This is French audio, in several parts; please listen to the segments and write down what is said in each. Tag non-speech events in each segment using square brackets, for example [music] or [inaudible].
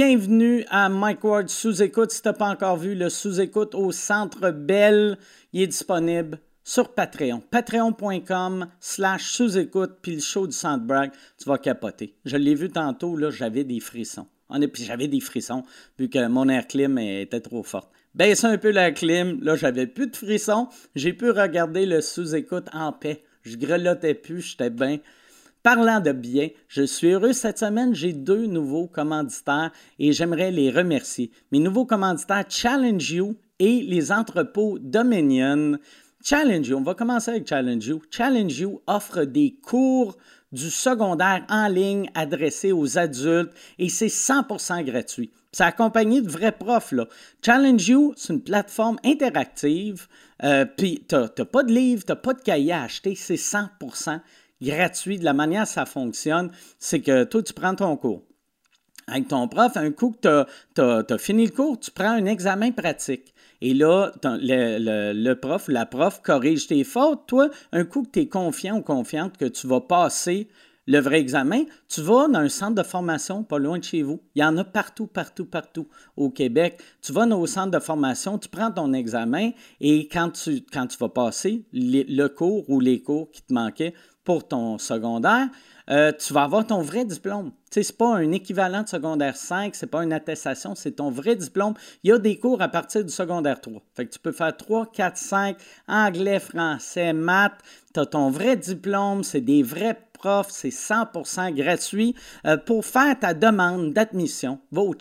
Bienvenue à Mike Ward Sous-Écoute. Si tu n'as pas encore vu le Sous-Écoute au Centre Bell, il est disponible sur Patreon. Patreon.com slash sous-écoute, puis le show du Centre Bragg, tu vas capoter. Je l'ai vu tantôt, là, j'avais des frissons. On est, puis j'avais des frissons, vu que mon air clim était trop forte. Baissez un peu l'air clim, là, j'avais plus de frissons. J'ai pu regarder le sous-écoute en paix. Je grelottais plus, j'étais bien. Parlant de bien, je suis heureux cette semaine, j'ai deux nouveaux commanditaires et j'aimerais les remercier. Mes nouveaux commanditaires Challenge You et les entrepôts Dominion. Challenge You, on va commencer avec Challenge You. Challenge You offre des cours du secondaire en ligne adressés aux adultes et c'est 100% gratuit. C'est accompagné de vrais profs. Là. Challenge You, c'est une plateforme interactive. Euh, Puis, tu n'as pas de livre, tu n'as pas de cahier à acheter, c'est 100% gratuit. De la manière que ça fonctionne, c'est que toi, tu prends ton cours. Avec ton prof, un coup que tu as, fini le cours, tu prends un examen pratique. Et là, ton- le, le- le prof ou la prof corrige tes fautes. Toi, un coup que tu es confiant ou confiante que tu vas passer le vrai examen, tu vas dans un centre de formation pas loin de chez vous. Il y en a partout, partout, partout au Québec. Tu vas dans au centre de formation, tu prends ton examen et quand tu, quand tu vas passer les- le cours ou les cours qui te manquaient pour ton secondaire, euh, tu vas avoir ton vrai diplôme. Tu sais, c'est pas un équivalent de secondaire 5, c'est pas une attestation, c'est ton vrai diplôme. Il y a des cours à partir du secondaire 3. Fait que tu peux faire 3, 4, 5, anglais, français, maths. Tu as ton vrai diplôme, c'est des vrais profs, c'est 100% gratuit. Euh, pour faire ta demande d'admission, va au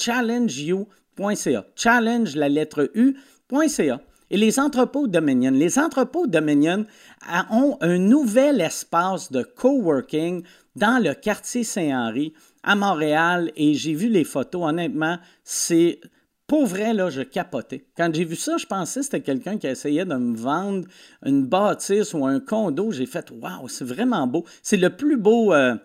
challengeu.ca. Challenge la lettre U.ca. Et les entrepôts Dominion. Les entrepôts Dominion a- ont un nouvel espace de coworking dans le quartier Saint-Henri à Montréal et j'ai vu les photos. Honnêtement, c'est pour vrai, là, je capotais. Quand j'ai vu ça, je pensais que c'était quelqu'un qui essayait de me vendre une bâtisse ou un condo. J'ai fait Waouh, c'est vraiment beau. C'est le plus beau. euh,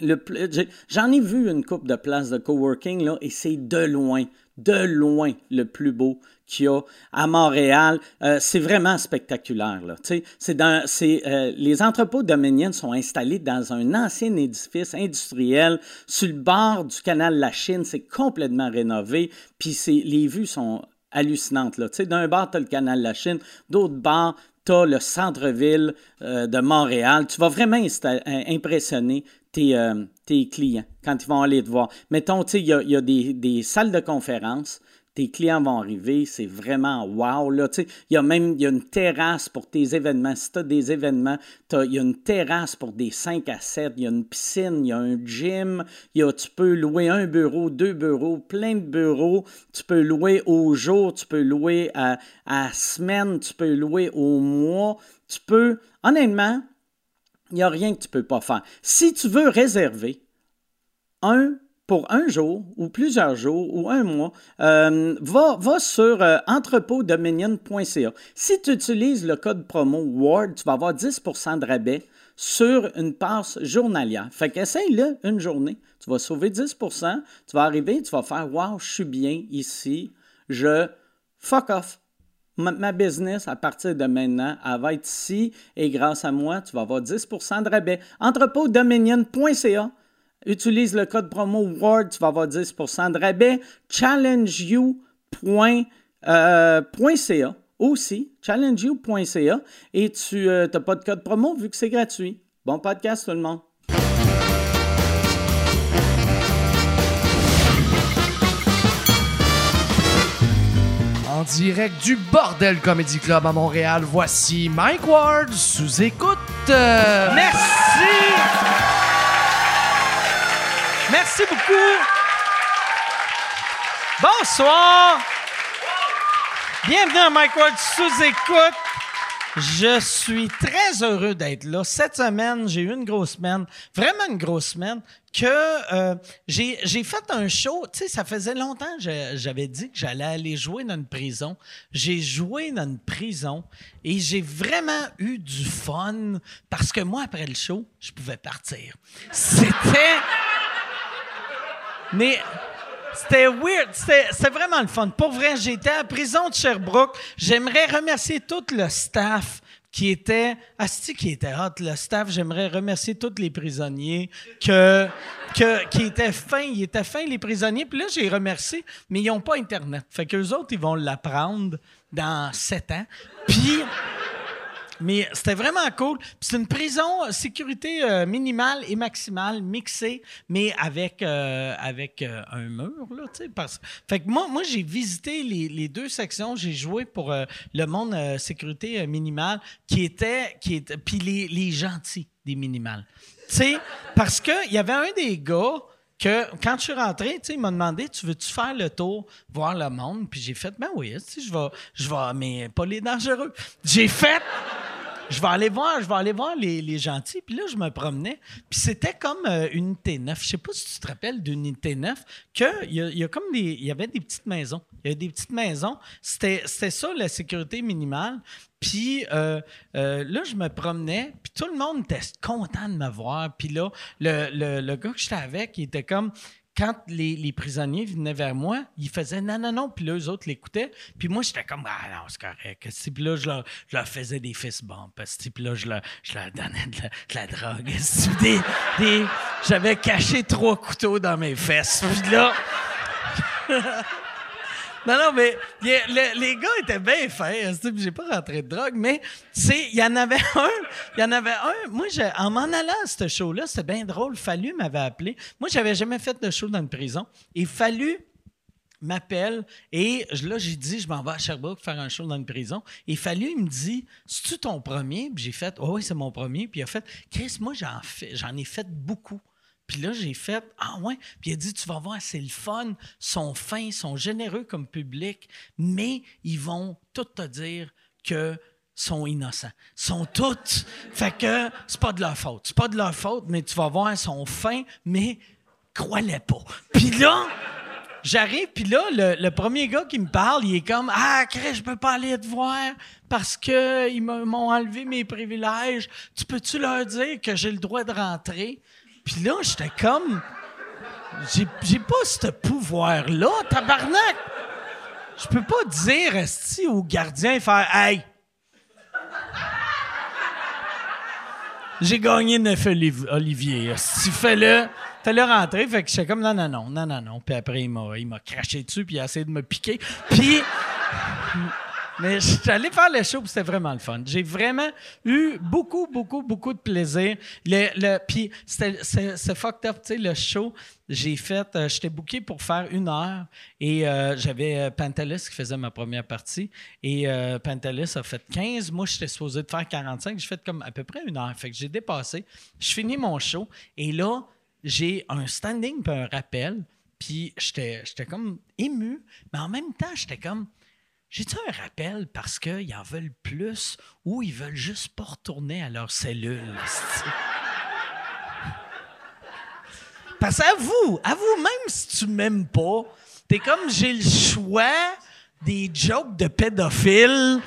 le pl- j'ai- J'en ai vu une coupe de places de coworking là, et c'est de loin, de loin le plus beau qu'il y a à Montréal. Euh, c'est vraiment spectaculaire. Là. Tu sais, C'est dans, c'est, euh, les entrepôts dominiennes sont installés dans un ancien édifice industriel sur le bord du canal de la Chine. C'est complètement rénové. Puis c'est- les vues sont hallucinantes. Là. Tu sais, D'un bord, tu as le canal de la Chine, d'autre bord, tu as le centre-ville euh, de Montréal. Tu vas vraiment insta- euh, impressionner tes, euh, tes clients quand ils vont aller te voir. Mettons, tu sais, il y a, il y a des, des salles de conférence. Tes clients vont arriver, c'est vraiment wow. Là, Tu sais, il y a même il y a une terrasse pour tes événements. Si tu as des événements, t'as- il y a une terrasse pour des 5 à 7, il y a une piscine, il y a un gym, il y a, tu peux louer un bureau, deux bureaux, plein de bureaux. Tu peux louer au jour, tu peux louer à, à semaine, tu peux louer au mois. Tu peux, honnêtement, il n'y a rien que tu ne peux pas faire. Si tu veux réserver un pour un jour ou plusieurs jours ou un mois, euh, va, va sur euh, entrepôtdominion.ca. Si tu utilises le code promo WARD, tu vas avoir 10 de rabais sur une passe journalière. Fait qu'essaye-le une journée. Tu vas sauver 10 tu vas arriver, tu vas faire « Wow, je suis bien ici, je fuck off ». Ma, ma business, à partir de maintenant, elle va être ici et grâce à moi, tu vas avoir 10 de rabais. Entrepôtdominion.ca. Utilise le code promo WARD, tu vas avoir 10 de rabais. euh, challengeyou.ca aussi, challengeyou.ca et tu n'as pas de code promo vu que c'est gratuit. Bon podcast tout le monde. En direct du Bordel Comedy Club à Montréal, voici Mike Ward sous écoute. Euh, Merci! Merci beaucoup! Bonsoir! Bienvenue à Mike Ward sous-écoute. Je suis très heureux d'être là. Cette semaine, j'ai eu une grosse semaine, vraiment une grosse semaine, que euh, j'ai j'ai fait un show. Tu sais, ça faisait longtemps que je- j'avais dit que j'allais aller jouer dans une prison. J'ai joué dans une prison et j'ai vraiment eu du fun parce que moi, après le show, je pouvais partir. C'était... Mais c'était weird. C'était c'était vraiment le fun. Pour vrai, j'étais à la prison de Sherbrooke. J'aimerais remercier tout le staff qui était. Asti, qui était hot, le staff. J'aimerais remercier tous les prisonniers que, que, qui étaient fins. Ils étaient fins, les prisonniers. Puis là, j'ai remercié, mais ils n'ont pas Internet. Fait qu'eux autres, ils vont l'apprendre dans sept ans. Puis. Mais c'était vraiment cool. Puis C'est une prison euh, sécurité euh, minimale et maximale mixée, mais avec euh, avec euh, un mur là, tu sais. Parce... Fait que moi, moi j'ai visité les, les deux sections. J'ai joué pour euh, le monde euh, sécurité euh, minimale qui était qui était puis les, les gentils des minimales. Tu sais, parce que il y avait un des gars que quand je suis rentré, tu sais, il m'a demandé Tu veux-tu faire le tour, voir le monde Puis j'ai fait Ben oui, tu sais, je vais, je vais, mais pas les dangereux. J'ai fait Je vais aller voir, je vais aller voir les, les gentils. Puis là, je me promenais. Puis c'était comme euh, Unité 9. Je sais pas si tu te rappelles d'Unité 9, qu'il y, a- il y a comme des. Il y avait des petites maisons. Il y avait des petites maisons. C'était c'était ça, la sécurité minimale. Puis euh, euh, là, je me promenais, puis tout le monde était content de me voir. Puis là, le, le- le gars que j'étais avec, il était comme. Quand les, les prisonniers venaient vers moi, ils faisaient non, non, non, puis là, eux autres l'écoutaient. Puis moi, j'étais comme, ah non, c'est correct. que si. Puis là, je leur, je leur faisais des fist bumps. parce que, Puis là, je leur, je leur donnais de la, de la drogue. si. Des- des- J'avais caché trois couteaux dans mes fesses. Puis là, non, non, mais y a- le- les gars étaient bien faits. hein, tu sais, puis J'ai pas rentré de drogue, mais tu sais, il y en avait un. Il y en avait un. Moi, j'ai- en m'en allant à ce show-là, c'était bien drôle. Fallu m'avait appelé. Moi, j'avais jamais fait de show dans une prison. Et Fallu m'appelle et je- là, j'ai dit, je m'en vais à Sherbrooke faire un show dans une prison. Et Fallu, il me dit, c'est-tu ton premier? Puis j'ai fait, oh, oui, c'est mon premier. Puis il a fait, Chris, moi, j'en fais- j'en ai fait beaucoup. Puis là, j'ai fait Ah ouais. Puis il a dit Tu vas voir, c'est le fun. Ils sont fins, ils sont généreux comme public, mais ils vont tout te dire que sont innocents. Ils sont tous. Fait que c'est pas de leur faute. C'est pas de leur faute, mais tu vas voir, ils sont fins, mais crois-les pas. Puis là, J'arrive, puis là, le, le premier gars qui me parle, il est comme Ah, Chris, je peux pas aller te voir parce que ils me- m'ont enlevé mes privilèges. Tu peux-tu leur dire que j'ai le droit de rentrer? Puis là, j'étais comme J'ai j'ai pas ce pouvoir-là, tabarnak! Je peux pas dire esti au gardien faire Hey! J'ai gagné 9 Olivier. Si fais-le, fais-le rentrer. Fait que j'étais comme non, non, non, non, non, non. Puis après, il m'a, il m'a craché dessus, puis il a essayé de me piquer. Puis. Mais je suis allé faire le show, puis c'était vraiment le fun. J'ai vraiment eu beaucoup, beaucoup, beaucoup de plaisir. Le, le, puis c'était c'est- c'est fucked up, tu sais, le show, j'ai fait, euh, j'étais booké pour faire une heure, et euh, j'avais euh, Pantelis qui faisait ma première partie, et euh, Pantelis a fait 15, moi j'étais supposé de faire 45, j'ai fait comme à peu près une heure, fait que j'ai dépassé. Je finis mon show, et là, j'ai un standing puis un rappel, puis j'étais j'étais comme ému, mais en même temps, j'étais comme... J'ai-tu un rappel parce qu'ils en veulent plus ou ils veulent juste pas retourner à leur cellule? esti? Parce à vous, à vous, même si tu m'aimes pas, t'es comme j'ai le choix des jokes de pédophiles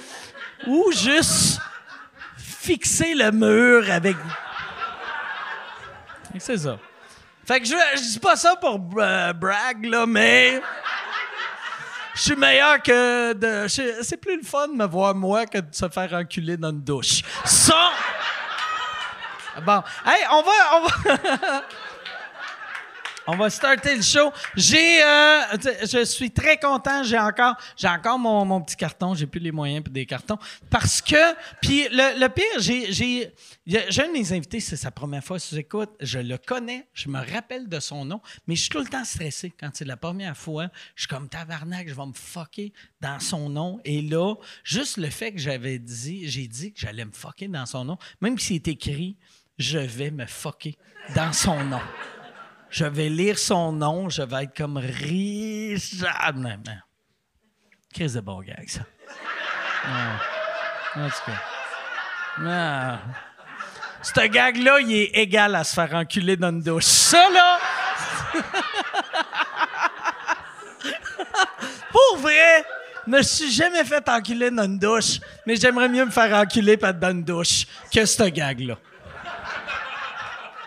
ou juste fixer le mur avec. Fait que C'est ça. Fait que je, je dis pas ça pour euh, brag, là, mais. Je suis meilleur que de. je- C'est plus le fun de me voir moi que de se faire enculer dans une douche. Ça! Bon. Hey, on va. On va, on va starter le show. J'ai. euh, tu- je suis très content. J'ai encore, j'ai encore mon, mon petit carton. J'ai plus les moyens pour des cartons. Parce que. Puis le, le pire, j'ai. J'ai y a- j'ai un des invités, c'est sa première fois sous écoute. Je le connais. Je me rappelle de son nom. Mais je suis tout le temps stressé quand c'est la première fois. Je suis comme tabarnak. Je vais me fucker dans son nom. Et là, juste le fait que j'avais dit. J'ai dit que j'allais me fucker dans son nom. Même si c'est écrit je vais me fucker dans son nom. Je vais lire son nom, je vais être comme Richard. Non, non. Crise de bon gag, ça. Non. En tout cas. Non. Ce gag-là, il est égal à se faire enculer dans une douche. Ça, là! [laughs] Pour vrai, je me suis jamais fait enculer dans une douche, mais j'aimerais mieux me faire enculer par dans une douche que ce gag-là.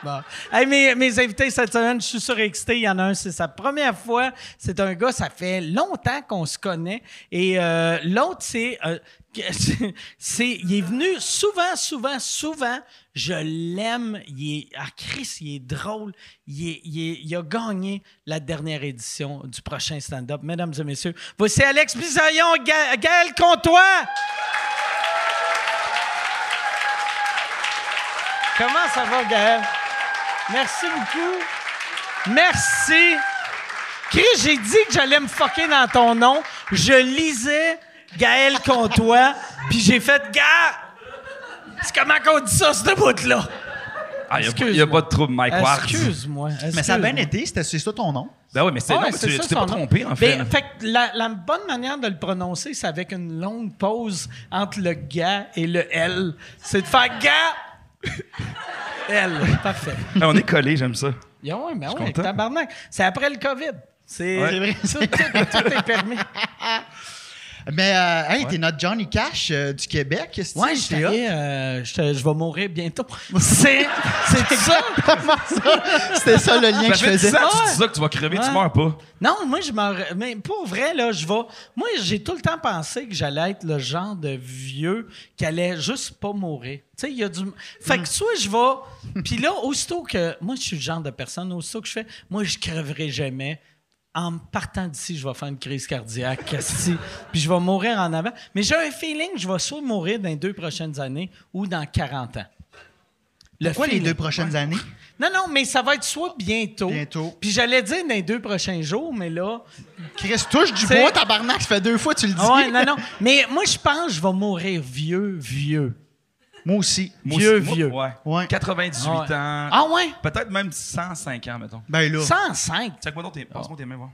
Bon. Hey, mes, mes invités cette semaine, je suis surexcité. Il y en a un, c'est sa première fois. C'est un gars, ça fait longtemps qu'on se connaît. Et euh, l'autre, c'est, euh, [laughs] c'est. Il est venu souvent, souvent, souvent. Je l'aime. Il est. Ah, Chris, il est drôle. Il, est- il est- il a gagné la dernière édition du prochain stand-up. Mesdames et messieurs, voici Alex Bisaillon, Ga- Gaël Comtois. Comment ça va, Gaël? Merci beaucoup. Merci. Chris, j'ai dit que j'allais me fucker dans ton nom. Je lisais Gaël Comtois, [laughs] puis j'ai fait Gars! C'est comment qu'on dit ça, ce bout-là? Ah, il n'y a, Excuse-moi. pas de trouble, Euh, Mike Ward. Excuse-moi. Mais ça a bien excuse-moi. été, c'était- c'est ça ton nom. Ben oui, mais c'est Ouais, non, mais c'est tu ça tu t'es son pas nom. trompé, en fait. Ben, [laughs] fait que la, la bonne manière de le prononcer, c'est avec une longue pause entre le gars et le L. C'est de faire gars! [laughs] L. Parfait. Ah, on est collés, [laughs] j'aime ça. Ils ont, mais Ah ouais, ben content. tabarnak. C'est après le COVID. C'est Ouais. c'est vrai. [laughs] Tout, tout- tout est permis. [laughs] Mais, euh, hey, t'es notre Johnny Cash euh, du Québec. qu'est-ce que tu- Ça y est, euh, je, te- je vais mourir [laughs] bientôt. C'est c'est ça. C'était ça le lien Ça que je fait 10 faisais. ans que tu Ouais. dis ça que tu vas crever, Ouais. tu meurs pas. Non, moi, je m'en. re- Mais pour vrai, là, je vais. Moi, j'ai tout le temps pensé que j'allais être le genre de vieux qui allait juste pas mourir. Tu sais, il y a du. Fait Hmm. que soit je vais. Puis là, aussitôt que. Moi, je suis le genre de personne, aussitôt que je fais. Moi, je creverai jamais. En me partant d'ici, je vais faire une crise cardiaque, [laughs] esti. puis je vais mourir en avant. Mais j'ai un feeling que je vais soit mourir dans les deux prochaines années ou dans 40 ans. Le Pourquoi les feeling. deux prochaines années? Non, non, mais ça va être soit bientôt. Bientôt. Puis j'allais dire dans les deux prochains jours, mais là, Chris, touche du C'est- bois, tabarnak, ça fait deux fois que tu le dis. Ah [laughs] ouais, non, non. Mais moi, je pense que je vais mourir vieux, vieux. Moi aussi. Moi Vieux, aussi- moi- vieux. ouais. Ouais. 98 Ah ouais. ans. Ah ouais? Peut-être même 105 ans, mettons. Ben Oh. là. 105. Tiens, moi donc, tes- passe-moi tes mains, voir.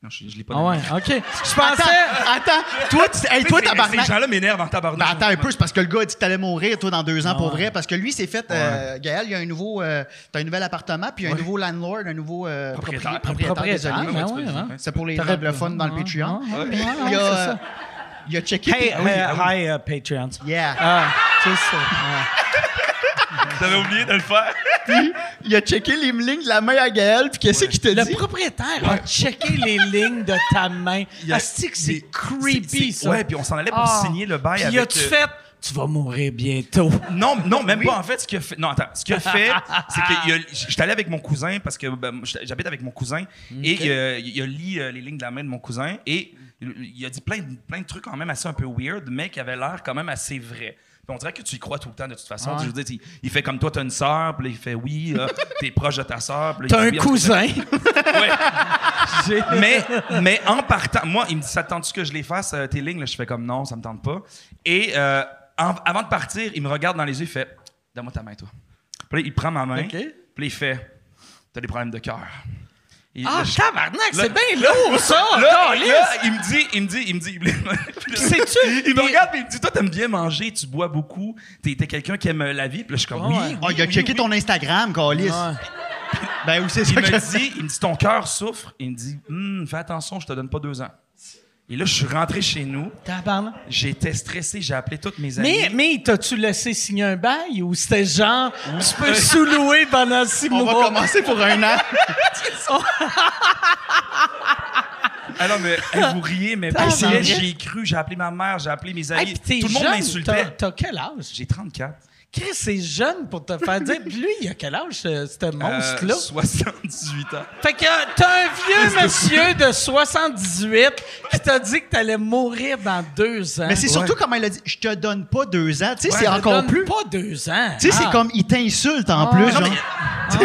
Non, je, je l'ai pas Ah dans ouais, les mains. OK. Je Attends, pensais... attends, toi, tu- hey, toi, Ces- Ces tabarnak. gens-là m'énervent en tabarnak. Ben, attends un peu, c'est parce que le gars a dit que t'allais mourir, toi, dans deux ans, pour ouais. vrai. Parce que lui, c'est fait. euh, Gaël, il y a un nouveau. euh, T'as un nouvel appartement, puis il y a un nouveau landlord, un nouveau euh, propriétaire. Propriétaire. propriétaire, Propriétaire. désolé. Ouais, Ben tu ouais, peux le dire, hein. hein. C'est pour les T'aurais- anglophones dans le Ah, Patreon. ah, Puis, ah, il, c'est a, ça. il a checké. Hey, Oui, euh, hi, uh, Patreons. yeah. Ah, c'est ça. ouais. T'avais oublié de le faire. Il a checké les lignes de la main à Gaël, puis qu'est-ce qu'il t'a Le dit? propriétaire a checké les lignes de ta main. Asti que Ah, c'est creepy, C'est- c'est- ça. Ouais, puis on s'en allait pour Ah. signer le bail Puis avec... as-tu euh, fait... Tu vas mourir bientôt. Non, non, même pas. En fait, ce qu'il a fait, non, attends, ce qu'il a fait, c'est que il a- j'étais allé avec mon cousin parce que ben, j'étais- j'habite avec mon cousin et il a- il a, lu euh, les lignes de la main de mon cousin et il il a dit plein de, plein de trucs quand même assez un peu weird, mais qui avaient l'air quand même assez vrai. Puis on dirait que tu y crois tout le temps de toute façon. Je veux dire, il, il fait comme toi, t'as une sœur, puis là, [laughs] il fait oui, euh, t'es proche de ta sœur. puis là, T'as il un dit, oui, on se cousin. Ouais. mais, mais en partant, moi, il me dit Ça te tente-tu que je les fasse, euh, tes lignes là? Je fais comme non, ça me tente pas. Et euh, en- avant de partir, il me regarde dans les yeux, il fait Donne-moi ta main, toi. Puis là, il prend ma main, OK. puis là, il fait T'as des problèmes de cœur. Et Ah, là, je- tabarnak, c'est Là- bien lourd, ça. Là, Caliste. là, il me dit, il me dit, il me dit. [laughs] Puis là, sais-tu- Il me il- regarde et il me dit Toi, t'aimes bien manger, tu bois beaucoup, t'es t'es quelqu'un qui aime euh, la vie. Puis là, je suis comme Ah Oui, ouais. oui, Oh, il a oui, checké oui. ton Instagram, Calis. Ouais. [laughs] Ben, où c'est Ah, [laughs] Il ça que. me dit, il me dit, ton cœur souffre. Il me dit, Hum, fais attention, je te donne pas deux ans. Et là, je suis rentré chez nous. Tabarnak. J'étais stressé. J'ai appelé toutes mes amies. Mais, mais t'as-tu laissé signer un bail ou c'était genre, tu peux sous-louer pendant six Hein? On mois? va commencer pour un an. Ah Alors, mais hey, [laughs] vous riez, mais pour c'est vrai, vrai? j'y ai cru. J'ai appelé ma mère, j'ai appelé mes Hey, amis. puis t'es Tout le monde jeune, t'as- m'insultait. T'as quel âge? J'ai 34. Chris, c'est jeune pour te faire dire. Puis lui, il a quel âge, ce, ce monstre-là? Euh, 78 ans. Fait que euh, t'as un vieux monsieur de 78 qui t'a dit que t'allais mourir dans deux ans. Mais c'est surtout comment il a dit Je te donne pas deux ans. Tu sais, Ouais, c'est ça encore donne plus. pas deux ans. Tu sais, Ah. c'est comme il t'insulte en plus. Non, genre. mais- [laughs]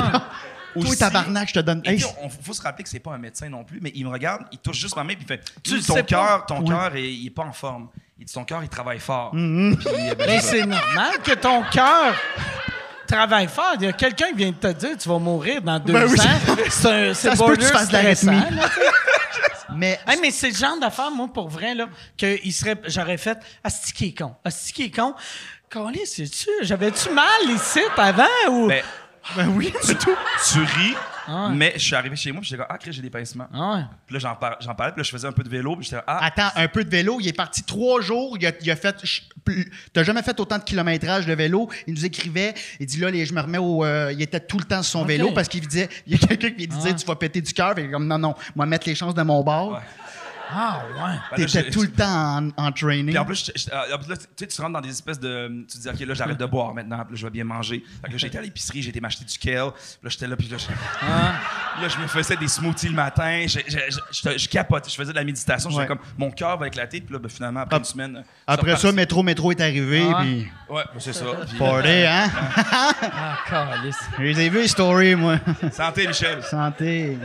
Toi, Aussi- tabarnak, je te donne. Et Hey, puis, on, faut se rappeler que c'est pas un médecin non plus, mais il me regarde, il touche juste ma main, puis il fait Tu le ton sais pas. cœur, ton cœur, il, il est pas en forme. Il dit ton cœur, il travaille fort. Mm. Puis, euh, ben, Mais je- c'est normal que ton cœur travaille fort. Il y a quelqu'un qui vient de te dire tu vas mourir dans deux Ben oui, [laughs] ans. C'est un- C'est ça se peut que border tu fasses de l'arythmie. stressant. là. Mais Hey, mais c'est le genre d'affaire, moi, pour vrai, là, que il serait, j'aurais fait « Asti qui est con, asti qui est con. » Calais, c'est-tu, j'avais-tu mal ici avant ou... Ben, ben oui, du tout. tu ris, Ah ouais. Mais je suis arrivé chez moi, puis j'étais comme, ah, Chris, j'ai des pincements. Ah ouais. Puis là, j'en par- j'en parlais, puis là, je faisais un peu de vélo, puis j'étais comme, ah, Attends, un peu de vélo. Il est parti trois jours. Il a, il a fait. ch- plus- T'as jamais fait autant de kilométrage de vélo. Il nous écrivait. Il dit là, les- je me remets au. euh, il était tout le temps sur son Ok. vélo parce qu'il disait. Il y a quelqu'un qui lui disait Ah. Tu vas péter du cœur. Fait qu'il est comme non, non, moi mettre les chances de mon bord. Ouais. Ah ouais. Ben là, T'étais j'ai- tout le temps en, en training. Puis en plus, j'étais- j'étais- euh, en plus, là, tu sais, tu rentres dans des espèces de. Tu te dis, OK, là, j'arrête de boire maintenant, puis là, je vais bien manger. Fait que là, j'étais à l'épicerie, j'ai été m'acheter du kale. Puis là, j'étais là, puis là, je, là, je me faisais des smoothies le matin. Je, je, je- je- je capotais, je faisais de la méditation. J'étais Ouais. comme, mon cœur va éclater. Puis là, ben, finalement, après une semaine. euh, c'est Après ça, reparti. métro, métro est arrivé. Ah. Puis. Ouais, ben, c'est ça. Puis, Party, hein? Ah, calice. Je les ai vus, les stories, moi. [laughs] Santé, Michel. Santé.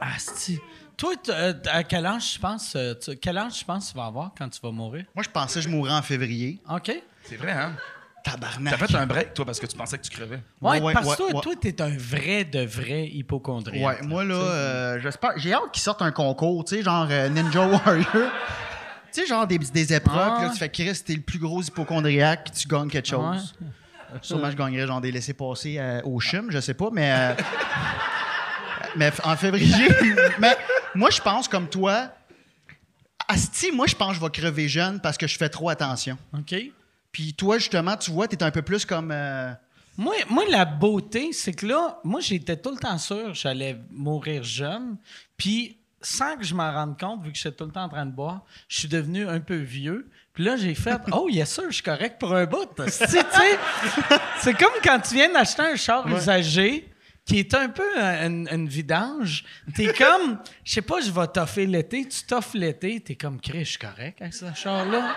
Ah, c'est. Toi, t- euh, à quel âge tu penses, euh, tu- quel âge tu penses que tu vas avoir quand tu vas mourir? Moi, je pensais que je mourrais en février. OK? Ouais, C'est vrai, hein? T'as Tabarnak. fait un break, toi, parce que tu pensais que tu crevais. Ouais, ouais, parce ouais, que toi, ouais. toi, t'es un vrai de vrai hypochondriac. Ouais, moi là, euh, j'espère. J'ai hâte qu'ils sortent un concours, tu sais, genre euh, [laughs] Ninja Warrior. tu sais, genre des, des épreuves. Ah. puis là, tu fais Chris, t'es le plus gros hypochondriaque, tu gagnes quelque chose. Sûrement, je gagnerais genre des laissés-passer euh, au chum, je sais pas, mais. euh, [laughs] mais f- en février. [laughs] mais moi, je pense comme toi. Asti, moi, je pense que je vais crever jeune parce que je fais trop attention. OK? Puis toi, justement, tu vois, t'es un peu plus comme. euh, Moi, moi, la beauté, c'est que là, moi, j'étais tout le temps sûr que j'allais mourir jeune. Puis, sans que je m'en rende compte, vu que j'étais tout le temps en train de boire, je suis devenu un peu vieux. Puis là, j'ai fait Oh, yes, sir, je suis correct pour un bout. C'est- tu sais, c'est comme quand tu viens d'acheter un char usagé qui est un peu un- une, une vidange. T'es comme, je sais pas, je vais t'offrir l'été. Tu t'offres l'été, t'es comme, Chris, je suis correct avec ce char-là.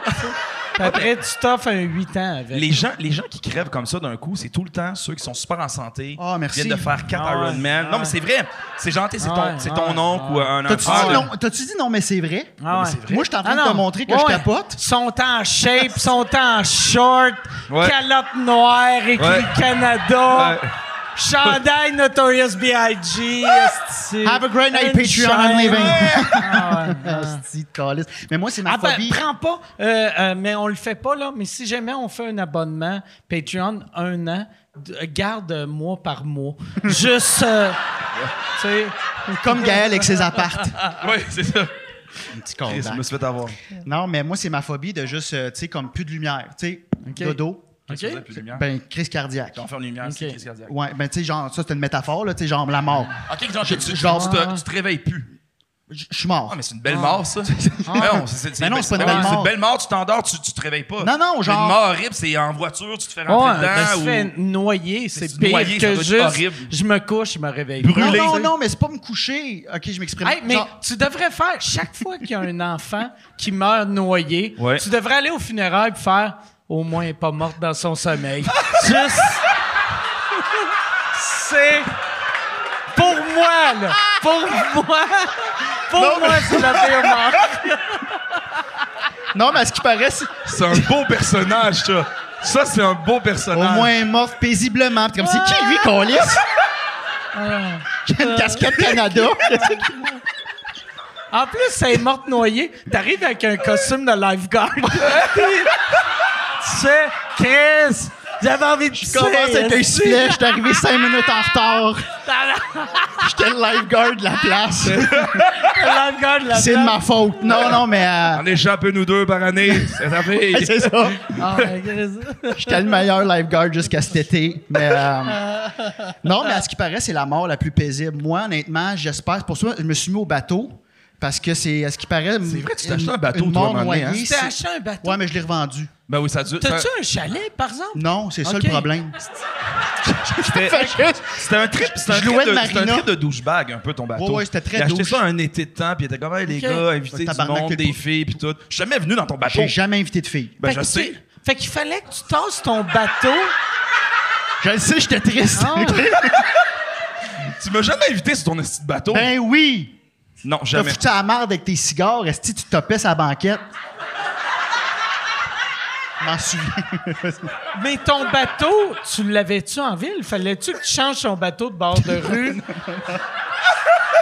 Puis après, tu t'offres un 8 ans avec. Les gens, les gens qui crèvent comme ça d'un coup, c'est tout le temps ceux qui sont super en santé. Ah, merci. Viennent de faire 4 Ah ouais, Iron Man. ah Non, ouais. mais c'est vrai. C'est gentil, c'est Ah ouais, ton, c'est ton ah ouais, oncle ah ou un T'as-tu enfant. là. dit, non- t'as-tu dit non, mais c'est vrai? Ah ouais. Moi, je suis en train Ah de non. te montrer que Ouais. je capote. Sont en shape, sont en short, Ouais. calotte noire, écrit Ouais. Canada, Ouais. chandail Notorious B.I.G. esti. Have a great night, Une Patreon, I'm chaîne. leaving. [laughs] Ah ouais. Asti de calice. Mais moi, c'est ma Ah ben, phobie. prends pas, euh, euh, mais on le fait pas là. Mais si jamais on fait un abonnement Patreon un an, d- euh, garde euh, mois par mois. Juste, [laughs] euh, tu sais. Comme Gaël avec ses appartes. Oui, c'est ça. Un petit Chris, je me suis fait avoir. Non, mais moi, c'est ma phobie de juste, euh, tu sais, comme plus de lumière. Tu sais, Ok. dodo, Qu'est-ce que vous Ok. avez plus de lumière? ben, crise cardiaque. Quand on fait une lumière, c'est Ok. crise cardiaque. Ouais, ben, tu sais, genre, ça, c'est une métaphore, là, tu sais, genre la mort. Ok, genre, tu, tu, genre- euh, tu te, tu te réveilles plus. Je je suis mort. Ah, mais c'est une belle mort, [laughs] ça. Non, c'est- c'est- Mais ben non, c'est pas une belle C'est mort. une belle mort, tu t'endors, tu, tu te réveilles pas. Non, non, Mais genre- Une mort horrible, c'est en voiture, tu te fais Ouais, rentrer ben, se dedans fait noyer, Mais c'est se pire que noyer, ça doit être juste. horrible. Je me couche, je me réveille. Brûler. Non, brûlé. non, non, mais c'est pas me coucher. OK, je m'exprime. Hey, mais Genre, tu devrais faire chaque fois qu'il y a un enfant qui meurt noyé, Ouais. tu devrais aller au funérail et faire au moins elle est pas morte dans son sommeil. Juste c'est pour moi là, pour moi, pour moi c'est la pire mort. Non, mais à ce qui paraît, c'est ou. C'est un beau personnage, ça. Ça, c'est un beau au personnage. moins mort paisiblement. Puis comme, c'est qui, lui, qu'on lisse? J'ai une casquette Canada. En plus, elle est morte noyée. T'arrives avec un costume de lifeguard. tu sais, Chris, j'avais envie de Je commence avec un sifflet, je suis arrivé cinq minutes en retard. J'étais le lifeguard de la place. lifeguard là. C'est de ma faute. Non, non, mais euh, On échappe une ou deux par année. [laughs] C'est ça fait. c'est ça. Ah, Chris. J'étais le meilleur lifeguard jusqu'à cet été. Mais euh, non, mais à ce qui paraît, c'est la mort la plus paisible. Moi, honnêtement, j'espère. C'est pour ça que je me suis mis au bateau. Parce que c'est, à ce qui paraît, c'est vrai que tu t'es acheté un bateau, toi, à un moment donné, hein? Tu t'es acheté un bateau. Ouais, mais je l'ai revendu. Ben oui, ça dure. ça- T'as-tu un chalet, par exemple? Non, c'est ça Ok. le problème. C'était [laughs] Fait que- c'était un trip, c'était un Je trip louais de, le c'était un marina. trip de douchebag un peu ton bateau. Ouais, ouais, c'était très Il a acheté douche. ça un été de temps, puis il était comme hey, les Ok. gars, invité du Tabarnak, monde, t'es des pas- filles puis tout. Je suis jamais venu dans ton bateau. J'ai jamais invité de fille. Ben Fait je que sais. tu- Fait qu'il fallait que tu tasses ton bateau. Je le sais, j'étais triste. Ah. Tu m'as jamais invité sur ton esti de bateau. [laughs] ben oui! non, T'as jamais. foutu à la merde avec tes cigares, est-ce que tu topais sa banquette? Je m'en souviens. Mais ton bateau, tu l'avais-tu en ville? Fallait-tu que tu changes ton bateau de bord de rue?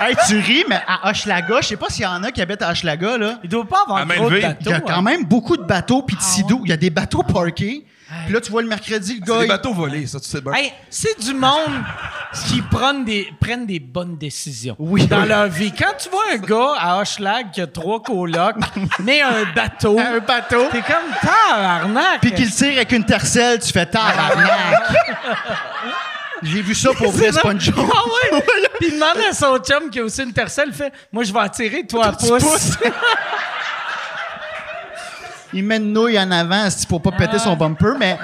hey, tu ris, mais à Hochelaga, je sais pas s'il y en a qui habitent à Hochelaga, là. Il doit pas À avoir main trop de levée. Il y a bateaux. quand hein. même beaucoup de bateaux puis de sidous. Il y a des bateaux parkés. Puis là, tu vois le mercredi, le C'est gars. des il- bateaux volés, ça, tu sais bien. Hey, c'est du monde. qui prennent des, prennent des bonnes décisions Oui. dans leur vie. Quand tu vois un gars à Hochelag qui a trois colocs, mais un bateau, Un bateau. t'es comme tabarnak. Puis qu'il tire avec une tercelle, tu fais tabarnak. J'ai vu ça pour vrai, c'est pas une C'est joke. drôle. [laughs] Ah ouais? Puis il demande à son chum qui a aussi une tercelle, il fait Moi, je vais attirer toi à pouce. Il met une nouille en avant c'est-tu, pour pas péter Ah. son bumper, mais.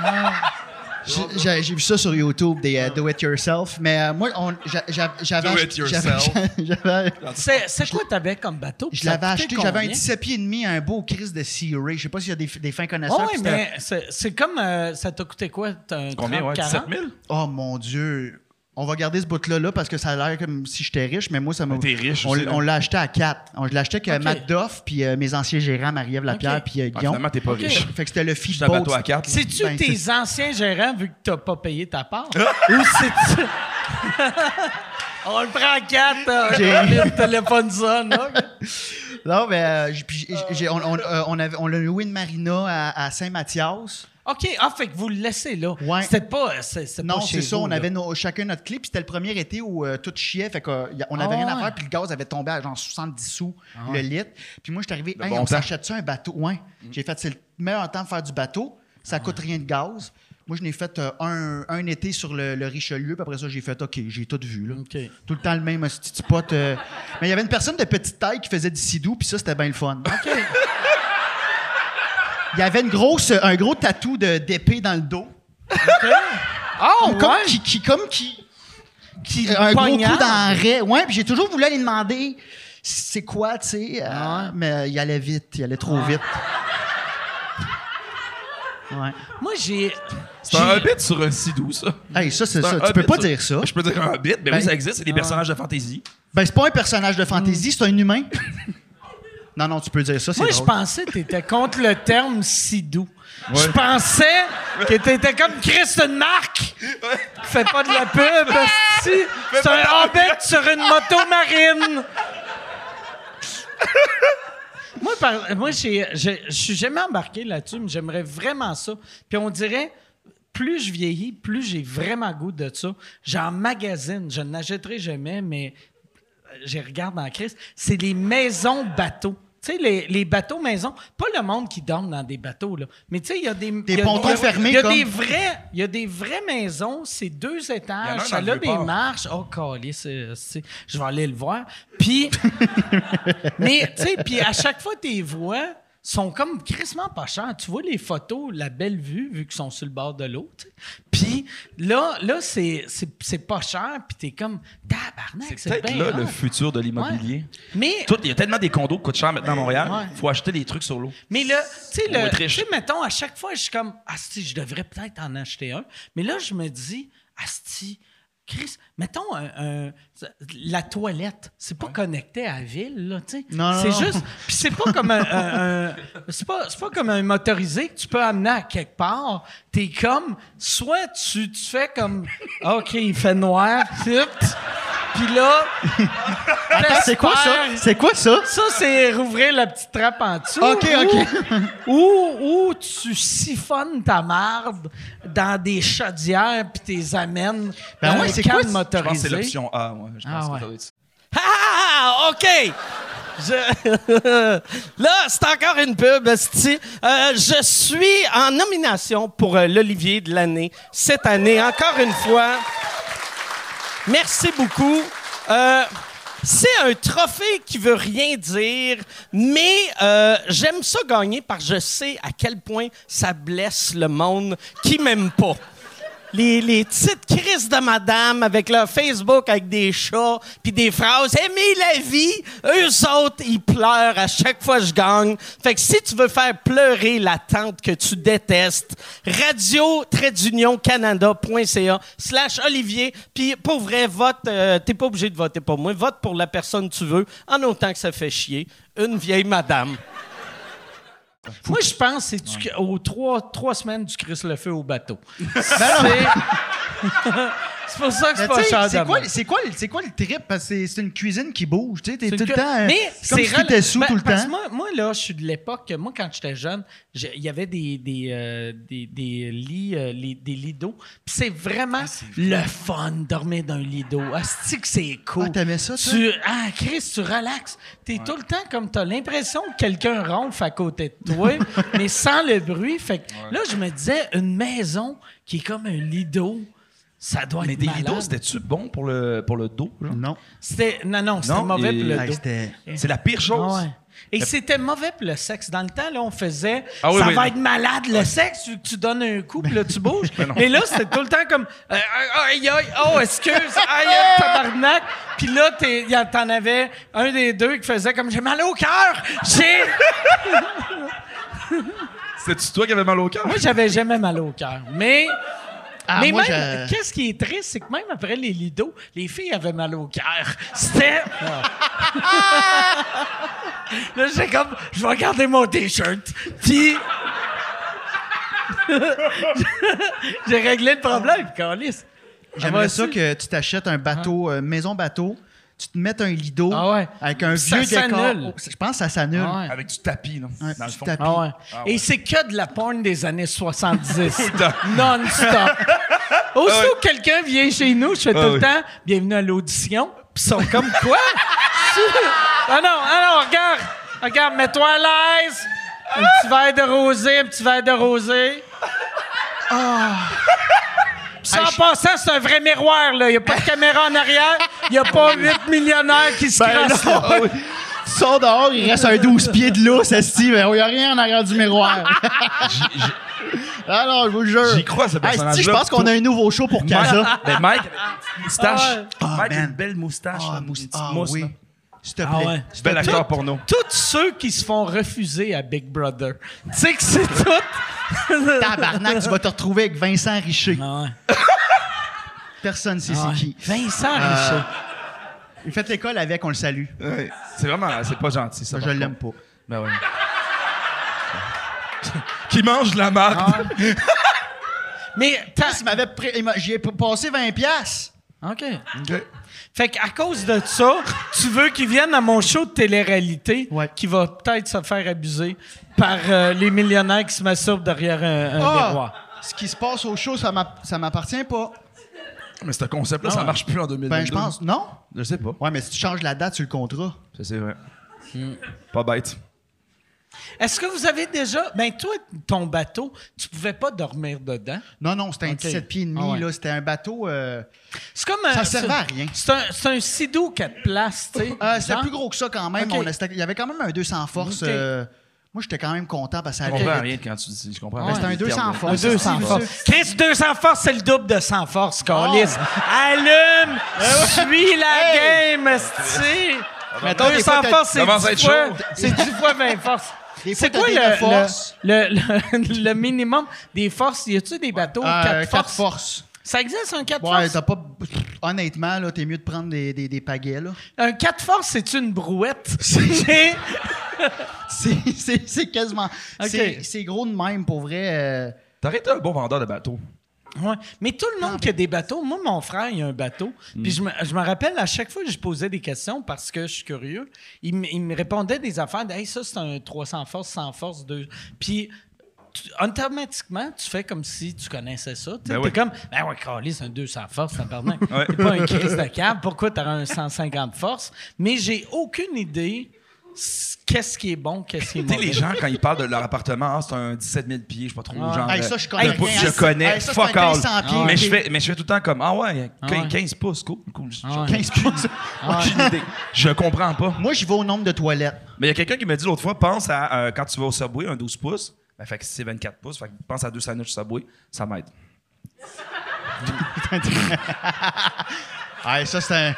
J'ai- J'ai j'ai vu ça sur YouTube, des Ah. euh, Do It Yourself, mais euh, moi, on- j'a- j'a- j'avais. Do ach- it yourself. [laughs] j'avais- j'avais- C'est c'est quoi t'avais comme bateau? Je Ça l'avais coûtait acheté, j'avais un combien? 17 pieds et demi, un beau Chris de Sea Ray. Je sais pas s'il y a des, des fins Oh, connaisseurs. oui, puis c'était- mais c'est c'est comme. euh, ça t'a coûté quoi? T'as un Combien, 30, ouais? Ah, 40? 17 000? Oh mon Dieu. On va garder ce bout-là là, parce que ça a l'air comme si j'étais riche, mais moi, ça m'a. t'es riche On, aussi, là. on l'a acheté à 4. On je l'ai acheté avec euh, Ok. Matt Doff, puis euh, mes anciens gérants, Marie-Ève Lapierre, Ok. puis euh, Ah, Guillaume. finalement, t'es pas Ok. riche. fait que c'était le fil Juste un bateau à quatre. là. C'est-tu Ben, tes anciens gérants vu que t'as pas payé ta [laughs] part? Ou c'est-tu. [laughs] On le prend en quatre, euh, [laughs] J'ai- le téléphone sonne. ok. Non, mais euh, j'ai- puis j'ai- j'ai- on, on, euh, on avait- on l'a loué une marina à, à Saint-Mathias. OK, ah, fait que vous le laissez là. Ouais. C'était pas. euh, c'est- c'est Non, pas chez c'est ça, vous, on là. avait nos- chacun notre clé, puis c'était le premier été où euh, tout chiait, fait qu'on Ah avait rien à ouais. Ah faire, puis le gaz avait tombé à genre 70 sous le litre. Puis moi, je suis arrivé, Le hey, bon on temps. s'achète ça un bateau? Ouais. Mm. J'ai fait, c'est le meilleur temps de faire du bateau, Ah ça coûte rien de gaz. Moi, je n'ai fait euh, un, un été sur le, le Richelieu, puis après ça, j'ai fait, OK, j'ai tout vu. Là. OK. Tout le temps le même hostie de spot. euh. Mais il y avait une personne de petite taille qui faisait du sidou, puis ça, c'était bien le fun. Il y avait une grosse, un gros tatou de- d'épée dans le dos. Oh, Ou comme ouais. qui, qui- comme qui, qui- un gros poignarde. coup d'arrêt. Ouais, puis j'ai toujours voulu aller demander c'est quoi, tu sais. euh, Mais il allait vite, il allait trop vite. Ouais. Moi, j'ai. C'est un hobbit sur un sidou, ça. Hey, ça, C'est c'est ça. un Tu peux hobbit pas sur- dire ça. Je peux dire un hobbit, mais Ben- oui, ça existe, c'est des personnages de fantasy. Ben, c'est pas un personnage de fantasy, c'est un humain. non, non, tu peux dire ça, c'est Mm. Moi, je drôle. pensais que t'étais contre le terme si doux. Je pensais que t'étais comme Chris une marque. Fais pas de la pub. esti. C'est un hobbit sur une moto marine. moi, par- moi j'ai- j'ai- je suis jamais embarqué là-dessus, mais j'aimerais vraiment ça. Puis on dirait, plus je vieillis, plus j'ai vraiment goût de ça. J'en magazine, je n'achèterai jamais, mais je regarde en crise, c'est les maisons bateaux. Tu sais, les, les bateaux maisons, pas le monde qui dorme dans des bateaux, là. Mais tu sais, il y a des. Des il y a- pontons il y a- fermés Il y a comme- des vrais- il y a des vraies maisons, c'est deux Il y en a un étages, dans ça le a des Vieux-Port. marches. Oh, calé, c'est. c'est- Je vais aller le voir. Puis. Mais, tu sais, puis à chaque fois, tes voix sont comme crissement pas chères. Tu vois les photos, la belle vue, vu qu'ils sont sur le bord de l'eau, tu sais. Puis là, là c'est, c'est, c'est pas cher, puis t'es comme, tabarnak, C'est c'est, peut-être bien là hot. le futur de l'immobilier. Mais, Tout- Il y a tellement des condos qui coûtent cher maintenant à Montréal, Ouais. faut acheter des trucs sur l'eau. mais là, tu sais, On va le- être riche. tu sais, mettons, à chaque fois, je suis comme, asti, je devrais peut-être en acheter un. Mais là, je me dis, asti, Chris, mettons un- un- la toilette, c'est pas connecté à la ville, là, tu sais. Non, non, C'est non. juste, puis c'est pas comme un, un- un- c'est pas, c'est pas comme un motorisé que tu peux amener à quelque part. T'es comme, soit tu, tu fais comme, ok, il fait noir, [laughs] hop, puis là, Attends, c'est quoi ça? t'espères- C'est quoi ça? ça, c'est rouvrir la petite trappe en dessous. Ok, ok. [laughs] Ou, ou, ou tu siphonnes ta marde dans des chaudières puis t'es amènes Ben dans ouais, les c'est quoi cannes ce- Je pense que motorisées. c'est l'option A, moi. Je pense Ah, que ouais. ça doit être ça. Ah, OK! Je- Là, c'est encore une pub, esti. Euh, je suis en nomination pour euh, l'Olivier de l'année cette année, encore une fois. Merci beaucoup. Euh, c'est un trophée qui veut rien dire, mais euh, j'aime ça gagner parce que je sais à quel point ça blesse le monde qui m'aime pas. Les, les petites crises de madame avec leur Facebook avec des chats puis des phrases Aimez la vie! Eux autres, ils pleurent à chaque fois que je gagne. Fait que si tu veux faire pleurer la tante que tu détestes, radio canada.ca slash Olivier. Puis pour vrai, vote. euh, T'es pas obligé de voter pour moi. Vote pour la personne que tu veux, en autant que ça fait chier. Une vieille madame. Moi, je pense c'est [laughs] aux trois, semaines du Chris le feu au bateau. Ben non, mais- [laughs] C'est pour ça que c'est Mais pas tu sais, cher de C'est quoi, même. c'est quoi, c'est quoi le trip? Parce que c'est- c'est une cuisine qui bouge. Tu sais, t'es C'est tout le que- temps. euh, Mais c'est comme c'est si rela- t'étais sous Ben, tout le parce temps. que Moi, moi, là, je suis de l'époque. que Moi, quand j'étais jeune, j'ai- il y avait des, des, euh, des, des lits, euh, les- des lits d'eau. Puis c'est Ah, vraiment le fun de dormir dans un lit d'eau. Asti que c'est cool. Ah, t'aimais ça, toi? Tu, ah, Chris, tu relaxes. T'es tout le temps comme t'as l'impression que quelqu'un ronfle à côté de [laughs] toi, mais sans le bruit. Fait que là, je me disais, une maison qui est comme un lit d'eau, ça doit Mais être des malade. lidos, c'était-tu bon pour le, pour le dos? genre? Non. C'était- Non, non, c'était Non, mauvais et- pour le Ah, dos. c'était- C'est la pire chose. Ah ouais. Et c'était mauvais pour le sexe. Dans le temps, là, on faisait Ah oui, Ah. ça oui. va être malade le sexe, vu que tu donnes un coup, puis là, tu [laughs] bouges. Ben Mais là, c'était tout le temps comme euh, aïe, aïe, oh, excuse, aïe, aïe, tabarnak. Puis là, t'es- y a- t'en avais un des deux qui faisait comme j'ai mal au cœur. J'ai. C'était-tu toi qui avais mal au cœur? Moi, j'avais jamais mal au cœur. Mais. Ah, mais moi, même, je- qu'est-ce qui est triste, c'est que même après les lidos, les filles avaient mal au cœur. C'était. Là, j'ai comme, je vais garder mon T-shirt. Puis. [laughs] j'ai réglé le problème, Carlis. J'aimerais ça que tu t'achètes un bateau, euh, maison bateau, tu te mettes un lido Hein? Ah ouais. avec un Ça vieux décor. Oh, s'annule. Je pense que ça s'annule. Ah ouais. Avec du tapis, là, Ouais, dans le du fond. tapis. Ah ouais. Ah ouais. Et c'est que de la porn des années 70. [laughs] le temps. Non-stop. Aussitôt que quelqu'un vient chez nous, je fais tout Ah le oui. temps « Bienvenue à l'audition ». Puis ils sont comme « [laughs] Quoi? » Ah non, ah non, regarde. Regarde, mets-toi à l'aise. Un petit verre de rosé, un petit verre de rosé. Ah. Puis ça, en passant, c'est un vrai miroir, là. Il n'y a pas de caméra en arrière. Il n'y a [laughs] pas huit millionnaires qui se Ben crassent, Ben là. Ah oui. Tu sors dehors, il reste un 12 pieds de l'eau, ça se dit, mais il n'y a rien en arrière du miroir. Alors, je vous le jure. J'y crois, ce Hey, personnage-là. si, je pense qu'on a un nouveau show pour Casa. Mike, ben Mike avec une petite moustache. Ah, Mike man. une belle moustache. là, Ah, une mousse- petite ah mousse, oui. là. S'il te plaît. Ah ouais. S'il te Bel plaît. acteur porno. tous ceux qui se font refuser à Big Brother. Tu sais que c'est tout. Tabarnak, tu vas te retrouver avec Vincent Richer. Ah ouais. Personne ne sait Ah ouais. c'est qui. Vincent Euh, Richard. Il fait l'école avec, on le salue. Ouais. C'est vraiment, c'est pas gentil, ça. Moi, je Ah, par l'aime contre. pas. Ben ouais. [laughs] Qui mange de la marde. Mais Ah, il m'avait pré- il m'a- J'y ai p- passé 20 piastres. OK. Ok. Fait qu'à cause de ça, tu veux qu'ils viennent à mon show de télé-réalité Ouais. qui va peut-être se faire abuser par euh, les millionnaires qui se masturbent derrière un, un Ah! miroir. Ce qui se passe au show, ça m'a- ça m'appartient pas. Mais ce concept-là, ça marche plus en 2022. Ben, je pense. Non? Je sais pas. Ouais, mais si tu changes la date sur le contrat. Ça, c'est vrai. Hmm. Pas bête. Est-ce que vous avez déjà... Ben toi, ton bateau, tu pouvais pas dormir dedans. Non, non, c'était un Ok. 17 pieds et demi, Ah ouais. là. C'était un bateau. euh, C'est comme un- Ça servait c'est- à rien. C'est un, c'est un sidou quatre places, tu sais. euh, c'était Genre. plus gros que ça quand même. Ok. On a- c'était- il y avait quand même un 200 force. Ok. euh, moi, j'étais quand même content parce que ça Je allait. comprends vite. rien quand tu dis. Je comprends Mais rien. c'était Ah un Les 200 termes. force. Deux sans force. Ah. Chris, 200 force, c'est le double de 100 force, Carlis. Allume! Suis la game, esti! Mettons, des 200 fois, t'as- force, c'est commence à 10 être fois, chaud. c'est 10 fois 20 forces. Des C'est fois, quoi t'as le, des neuf forces. le, le- le- le minimum des forces? Y a-tu des bateaux Euh, 4 quatre forces? forces. Ça existe un 4 Ouais, forces? t'as pas. pff, Honnêtement, là, t'es mieux de prendre des, des, des pagaies, [laughs] là. Un 4 forces, c'est une brouette. [laughs] C'est- C'est- C'est c'est quasiment. Ok. c'est- C'est gros de même, pour vrai. euh, T'aurais été un bon vendeur de bateaux. Ouais. Mais tout le monde qui a des bateaux, moi, mon frère, il a un bateau. Mm. Puis je me, je me rappelle, à chaque fois que je posais des questions parce que je suis curieux, il, me- il me répondait des affaires. de, Hey, ça, c'est un 300 force, 100 force, 2. Puis tu- automatiquement, tu fais comme si tu connaissais ça. Tu Ben es oui. comme, ben ouais, calé, c'est un 200 force, ça pardon. [laughs] Ouais. C'est pas un crise de câble. Pourquoi tu un 150 force? Mais j'ai aucune idée s- qu'est-ce qui est bon, qu'est-ce qui est Tu sais, mauvais. les gens, quand ils parlent de leur appartement, ah, c'est un 17 000 pieds, je sais pas trop. Ouais. Genre, Hey, ça, je connais pas- rien. je Hey, connais. ça, c'est fuck un all. 200 pieds. mais, je fais, mais je fais tout le temps comme Ah ouais, Ah 15, ouais. 15 pouces, cool. cool. J'ai Ah ouais. 15 pouces. Aucune idée. Je comprends pas. Moi, j'y vais au nombre de toilettes. Mais il y a quelqu'un qui m'a dit l'autre fois pense à euh, quand tu vas au subway, un 12 pouces. Ben, fait que si c'est 24 pouces, fait que pense à deux sandwichs subway, ça m'aide. [laughs] Ah, ça, c'est un.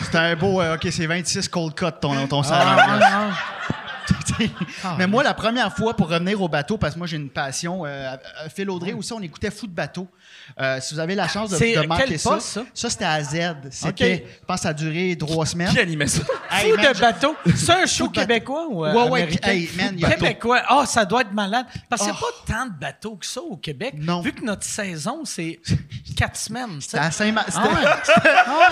C'est un beau. euh, ok, c'est 26 cold cut ton, ton Ah, salaire. ouais, ouais. t'sais. [laughs] mais moi, la première fois, pour revenir au bateau, parce que moi, j'ai une passion, euh, euh, Phil Audrey aussi, on écoutait Fou de bateau. Euh, si vous avez la chance de, C'est de quel manquer poste, ça? ça, c'était à Z. C'était, Ok. je pense, que ça a duré trois semaines. Qui animait ça? Hey, Fou man, de je- [laughs] bateau. C'est un show Fou de bateau. québécois ou euh, Ouais, ouais, américain? hey, man, il y a- québécois. Ah, ça doit être malade. Parce qu'il n'y a Oh. pas tant de bateaux que ça au Québec. Non. Vu que notre saison, c'est [laughs] quatre semaines. tu sais. C'était à Ah Saint-Ma- [laughs] c'était-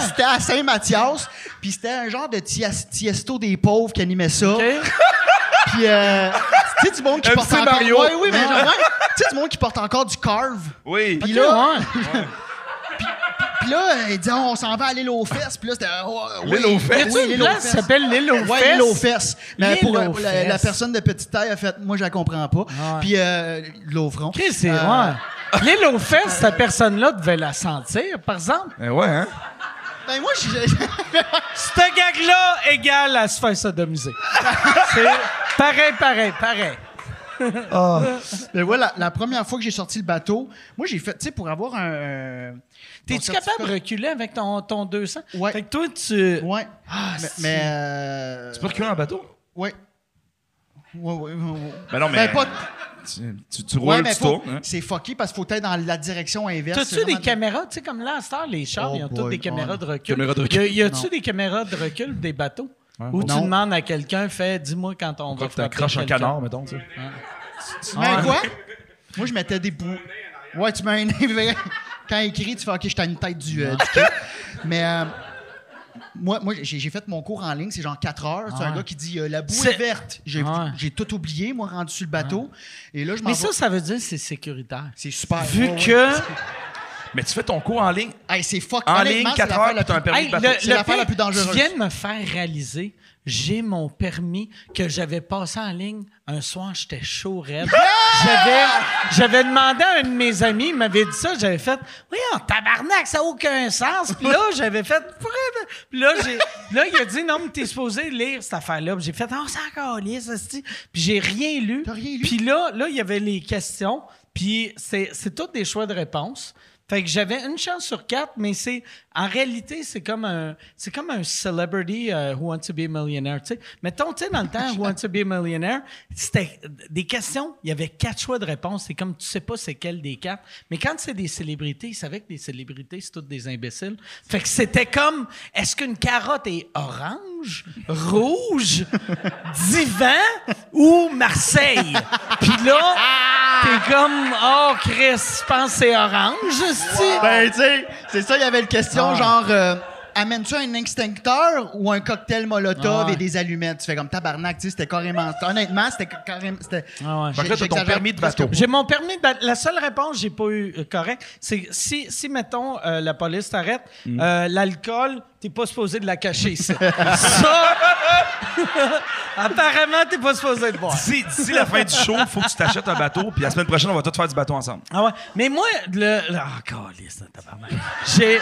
C'était à Saint-Mathias, puis c'était un genre de tias- tiesto des pauvres qui animait ça. OK? Puis, euh, tu sais, du monde [laughs] qui MC porte encore... Mario. Hein? Ouais, oui, mais genre, ouais. Tu sais, du monde qui porte encore du carve. Oui. Puis OK, là, [laughs] ouais. puis là, euh, il dit, Ah, on s'en va à l'île aux fesses. Puis là, c'était... oh, oui, L'île aux fesses. oui, Y a-tu une l'île aux place qui fesses. s'appelle l'île aux Ouais, fesses? l'île aux fesses. Mais L'île pour euh, aux pour la, fesses. Ah la personne de petite taille a fait, moi, je la comprends pas. Puis euh, l'île au front. Chris, c'est Euh, ouais. L'île aux fesses, cette personne-là devait la sentir, par exemple. Ben ouais, hein? Ben moi, je- [laughs] Ce gag-là égale à se faire sodomiser. c'est pareil, pareil, pareil. Mais voilà, la première fois que j'ai sorti le bateau, moi, j'ai fait, tu sais, pour avoir un. mon T'es-tu certificat- capable de reculer avec ton, ton 200? Ouais. Fait que toi, tu... Ouais. mais. si. mais euh, Tu peux reculer en bateau? Ouais. Ouais, ouais, ouais, ouais. Ben non, mais- pas- Tu, tu, tu ouais, roules, mais tu faut- tournes. hein? C'est fucké parce qu'il faut être dans la direction inverse. T'as-tu C'est des vraiment- caméras? Tu sais, comme là, à cette heure, les chars, Oh ils ont toutes boy, des caméras oh. de recul. Caméras de Y recul. a- Y a-tu Non. des caméras de recul des bateaux? Ou tu Non. demandes à quelqu'un, fais, dis-moi quand on, va Quand tu frapper accroches un quelqu'un. canard, mettons, tu sais. Tu mets un quoi? Moi, je mettais des bouts. Ouais, tu mets un nez vrai. [laughs] Quand il crie, tu fais OK, je t'ai une tête du, euh, du kid. Mais. euh, moi, moi j'ai j'ai fait mon cours en ligne, c'est genre 4 heures. C'est un Ouais. gars qui dit euh, la boue C'est- est verte. J'ai Ouais. j'ai tout oublié, moi, rendu sur le bateau. Et là, je m'en Mais vais- ça, ça veut dire que c'est sécuritaire. C'est super. Vu Ouais, ouais. que... Mais tu fais ton cours en ligne. Hey, c'est fuck. En honnêtement, ligne, c'est 4 l'affaire heures, la puis t'as un plus- permis Hey, de bateau. le- C'est le l'affaire pire, la plus dangereuse. Tu viens de me faire réaliser, j'ai mon permis que j'avais passé en ligne. Un soir, j'étais chaud raide. J'avais, j'avais demandé à un de mes amis, il m'avait dit ça, j'avais fait « Oui, en tabarnak, ça n'a aucun sens. » Puis là, j'avais fait « Pourquoi? » Puis là, j'ai, là, il a dit « Non, mais t'es supposé lire cette affaire-là. » Puis j'ai fait « Oh, c'est encore lire, ça, Puis j'ai rien lu. T'as rien lu? Puis là, là, il y avait les questions, puis c'est, c'est tous des choix de réponse. Fait que j'avais une chance sur quatre, mais c'est en réalité c'est comme un c'est comme un celebrity euh, who wants to be a millionaire. Tu sais, mettons tu sais dans le temps who wants to be a millionaire, c'était des questions. Il y avait quatre choix de réponse. C'est comme tu sais pas c'est quel des quatre. Mais quand c'est des célébrités, ils savaient que des célébrités c'est toutes des imbéciles. Fait que c'était comme est-ce qu'une carotte est orange, rouge, [laughs] divan ou Marseille? Puis là t'es comme oh Chris, je pense que c'est orange. esti. Ben, tu sais, c'est ça, il y avait une question Ah. genre. euh, Amènes-tu un extincteur ou un cocktail Molotov Ah ouais. et des allumettes? Tu fais comme tabarnak, tu sais, c'était carrément. Honnêtement, c'était carrément. C'était... Ah ouais. J'ai- Fait que là, t'as ton j'exagère permis de presque bateau. [laughs] J'ai mon permis. de battre. la seule réponse que j'ai pas eu euh, correct, c'est que si, si mettons, euh, la police t'arrête, euh, l'alcool, t'es pas supposé de la cacher ici. [laughs] ça, [laughs] apparemment, t'es pas supposé de boire. D'ici d'ici la fin du show, faut que tu t'achètes un bateau, puis la semaine prochaine, on va tous faire du bateau ensemble. Ah ouais. Mais moi, le. le- Ah, câlisse, tabarnak. J'ai.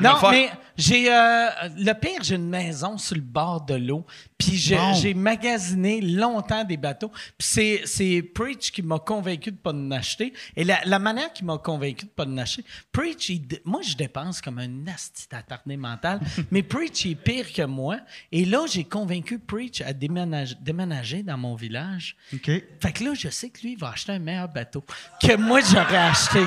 Non, va le faire. mais j'ai. euh, le pire, j'ai une maison sur le bord de l'eau. Puis j'ai Bon. j'ai magasiné longtemps des bateaux. Puis c'est- c'est Preach qui m'a convaincu de pas en acheter. Et la, la manière qui m'a convaincu de pas en acheter, Preach, il dé- moi, je dépense comme un asti attardé mental. mais Preach il est pire que moi. Et là, j'ai convaincu Preach à déménager, déménager dans mon village. OK. Fait que là, je sais que lui, il va acheter un meilleur bateau que moi, j'aurais acheté.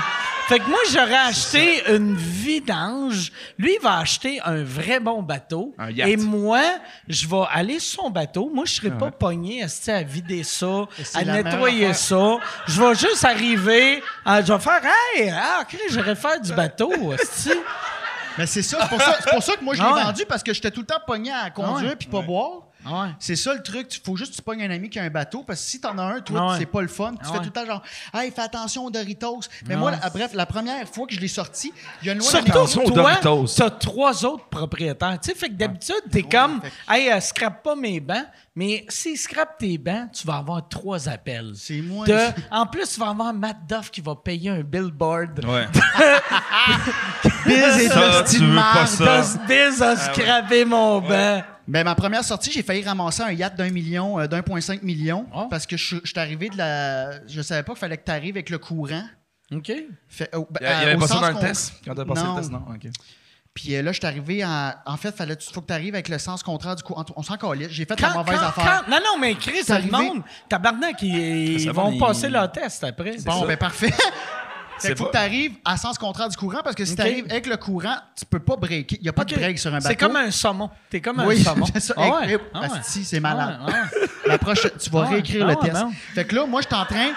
Fait que moi, j'aurais acheté une vidange. Lui, il va acheter un vrai bon bateau. Un yacht. Et moi, je vais aller sur son bateau. Moi, je serai pas pogné esti, à vider ça, Ah c'est à la meilleure nettoyer affaire. ça. Je vais juste arriver. à- je vais faire Hey, ah, Chris, j'aurais faire du bateau. esti. Mais Ben, c'est ça, c'est pour ça, c'est pour ça que moi, je l'ai Ah ouais. Ah, vendu parce que j'étais tout le temps pogné à ouais. conduire puis pas boire. Ah ouais. C'est ça le truc, il faut juste que tu pognes un ami qui a un bateau parce que si t'en as un, toi, Ah ouais. c'est pas le fun. Tu Ah fais ouais. tout le temps genre, hey, fais attention aux Doritos. Mais Ah moi, ouais. la- bref, la première fois que je l'ai sorti, il y a une loi attention Surtout aux toi, Doritos. t'as trois autres propriétaires. Tu sais, fait que d'habitude, t'es comme, hey, euh, scrape pas mes bancs, mais s'ils scrapent tes bancs, tu vas avoir trois appels. C'est moi. De- En plus, tu vas avoir Matt Duff qui va payer un billboard. [laughs] Ouais. [laughs] Biz et Ça, Dusty tu veux pas Mark. ça. Ah Biz a scrapé mon banc. Ben, ma première sortie, j'ai failli ramasser un yacht d'un million, euh, d'un point cinq million, Ah. Oh. parce que je je suis arrivé de la. Je savais pas qu'il fallait que tu arrives avec le courant. OK. Fait- oh, ben, Il y a- il y euh, avait au pas ça sens dans le qu'on- test? Quand t'as passé le test, non? OK. Puis euh, là, je suis arrivé en. En fait, fallait faut que tu arrives avec le sens contraire du coup. On- On s'en calait. J'ai fait la Quand, mauvaise quand- affaire. quand- non, non, mais Chris, C'est le arrivé. monde, tabarnak, ils, ils Ça va, vont mais- passer leur test après. Bon, ça. [laughs] ben parfait. Fait C'est que faut pas- que tu arrives à sens contraire du courant parce que si Ok. tu arrives avec le courant, tu peux pas breaker. Il n'y a pas Ok. de break sur un bateau. C'est comme un saumon. T'es comme un Oui, [laughs] saumon. c'est ça. Ah ouais, Hey, hey, ah ouais. asti, c'est malade. Ah ouais, ah ouais. La prochaine- tu vas Ah ouais, réécrire ah le ouais, test. non. Fait que là, moi, je suis en train.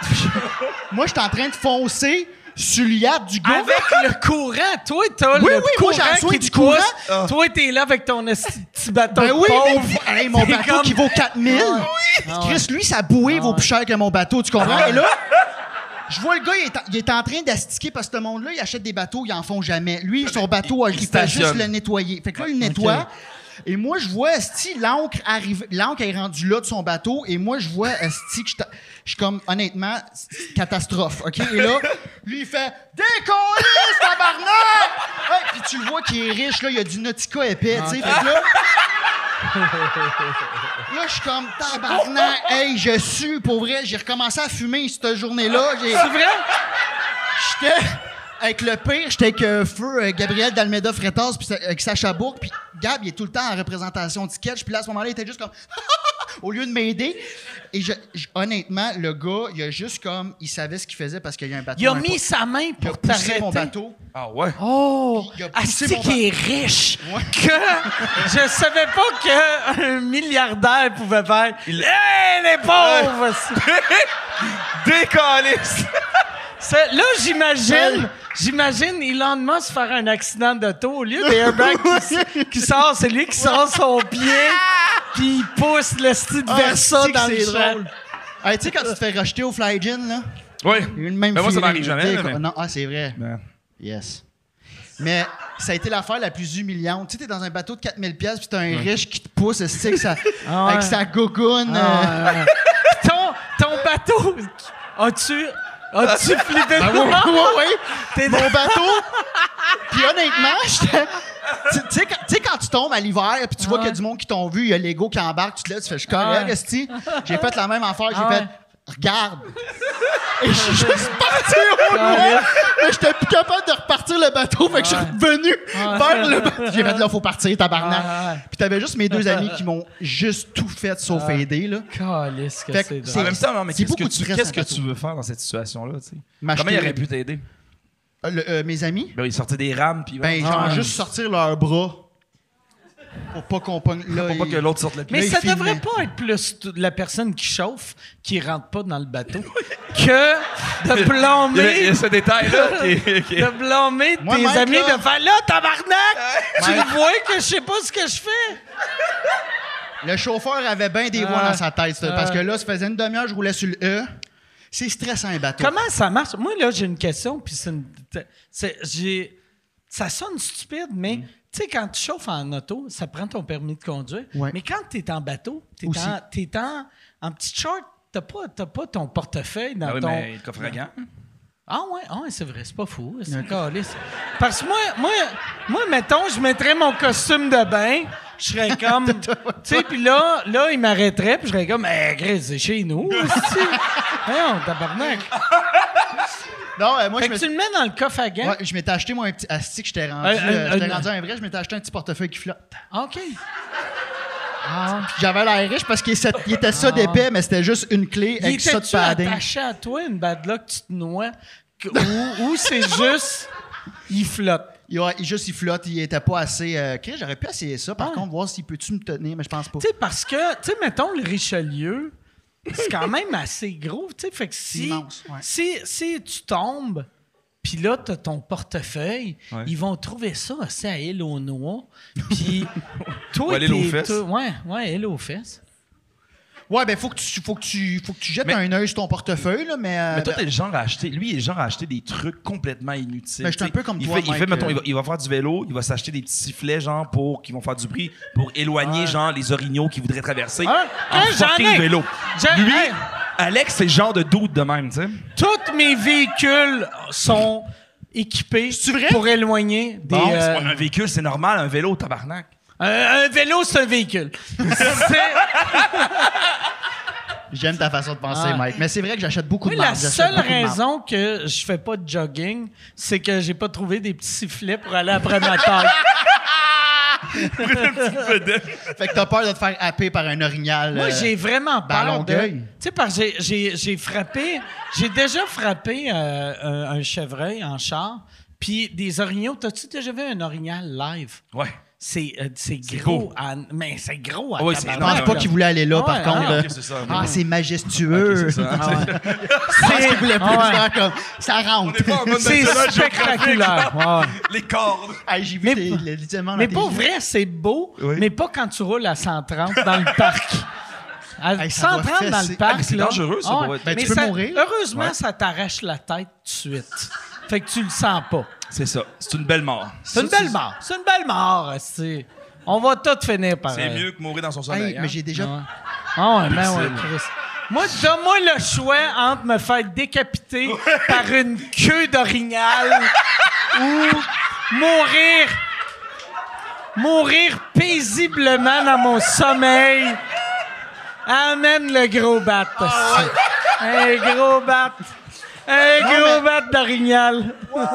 [laughs] moi, je suis en train de foncer sur l'IAD du gars. Avec le courant, toi, t'as Oui, le oui, moi, courant j'ai un soin qui du te pousse. Ah. courant. Toi, t'es là avec ton esti de petit bâton Ben oui, mais- pauvre. Hey, mon C'est bateau comme- qui vaut 4000. Ah ouais. Ah Chris, lui, sa bouée vaut plus cher que mon bateau, tu comprends? Et là, je vois le gars, il est, en- il est en train d'astiquer parce que ce monde-là, il achète des bateaux, il en font jamais. Ah, Lui, son bateau, il, il fait stationne. juste le nettoyer. Fait que là, il le nettoie. Et moi, je vois Esti, l'encre arrive. L'encre est rendue là de son bateau. Et moi, je vois Esti que je t'a- je suis comme, honnêtement, c'est catastrophe. OK? Et là, lui, il fait Décolliste, tabarnak! Ouais, Puis tu le vois qu'il est riche, là. Il a du Nautica épais, tu sais. Ah, Fait que là. Là, je suis comme tabarnak. Oh! Hey, je suis, pour vrai, j'ai recommencé à fumer cette journée-là. J'ai- C'est vrai? J'étais avec le pire, j'étais avec euh, Feu, euh, Gabriel d'Almeda Fretas, puis sa- avec Sacha Bourque, puis Gab, il est tout le temps en représentation de sketch, puis là, à ce moment-là, il était juste comme [laughs] au lieu de m'aider. Et je- je- honnêtement, le gars, il a juste comme, il savait ce qu'il faisait parce qu'il y a un bateau. Il a dans le mis po- sa main il a pour poussé mon t'arrêter. bateau. Ah ouais? Oh! Il a poussé Asti mon qui est riche! [laughs] Que je savais pas qu'un milliardaire pouvait faire. Il- Hey, les [laughs] pauvres! Décaliste! Ça, là, j'imagine, Ouais. j'imagine Elon Musk faire un accident d'auto. Au lieu d'airbag qui, [laughs] s- qui sort, c'est lui qui sort son pied, puis il pousse le style Ah, vers ça c'est-tu que dans le c'est champ. drôle. Hey, tu sais, quand tu te fais rejeter au Fly Gin, là, Oui. il y a eu le même Ben, moi, ça feeling, m'arrive là, jamais, t'sais, mais- Non, ah, c'est vrai. Yes. Mais ça a été l'affaire la plus humiliante. Tu sais, t'es dans un bateau de 4000 pièces puis t'as un riche qui te pousse, tu sais, que ça- Ah ouais. avec sa gogoune. euh, Ah, ouais, ouais. ton, ton bateau, as-tu, [laughs] as-tu flippé Ben de bord? T'es dans- Mon bateau. [laughs] puis honnêtement, j'étais- tu tu sais, quand, tu sais, quand tu tombes à l'hiver puis tu vois Ah qu'il y a ouais. du monde qui t'ont vu, il y a l'ego qui embarque, tu te lèves, tu fais, je suis correct, Ah ouais. esti. J'ai fait la même affaire, j'ai Ah ouais. fait, regarde. Et je suis juste parti au loin. Mais j'étais plus capable de repartir le bateau, fait que je suis revenu Ah ouais. vers le bateau. J'ai fait, là, faut partir, tabarnak. Ah ouais. Puis t'avais juste [laughs] mes deux amis qui m'ont juste tout fait sauf aider, là. Calisse que Fait que c'est drôle. c'est- En même temps, non, mais C'est qu'est-ce que, beaucoup de tu, stress, qu'est-ce que un tu veux faire dans cette situation-là? tu sais? M'acheter- Comment il aurait pu t'aider? Euh, le- euh, mes amis, Ben, il sortait des rames, puis. ben, Ah, genre, ouais. juste sortir leurs bras pour pas qu'on pogne. Là, Pour pas ils- que l'autre sorte le pied. Mais Là, il ça filmait. devrait pas être plus t- la personne qui chauffe qui rentre pas dans le [laughs] bateau que de Il y a- il y plomber a ce détail-là qui est- [laughs] qui est- de blâmer Moi, tes Mike, amis là- de faire là, tabarnak! tu Mike. le vois que je sais pas ce que je fais? Le chauffeur avait bien des voix Ah. dans sa tête, ça, Ah. parce que là, ça faisait une demi-heure, je roulais sur le E. C'est stressant, un bateau. Comment ça marche? Moi, là, j'ai une question, puis c'est une. t- c'est- j'ai- ça sonne stupide, Mm. mais tu sais, quand tu chauffes en auto, ça prend ton permis de conduire. Ouais. Mais quand tu es en bateau, tu es, Aussi. en, t'es en, en petit short, tu pas, t'as pas ton portefeuille dans Ah oui, ton. mais le coffre à gants. Ah ouais, ah ouais, c'est vrai, c'est pas fou, c'est caliste. Parce que moi, moi, moi, mettons, je mettrais mon costume de bain, je serais [laughs] comme, tu sais, puis là, là, il m'arrêterait, puis je serais comme, eh, Chris, c'est chez [laughs] nous, aussi. Non, tabarnak. Ah, Non, euh, moi, Fait je que me tu le mets dans le coffre à gants. Ouais, je m'étais acheté, moi, un petit astic, j'étais rendu, Un- un- euh, j'étais un- rendu un vrai, je m'étais acheté un petit portefeuille qui flotte. Ah, OK. Puis J'avais l'air riche parce qu'il était- il était ça d'épais, mais c'était juste une clé Ah. Il avec ça de était-tu padding. attaché à toi, une bad luck, tu te noies, que- ou, ou c'est juste, il flotte. Il, ouais, il- juste, il flotte, il était pas assez. Euh, Chris, j'aurais pu essayer ça, par Ouais. contre, voir s'il peut-tu me tenir, mais je pense pas. Tu sais, parce que, tu sais, mettons, le Richelieu, c'est quand même assez gros, tu sais. Fait que si, Immense, ouais. si, si tu tombes, puis là, t'as ton portefeuille, Ouais. ils vont trouver ça aussi à île aux Noix. [laughs] Puis toi, Ou à l'île aux t'es- fesses. toi- Ouais, ouais, île aux fesses. Ouais, ben, faut que tu, faut que tu, faut que tu jettes Mais- un œil sur ton portefeuille, là, mais. euh, Mais toi, ben, t'es le genre à acheter. Lui, il est le genre à acheter des trucs complètement inutiles. Mais je suis un T'sais, peu comme il toi, Fait, il, Mike, fait, mettons, euh. il, va, il va faire du vélo, il va s'acheter des petits sifflets, genre, pour, qui vont faire du bruit, pour éloigner, genre, les orignaux qui voudraient traverser. Ah, Hein? en Hein, j'en fucking ai. vélo. J'ai- Lui, hey. Alex, c'est le genre de doute de même, tu sais. Tous mes véhicules sont équipés pour éloigner des. Bon, euh, c'est pas un véhicule, c'est normal, un vélo, tabarnak. [laughs] Un, un vélo, c'est un véhicule. C'est- J'aime ta façon de penser, Ah. Mike. Mais c'est vrai que j'achète beaucoup Moi, de marde. la j'achète seule beaucoup de marde. raison que je fais pas de jogging, c'est que j'ai pas trouvé des petits sifflets pour aller après ma [laughs] taille. Fait que t'as peur de te faire happer par un orignal. Moi, euh, j'ai vraiment ben, à peur de... Longueuil. Tu sais, parce que j'ai- j'ai j'ai frappé... J'ai déjà frappé euh, un, un chevreuil en char, puis des orignaux. T'as-tu déjà vu un orignal live? Ouais. C'est euh, c'est C'est gros. beau. à- mais c'est gros. à Ah ouais, c'est Je tabarnak. pense Non, pas non, qu'il voulait aller là, Ah par ouais, contre. ah, là. ok, c'est ça. Ah, c'est Ok, majestueux. c'est ça. Ah ouais. [laughs] [laughs] Je pense qu'il voulait plus Ah ouais. faire comme ça rentre. C'est spectaculaire. Ouais. Les cordes. Ah, j'ai vu Mais tes- pas- le- littéralement dans Mais tes pour yeux. vrai, c'est beau, Oui. mais pas quand tu roules à 130 dans le parc. À Hey, ça doit 130 dans fesser. le parc. Ah, mais c'est là. dangereux, ça, Ah pour ouais. être- Ben, tu Mais peux ça- mourir. Heureusement, Ouais. ça t'arrache la tête tout de suite. [laughs] fait que tu le sens pas. C'est ça. C'est une belle mort. C'est une belle mort. C'est une belle mort, c'est. On va tout finir par C'est mieux que mourir dans son sommeil. Hey, hein. mais j'ai déjà. Ah ouais. Ah ouais, ben ouais, Impossible. Chris. Moi, donne-moi le choix entre me faire décapiter par une queue d'orignal [laughs] ou mourir mourir paisiblement dans mon sommeil. Amène le gros bat. Ah Un gros bat. Un Non, gros mais- bat d'orignal. Ah,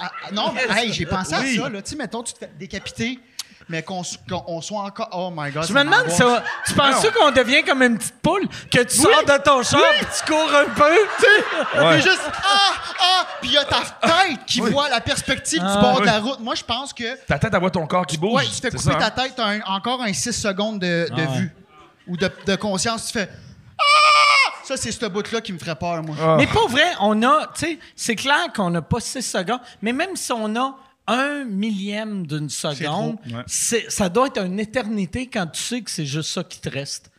ah, non, mais hey, j'ai pensé Oui. à ça. là. Tu sais, mettons, tu te fais décapiter, mais qu'on s- qu'on- on soit encore. Oh my god. Je me demande, m'angoisse. ça, tu penses-tu qu'on devient comme une petite poule? Que tu sors de ton char pis tu cours un peu? Ouais. C'est juste ah ah puis il y a ta tête qui Oui. voit la perspective Ah. du bord de Oui. la route. Moi je pense que Ta tête à voir ton corps qui bouge. ouais, tu fais c'est couper ça, ta hein? tête t'as un- encore un 6 secondes de, de Ah ouais. vue ou de, de conscience, tu fais ah ça c'est ce bout là qui me ferait peur moi. Mais pas vrai, on a, tu sais, c'est clair qu'on n'a pas six secondes, mais même si on a un millième d'une seconde, trop, ouais. c'est- ça doit être une éternité quand tu sais que c'est juste ça qui te reste.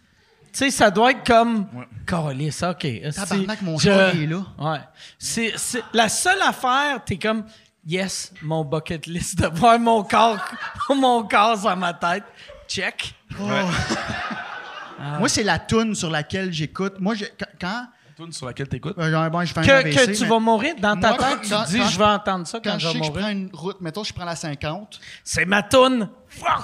Tu sais, ça doit être comme. Carlis, OK. esti, Tabarnak, mon je- corps, il est là. Ouais. C'est, c'est- la seule affaire, t'es comme. Yes, mon bucket list de voir mon corps, [laughs] mon corps sur ma tête. Check. Ah. Moi c'est la toune sur laquelle j'écoute. Moi je- quand- quand Tourne sur laquelle t'écoutes. euh, genre, bon, je fais un Que, AVC, que tu mais vas mourir dans ta Moi, tête, tu quand- dis quand- je vais entendre ça quand, quand je je vais sais que je mourir. prends une route, mettons je prends la 50, C'est ma toune. Fuck.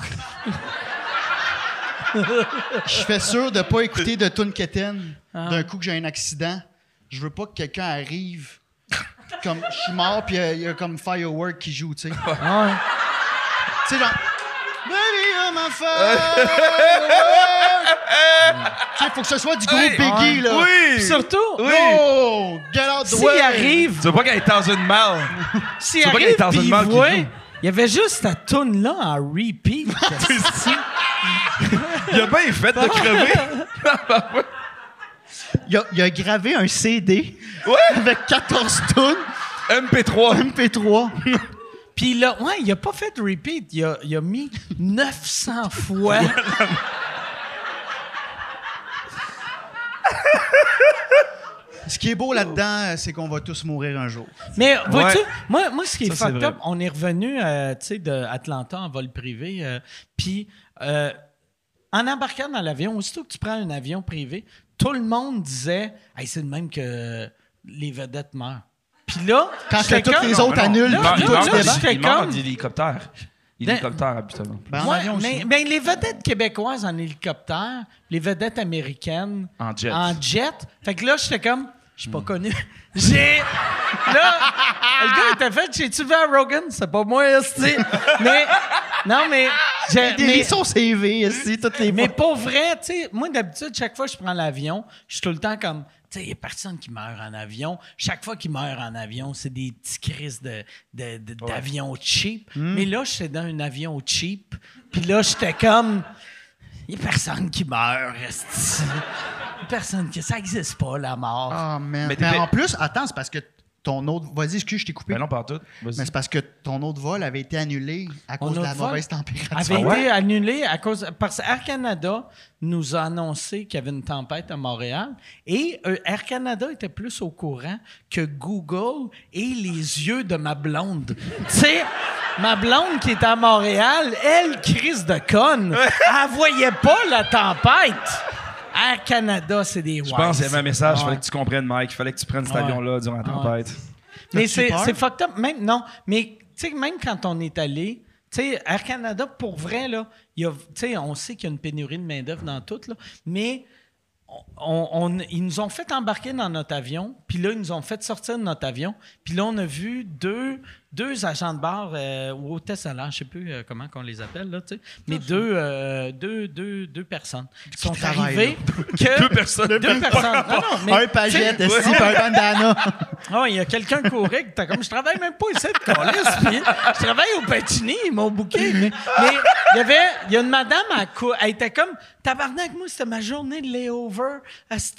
je fais sûr de pas écouter de tune quétaine d'un coup que j'ai un accident. Je veux pas que quelqu'un arrive comme je suis mort puis euh, il y, a comme firework qui joue, tu sais. Tu sais genre Baby, I'm a firework. Tu sais, faut que ce soit du groupe Biggie là. Oui! Surtout, Oh, get out the s'il way. arrive, Tu vois pas qu'elle est dans une malle. s'il vois pas qu'il arrive, est dans pis une il mort qui voit, joue. Ah, il y avait juste cette tune là en repeat. [laughs] Il a bien fait de crever. Il a, il a gravé un CD avec 14 tunes, [laughs] MP3. MP3. Puis là, ouais, il a pas fait de repeat, il a, il a mis 900 fois. Ce qui est beau là-dedans, euh, c'est qu'on va tous mourir un jour. Mais vois-tu, Ouais. moi, moi, ce qui est Ça, c'est fucked vrai. up, on est revenu euh, tu sais, d'Atlanta en vol privé, euh, puis euh, en embarquant dans l'avion, aussitôt que tu prends un avion privé, tout le monde disait hey, c'est de même que les vedettes meurent. Puis là, Quand j'étais que toutes comme- les autres Non, non, annulent, il là, puis meurt- là, Il tout meurt se là, débat. je fais en comme- hélicoptère. Hélicoptère, habituellement. Ben, en Ouais, avion mais, aussi. ben, les vedettes québécoises en hélicoptère, les vedettes américaines En jet. En jet. Fait que là, j'étais comme, je Hmm. suis pas connu. [laughs] J'ai. Là, le gars était fait, j'ai-tu vu à Rogan? C'est pas moi, esti. Mais, non, mais. j'ai- Des mais- listes au CV, ici, toutes les mais fois. pas vrai, tu sais, moi d'habitude, chaque fois que je prends l'avion, je suis tout le temps comme, tu sais, il n'y a personne qui meurt en avion. Chaque fois qu'il meurt en avion, c'est des petits crises de, de- de- d'avions cheap. Mais là, j'étais dans un avion cheap, puis là, j'étais comme, il n'y a personne qui meurt, esti. Personne qui. Ça n'existe pas, la mort. Ah, Mais man. Mais, t'étais- en plus, attends, c'est parce que ton autre. Vas-y, excuse, je t'ai coupé. Ben non, pas en tout. Vas-y. Mais c'est parce que ton autre vol avait été annulé à On cause de a la le vol mauvaise température. avait Ah ouais? été annulé à cause parce que Air Canada nous a annoncé qu'il y avait une tempête à Montréal et euh, Air Canada était plus au courant que Google et les yeux de ma blonde. [laughs] tu sais, ma blonde qui est à Montréal, elle crise de conne, elle voyait pas la tempête. Air Canada, c'est des Je pense qu'il y wise. avait un message, il Ouais. fallait que tu comprennes, Mike. Il fallait que tu prennes cet Ouais. avion-là durant la tempête. Mais T'as-tu c'est peur? c'est fucked up. Même, non, mais tu sais, même quand on est allé, tu sais, Air Canada, pour vrai, là, il y a- tu sais, on sait qu'il y a une pénurie de main-d'œuvre dans tout, là, mais on- on- ils nous ont fait embarquer dans notre avion, puis là, ils nous ont fait sortir de notre avion. Puis là, on a vu deux, deux agents de bar euh, ou hôtesses à l'air, je sais plus euh, comment qu'on les appelle, là, tu sais. mais deux, euh, deux, deux, deux personnes qui sont travaillent, arrivées. que- Deux personnes. Deux personnes. Non, non, mais- [laughs] un pagette, tu sais, esti, puis un [laughs] bandana. ah, il y a quelqu'un qui courait, que t'as comme, je travaille même pas ici de calice, puis je travaille au Patini, ils m'ont bouqué. Mais mais il y avait, il y a une madame, à cou- elle était comme, tabarnak, moi, c'était ma journée de layover, asti,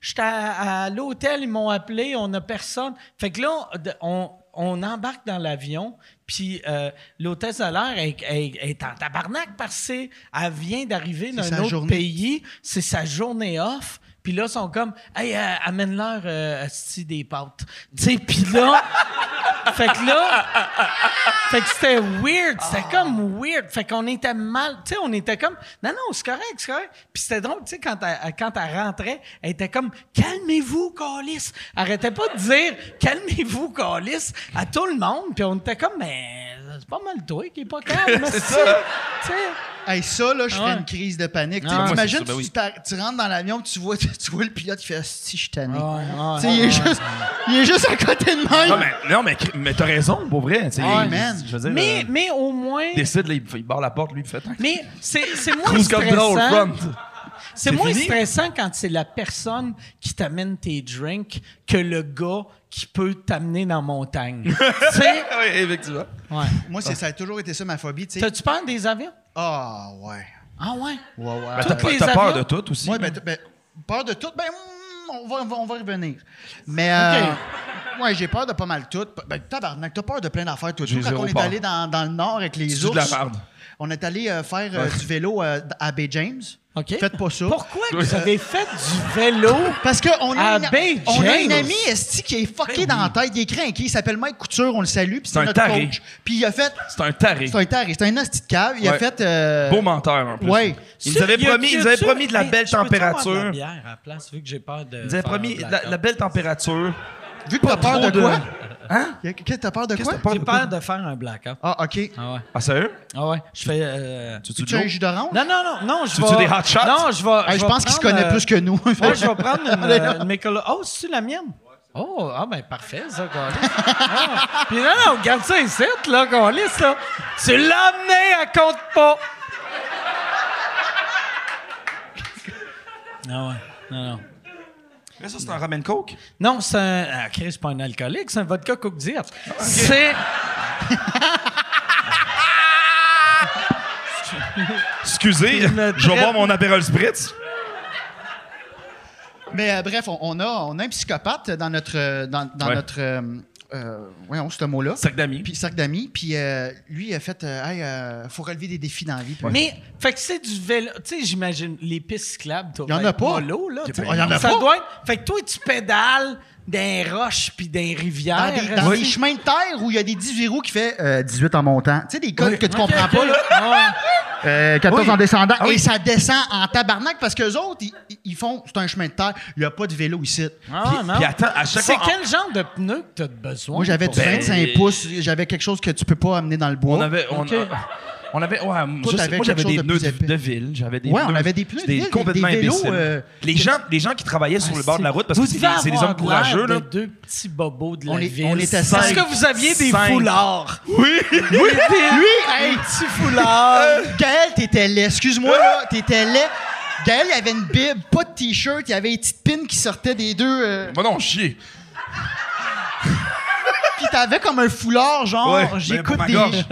j'étais à, à l'hôtel, ils m'ont appelé, on a personne. Fait que là, on- de- on, on embarque dans l'avion, puis euh, l'hôtesse de l'air elle- elle- elle est en tabarnak parce qu'elle vient d'arriver dans sa un autre journée. pays, c'est sa journée off. Puis là, ils sont comme, hey, euh, amène-leur euh, asti des pâtes. Tu sais, puis [laughs] là, fait que là, fait que c'était weird, c'était comme weird. Fait qu'on était mal, tu sais, on était comme, non, non, c'est correct, c'est correct. Puis c'était drôle, tu sais, quand elle, quand elle rentrait, elle était comme, calmez-vous, Calis. Arrêtait pas de dire, calmez-vous, Calis, à tout le monde. Puis on était comme, mais c'est pas mal toi qui est pas calme. [laughs] c'est ça. Tu sais, Hey, ça, là, je Ah Ouais. fais une crise de panique. Tu Ouais. sais, T'imagines, Moi, c'est ça, ben tu, oui. t'ar- tu rentres dans l'avion, tu vois, [laughs] tu vois le pilote qui fait si je suis tanné. ouais, Tu sais, il est juste- il est juste à côté de moi. Non, mais, non, mais, mais t'as raison, pour vrai. tu sais, Ouais, il- man. Je veux dire, mais, euh, mais au moins, il décide, là, il, il barre la porte, lui, il fait. hein. mais c'est c'est moins Cruise control, stressant. front. C'est C'est moins fini? stressant quand c'est la personne qui t'amène tes drinks que le gars qui peut t'amener dans la [laughs] montagne. tu sais? Ah Oui, effectivement. Ouais. Moi, c'est- ça a toujours été ça, ma phobie. tu sais. T'as-tu peur des avions? Ah, ouais. Ah ouais? Ouais, ouais. Ben, t'as Tous peur- les t'as peur avions. de tout aussi. Ouais, ben, t- ben, peur de tout, ben, hmm, on, va, on va- on va revenir. Mais, euh, ouais, j'ai peur de pas mal tout. Ben, tabarnak, t'as peur de plein d'affaires, toi. J'ai Surtout Quand zéro on est peur. allé dans, dans le nord avec les C'est-tu ours, de la merde? on est allé euh, faire euh, du vélo euh, à Bay James. OK. Faites pas ça. Pourquoi que vous avez fait du vélo? Parce qu'on À a, une- Bay on a James. un ami esti qui est fucké dans la tête, il est craqué, il s'appelle Mike Couture, on le salue, puis Ben C'est c'est un notre taré. coach. Puis il a fait, C'est un taré. c'est un taré, c'est un asti de cave, il a Ouais. fait... euh, Beau menteur, en plus. Ouais. Ils nous avaient Y a- promis, ils y nous avaient a-tu- promis de la Hey, belle je peux-tu avoir de la température. Ils bière à la place, vu que j'ai peur de. nous avaient faire promis un la, blackout. la belle température. Vu que t'as peur Trop de quoi? Hein? Qu'est-ce que t'as peur de Qu'est-ce quoi? que t'as peur J'ai de peur quoi? de faire un blackout. Ah, OK. Ah ouais. Ah, sérieux? Ah ouais. Je fais. euh, Tu Tu as un jus d'orange? Non, non, non, non, je Tu vais. veux des hot shots? Non, je vais. Ah, je vais pense qu'il se prendre, connaît euh, plus que nous. Moi, [laughs] je vais prendre [laughs] une, euh, une Michelob. Oh, c'est-tu la mienne? Oh, ah ben parfait, ça, Gaulis. Ah. Puis non, non, garde ça ici, là, Gaulis, là. Tu l'as amené, à compte pas. Ah ouais, non, non. Mais ça, c'est un ramen coke? Non, c'est un... Ah, Chris, c'est pas un alcoolique, c'est un vodka Coke Diet. C'est... Excusez, Notre je vais traite. boire mon Aperol Spritz. Mais euh, bref, on, on a, on a un psychopathe dans notre. euh, Dans, dans Ouais. notre euh, euh, voyons, ce mot-là. Sac d'amis. Puis cercle d'amis. Puis euh, lui, il a fait euh, Hey, euh, faut relever des défis dans la vie. Puis- Mais, fait que c'est du vélo. Tu sais, j'imagine les pistes cyclables, toi. Il y en a avec pas. mollo, là. Il y a tu sais. pas- il y en a ça pas. doit être. Fait que toi, tu pédales dans des roches puis dans des rivières. Dans, des, dans Oui. des chemins de terre où il y a des 10 verrous qui fait euh, 18 en montant. Tu sais, des codes que tu Ok, comprends ok. pas, là. Ouais. Euh, 14 Oui. en descendant. Ah oui. Et ça descend en tabarnak parce qu'eux autres, ils, ils- ils font. C'est un chemin de terre. Il n'y a pas de vélo ici. Ah, non. puis attends, à chaque C'est fois- quel genre de pneu que t'as de besoin? Moi, j'avais du pour- Ben, 25 pouces. J'avais quelque chose que tu peux pas amener dans le bois. On avait. On, Ok. on avait. Ouais, je sais- t'avais moi, j'avais quelque des chose de pneus plus de, épais. de ville. J'avais des Ouais, pneus- on avait des pneus de des- ville, des- complètement des vélos, imbéciles. euh, les, gens, les gens qui travaillaient sur le bord de la route, parce que Ah, Vous c'est devez des, c'est des avoir hommes courageux, l'air là. de deux petits bobos de On la est- ville. on était Parce cinq. que vous aviez des Cinq. foulards. Oui! Oui, lui, hey. un petit foulard. Euh, Gaël, t'étais laid. Excuse-moi, là. T'étais laid. Gaël, il avait une bib, pas de t-shirt. Il y avait des petites pins qui sortaient des deux. euh, Moi non, chier. Puis t'avais comme un foulard, genre, Ouais, ben, j'écoute pour ma des. gorge.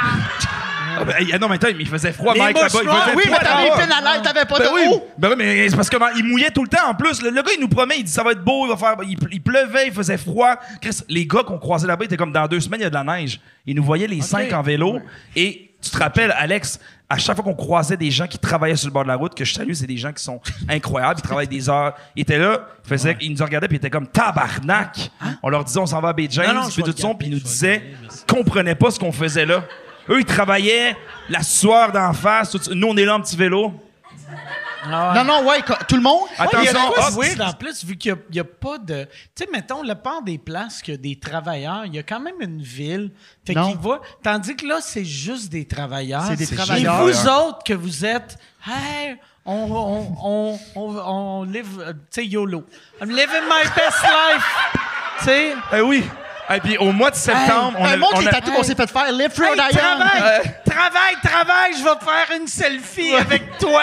Ah, ben, hey, ah non, mais attends, mais il faisait froid, Les Mike, là-bas. Il mouchoirs, faisait Oui, mais froid t'avais les dehors. pins à l'air, Ah. t'avais pas Ben de oui. haut. Ben oui, mais c'est parce qu'il mouillait tout le temps en plus. Le, le gars, il nous promet, il dit ça va être beau, il va faire. Il, il pleuvait, il faisait froid. Chris, les gars qu'on croisait là-bas étaient comme dans deux semaines, il y a de la neige. Ils nous voyaient les cinq en vélo. Et tu te rappelles, Alex, à chaque fois qu'on croisait des gens qui travaillaient sur le bord de la route, que je salue, c'est des gens qui sont incroyables, ils travaillent des heures. Ils étaient là, ils, faisaient, ils nous regardaient, puis ils étaient comme tabarnak. On leur disait on s'en va à Bay James, Hein? Non, non, je puis vais le tout ça, garder, puis ils nous je vais le disaient garder, merci. comprenaient pas ce qu'on faisait là. Eux, ils travaillaient, la sueur d'en face. tout ça. Nous, on est là en petit vélo. Ah ouais. Non, non, ouais, co- tout le monde. Ouais, il y a de Attention, quoi hop. de weird en plus, vu qu'il n'y a, pas de. Tu sais, mettons, le part des places que des travailleurs, il y a quand même une ville. Fait Non. qu'il va. Tandis que là, c'est juste des travailleurs. C'est des Et travailleurs. vous autres que vous êtes, hey, on, on, on, on, on live. euh, Tu sais, YOLO. I'm living my best life. Tu sais, Eh oui. Et puis au mois de septembre, on, Hey, a, montre on les a- tatous qu'on s'est fait faire. Live Hey, Free or Die Young. travaille, travaille, travaille, je vais te faire une selfie avec toi.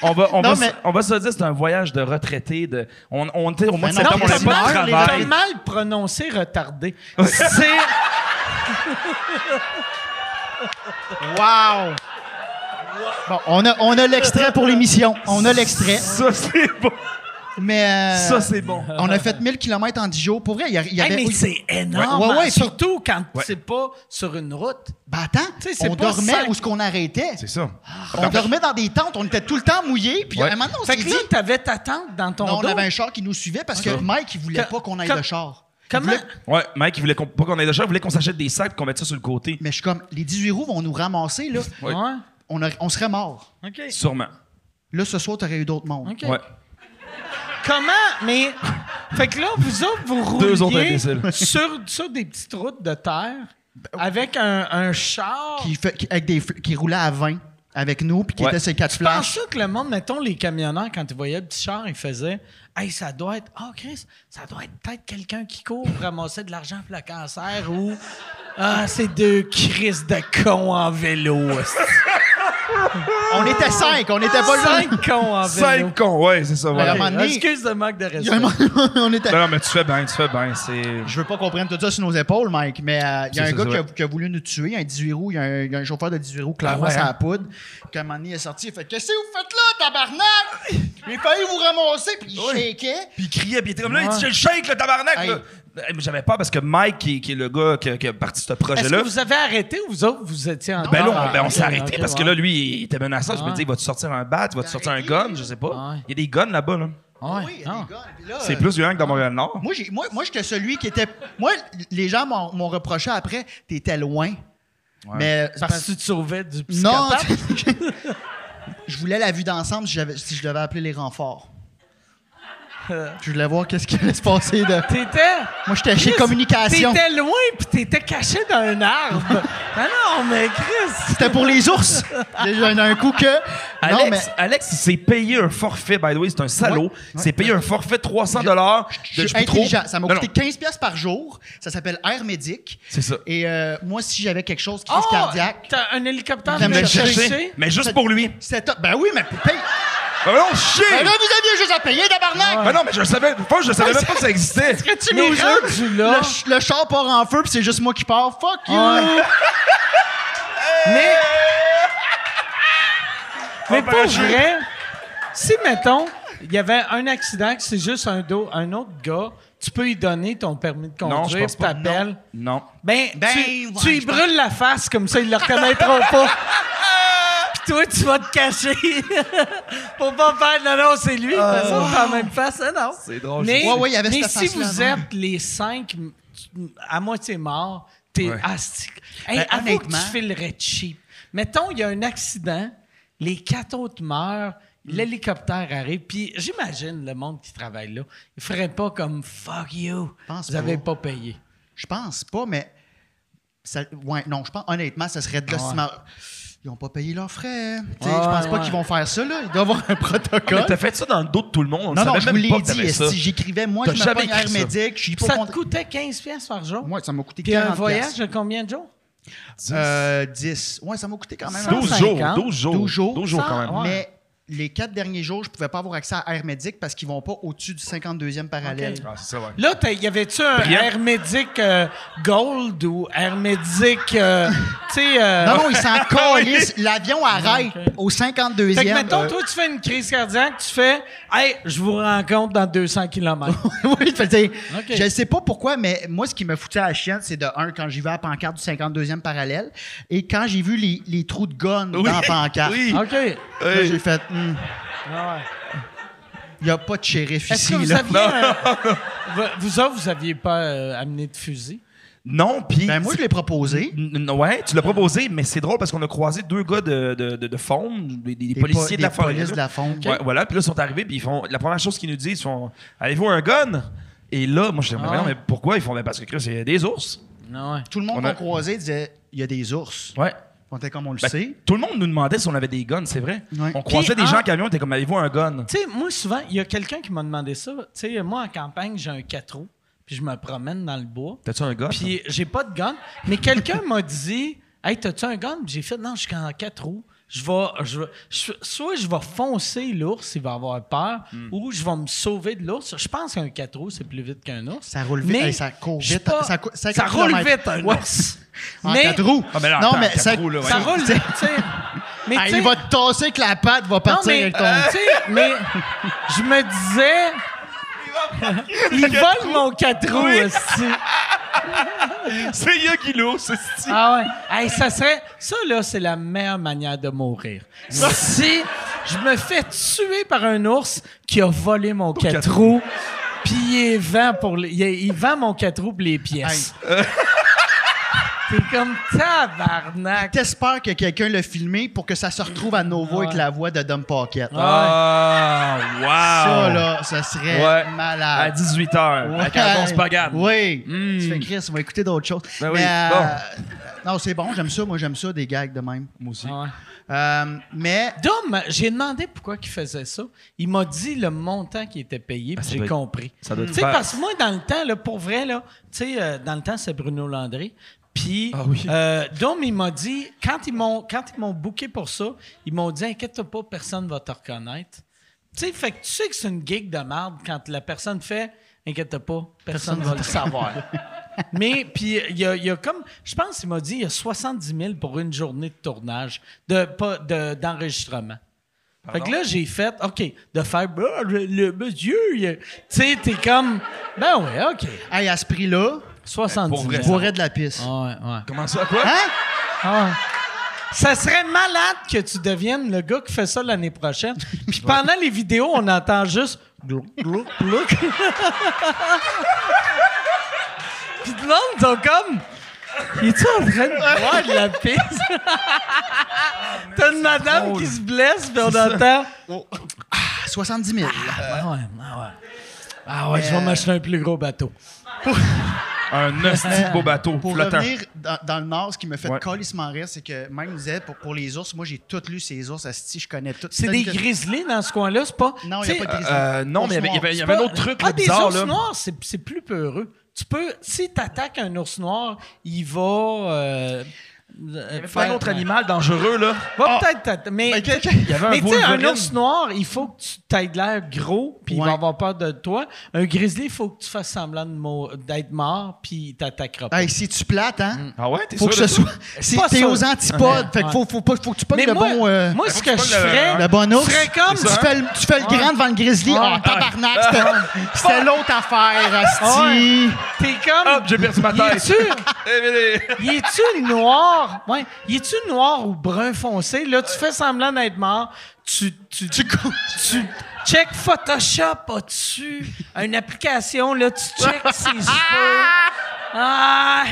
on va, on, va, Non, mais- se- on va se dire c'est un voyage de retraité. De, on, on, tu sais, au mois de Mais non, septembre, on mais n'a c'est pas de mal, les T'as travail. mal prononcé retardé. C'est. Wow! Bon, on a, on a l'extrait pour l'émission. On a l'extrait. Ça, c'est bon. Mais. euh, Ça, c'est bon. on a fait 1000 km en 10 jours. Pour vrai, il y, a- il y Hey, avait. mais oui. c'est énorme. Ouais, ouais, hein, puis- surtout quand Ouais. c'est pas sur une route. Ben attends, Tu sais, c'est on pas dormait cinq- où ce qu'on arrêtait. C'est ça. Ah, On dormait dans des tentes, on était tout le temps mouillés. Puis Ouais. à un moment donné, on Fait s'est que dit. là, t'avais ta tante dans ton Non, on dos. avait un char qui nous suivait parce que Mike, il voulait Que- pas qu'on aille que- de char. Il Comment? voulait- Ouais, Mike, il voulait qu'on- pas qu'on ait de char, il voulait qu'on s'achète des sacs et qu'on mette ça sur le côté. Mais je suis comme, les 18 roues vont nous ramasser, là. Ouais. Ouais. On, aurait- on serait morts. OK. Sûrement. Là, ce soir, t'aurais eu d'autres mondes. OK. Ouais. Comment? Mais. [laughs] Fait que là, vous autres, vous Deux autres rouliez imbéciles. sur, sur des petites routes de terre avec un, un char. Ben, Qui, fait- qui- avec des, fl- qui roulait à 20 avec nous, puis qui Ouais. était ses quatre Ah. flashs. Penses-tu que le monde, mettons, les camionneurs, quand ils voyaient le petit char, ils faisaient Hey, ça doit être. Ah, Chris, ça doit être peut-être quelqu'un qui court pour ramasser de l'argent pour le cancer ou. Ah, ces deux Chris de cons en vélo. On était cinq, on était pas Ah! Cinq là. cons en vélo. Cinq cons, ouais, c'est ça. Voilà. à un moment donné- Excuse le manque de respect. [laughs] on était... Ben Non, non, mais tu fais bien, tu fais bien. C'est. Je veux pas qu'on prenne tout ça sur nos épaules, Mike, mais euh, il y a C'est ça, un gars c'est qui a, vrai. qui a voulu nous tuer, un 18 roues, il y, a un- il y a un chauffeur de 18 roues clairement Ah ouais, sur la hein? poudre. Qu'à un moment donné, il est sorti, il fait Qu'est-ce que vous faites là, tabarnak J'ai failli vous ramasser, puis il shakeait. Puis il criait, puis il était comme là, il dit, je le shake, le tabarnak, Hey. là. Eh, mais J'avais pas parce que Mike, qui, qui est le gars qui, qui a parti de ce Est-ce projet-là. que vous avez arrêté ou vous autres, vous étiez en. Ben là, Ah, on, ben, on s'est ok, arrêté ok, parce que ouais. là, lui, il était menaçant. Je Ouais. me dis, il va te sortir un bat, il va te sortir un gun, je sais pas. Ouais. Il y a des guns là-bas, là. Ouais, Ah. Oui, il y a non. des gars, puis là, C'est euh, plus violent que dans Montréal-Nord. Moi, j'ai- moi, moi j'étais celui qui était. Moi, les gens m'ont m'ont reproché après, t'étais loin. Mais c'est Parce que tu te sauvais du Non, psychopathe. je voulais la vue d'ensemble si, j'avais- si je devais appeler les renforts. Euh. Je voulais voir qu'est-ce qui allait se passer de. T'étais. Moi, j'étais chez Chris, communication. T'étais loin puis t'étais caché dans un [laughs] arbre. ah non, mais Chris. C'était pour [laughs] les ours. Il y en a un coup que. Alex, non, mais. Alex, il s'est payé un forfait, by the way, c'est un salaud. Il s'est payé un forfait de 300 dollars. Je suis intelligent. Ça m'a coûté 15 pièces par jour. Ça s'appelle Air Médic. C'est ça. Et euh, moi, si j'avais quelque chose, crise Oh, cardiaque, T'as un hélicoptère Il Il me me le cherchait. cherchait, mais juste pour lui. c'est top. Ben oui, mais paye. Ben non, chier! Ben là, vous aviez juste à payer, tabarnak! Ben non, mais je le savais, pas, je le savais même pas que ça [laughs] existait. Que tu Nous nous autres, rendu là. Le, ch- le char part en feu, puis c'est juste moi qui pars. Fuck you! Mais. mais ben, pour je- vrai, si, mettons, il y avait un accident, que c'est juste un, dos, un autre gars, tu peux lui donner ton permis de Non, je conduire, pense tu pas. t'appelles. Non. Ben, Ben, tu, ouais, tu lui je pense- brûles la face, comme ça, il le reconnaîtra pas. [laughs] Puis toi, tu vas te cacher. [laughs] Pour pas faire, non, non, c'est lui. Euh, De toute façon, t'as la même face, hein, non? C'est drôle, Mais, je sais. Ouais, ouais, il y avait mais cette si face-là vous avant. êtes les cinq m- à moitié morts, t'es Ouais. astique. Hey, Ben, avoue que tu honnêtement- filerais cheap. Mettons, il y a un accident, les quatre autres meurent, Mm. l'hélicoptère arrive, puis j'imagine le monde qui travaille là, il ferait pas comme « fuck you, Pense vous avez pas. pas payé ». Je pense pas, mais. ça- ouais, non, je pense, honnêtement, ça serait de l'estime. Ils ont pas payé leurs frais. Tu sais, je pense Ouais, pas ouais. qu'ils vont faire ça, là. Il doit y avoir un protocole. Mais t'as fait ça dans le dos de tout le monde. On non, non, savait je vous même pas l'ai que dit. t'avais ça. esti, J'écrivais, moi, T'as je me jamais pogne Air écrit ça. Médic, je suis pas Ça te content. coûtait 15 pièces par jour? Moi, ça m'a coûté Puis 40 un voyage de combien de jours? Euh, 10. Ouais, ça m'a coûté quand même. 12 150. jours, 12 jours. 12 jours. 12 jours quand même. Ah, ouais. Mais les quatre derniers jours, je pouvais pas avoir accès à Air Médic parce qu'ils vont pas au-dessus du 52e parallèle. Ah, c'est ça, ouais. Là, t'as- y avait-tu un Brillant. Hermédic euh, Gold ou Hermédic. [laughs] euh, tu sais. euh, Non, non, ils [laughs] s'en calissent. L'avion arrête au 52e. Fait que, mettons, Euh, toi, tu fais une crise cardiaque, tu fais Hey, je vous rencontre dans 200 km. Euh, [laughs] oui, fait que, tu sais, Ok. Je sais pas pourquoi, mais moi, ce qui me foutait à la chienne, c'est de un, quand j'y vais à la pancarte du 52e parallèle, et quand j'ai vu les, les trous de gun dans la pancarte, Oui. OK. là, j'ai fait, il Ah ouais. n'y a pas de shérif Est-ce ici. que vous là. aviez. un- vous autres, vous aviez pas euh, amené de fusil? Non, puis. Ben, moi, je l'ai proposé. N- n- Ouais, tu l'as proposé, mais c'est drôle parce qu'on a croisé deux gars de, de, de, de faune, des, des Des po- policiers des de la forêt. polices là. de la faune. Ouais, voilà, puis là, ils sont arrivés, puis ils font. La première chose qu'ils nous disent, ils font Avez-vous un gun Et là, moi, je dis Ah. mais pourquoi Ils font ben, Parce que Chris, il y a des ours. Non, ouais. Tout le monde On qu'on a- croisait disait il y a des ours. Ouais. On était comme on le Ben, sait. tout le monde nous demandait si on avait des guns, c'est vrai. Ouais. On croisait Puis, des gens en- en camion, t'es comme avez-vous un gun Tu sais, moi, souvent, il y a quelqu'un qui m'a demandé ça. Tu sais, moi, en campagne, j'ai un 4 roues, puis je me promène dans le bois. T'as-tu un gun [laughs] Puis j'ai pas de gun. Mais quelqu'un m'a dit Hey, t'as-tu un gun? Puis j'ai fait Non, je suis qu'en quatre roues. Je vais, je vais- je- soit je vais foncer l'ours, il va avoir peur, ou je vais me sauver de l'ours. Je pense qu'un quatre roues, c'est plus vite qu'un ours. Ça roule vite. Mais Hey, ça court je suis vite. pas- Ça cou- ça, 50 roule kilomètres vite, un ours. [laughs] En mais quatre roues. Ah, mais là, non, attends, mais quatre ça. roues, là, ouais. ça roule vite. tu sais. Mais Ah, tu sais- il va te tasser avec la patte, va non, partir mais, avec ton. euh, tu sais, mais je me disais. [laughs] Il vole mon 4 roues Oui. aussi. C'est Yagilo, c'est style. Ah ouais. Hey, ça serait. Ça, là, c'est la meilleure manière de mourir. si je me fais tuer par un ours qui a volé mon quatre quatre roues, puis il est vend pour. le- Il, est- il vend mon quatre roues pour les pièces. Euh. [laughs] T'es comme tabarnak. T'espères que quelqu'un l'a filmé pour que ça se retrouve à nouveau avec la voix de Dom Pocket. Ah, wow. Ça, là, ça serait Ouais. À malade. 18h, avec un bon spaghetti. Oui. Mm. Tu fais Chris, on va écouter d'autres choses. euh, Ben oui, Non, c'est bon, j'aime ça. Moi, j'aime ça, des gags de même. Moi aussi. Ah ouais. Euh, mais Dom, j'ai demandé pourquoi il faisait ça. Il m'a dit le montant qui était payé, puis Ah, ça doit j'ai être- compris. ça doit être Tu sais, faire. parce que moi, dans le temps, là, pour vrai, là, tu sais, euh, dans le temps, c'est Bruno Landry. Puis, Ah oui. euh, Dom, il m'a dit, quand ils m'ont, quand ils m'ont booké pour ça, ils m'ont dit, inquiète-toi pas, personne va te reconnaître. Tu sais, fait que tu sais que c'est une gig de merde quand la personne fait, inquiète-toi pas, personne, va le savoir. [laughs] Mais, puis, il y a, il y a comme, je pense qu'il m'a dit, il y a 70 000 pour une journée de tournage, de, pas, de- d'enregistrement. Fait que Pardon? là, j'ai fait, OK, de faire, bah, le, le monsieur, il- tu sais, t'es comme, ben ouais, OK, hey, à ce prix-là, 70 Pour vrai, 000. je boirais de la pisse. Ah ouais, ouais. Comment ça, quoi? Hein? Ah ouais. Ça serait malade que tu deviennes le gars qui fait ça l'année prochaine. [laughs] Puis pendant les vidéos, on entend juste glouc, glouc, glouc. Puis tout le monde, ils sont comme. Il est en train de boire de la pisse? Ah, T'as une madame qui se blesse, puis on entend. À 70 000. Ah ouais, ah ouais. Ah ouais, je vais m'acheter un plus gros bateau. Un hostie de beau bateau Pour flottant. revenir dans, dans le Nord, ce qui me fait Ouais. colissement rire, c'est que même il disait, pour, pour les ours, moi, j'ai tout lu ces ours. Asti, je connais tout. C'est des grizzlies dans ce coin-là, c'est pas. Non, il tu n'y sais, a pas de grizzly. Euh, non, Ours mais il y avait, il y noir. avait- il y C'est avait un pas- autre truc ah, là, bizarre, des ours là. noirs, c'est, c'est plus peureux. Tu peux, si t'attaques un ours noir, il va. euh, euh, Il y avait un autre animal dangereux, là. Va peut-être t'atta- Mais, Ben, quelqu'un- mais Il y avait un tu sais, un Wolverine. ours noir, il faut que tu t'aies de l'air gros, puis il Ouais. va avoir peur de toi. Un grizzly, il faut que tu fasses semblant de mo- d'être mort, puis il t'attaquera pas. Hey, si tu plates, hein? Ah ouais, t'es Faut que sûr ce de ça? soit. Si pas t'es sûr. aux antipodes, fait que Ouais. faut, faut, pas- faut que tu pognes Mais le moi, bon. euh, moi faut ce que tu que je prennes le- ferais, le bon ours. je ferais comme. Tu fais le, tu fais le grand devant le grizzly. Ouais. Ah, tabarnak, c'était- c'était l'autre affaire, Asti. T'es comme. Hop, j'ai perdu ma Il est tête. sûr? Eh, mais les- Il est-tu noir? Ouais. Il est-tu noir ou brun foncé? Là, tu fais semblant d'être mort. Tu. Tu. Tu. tu check Photoshop, as-tu une application? Là, tu check ses cheveux. Ah!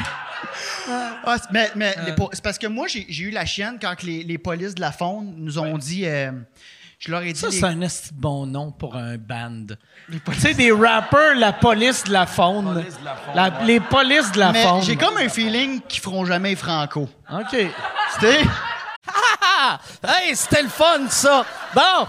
Ah, c'est- mais, mais les po- c'est parce que moi, j'ai j'ai eu la chienne quand que les, les polices de la faune nous ont dit. euh, je leur ai dit. Ça, les- c'est un esti de bon nom pour un band. Tu sais, des rappers, la police de la faune. La- Les polices de la mais faune. j'ai comme un feeling qu'ils feront jamais Franco. OK. C'était. Ah! Hey, c'était le fun, ça! Bon!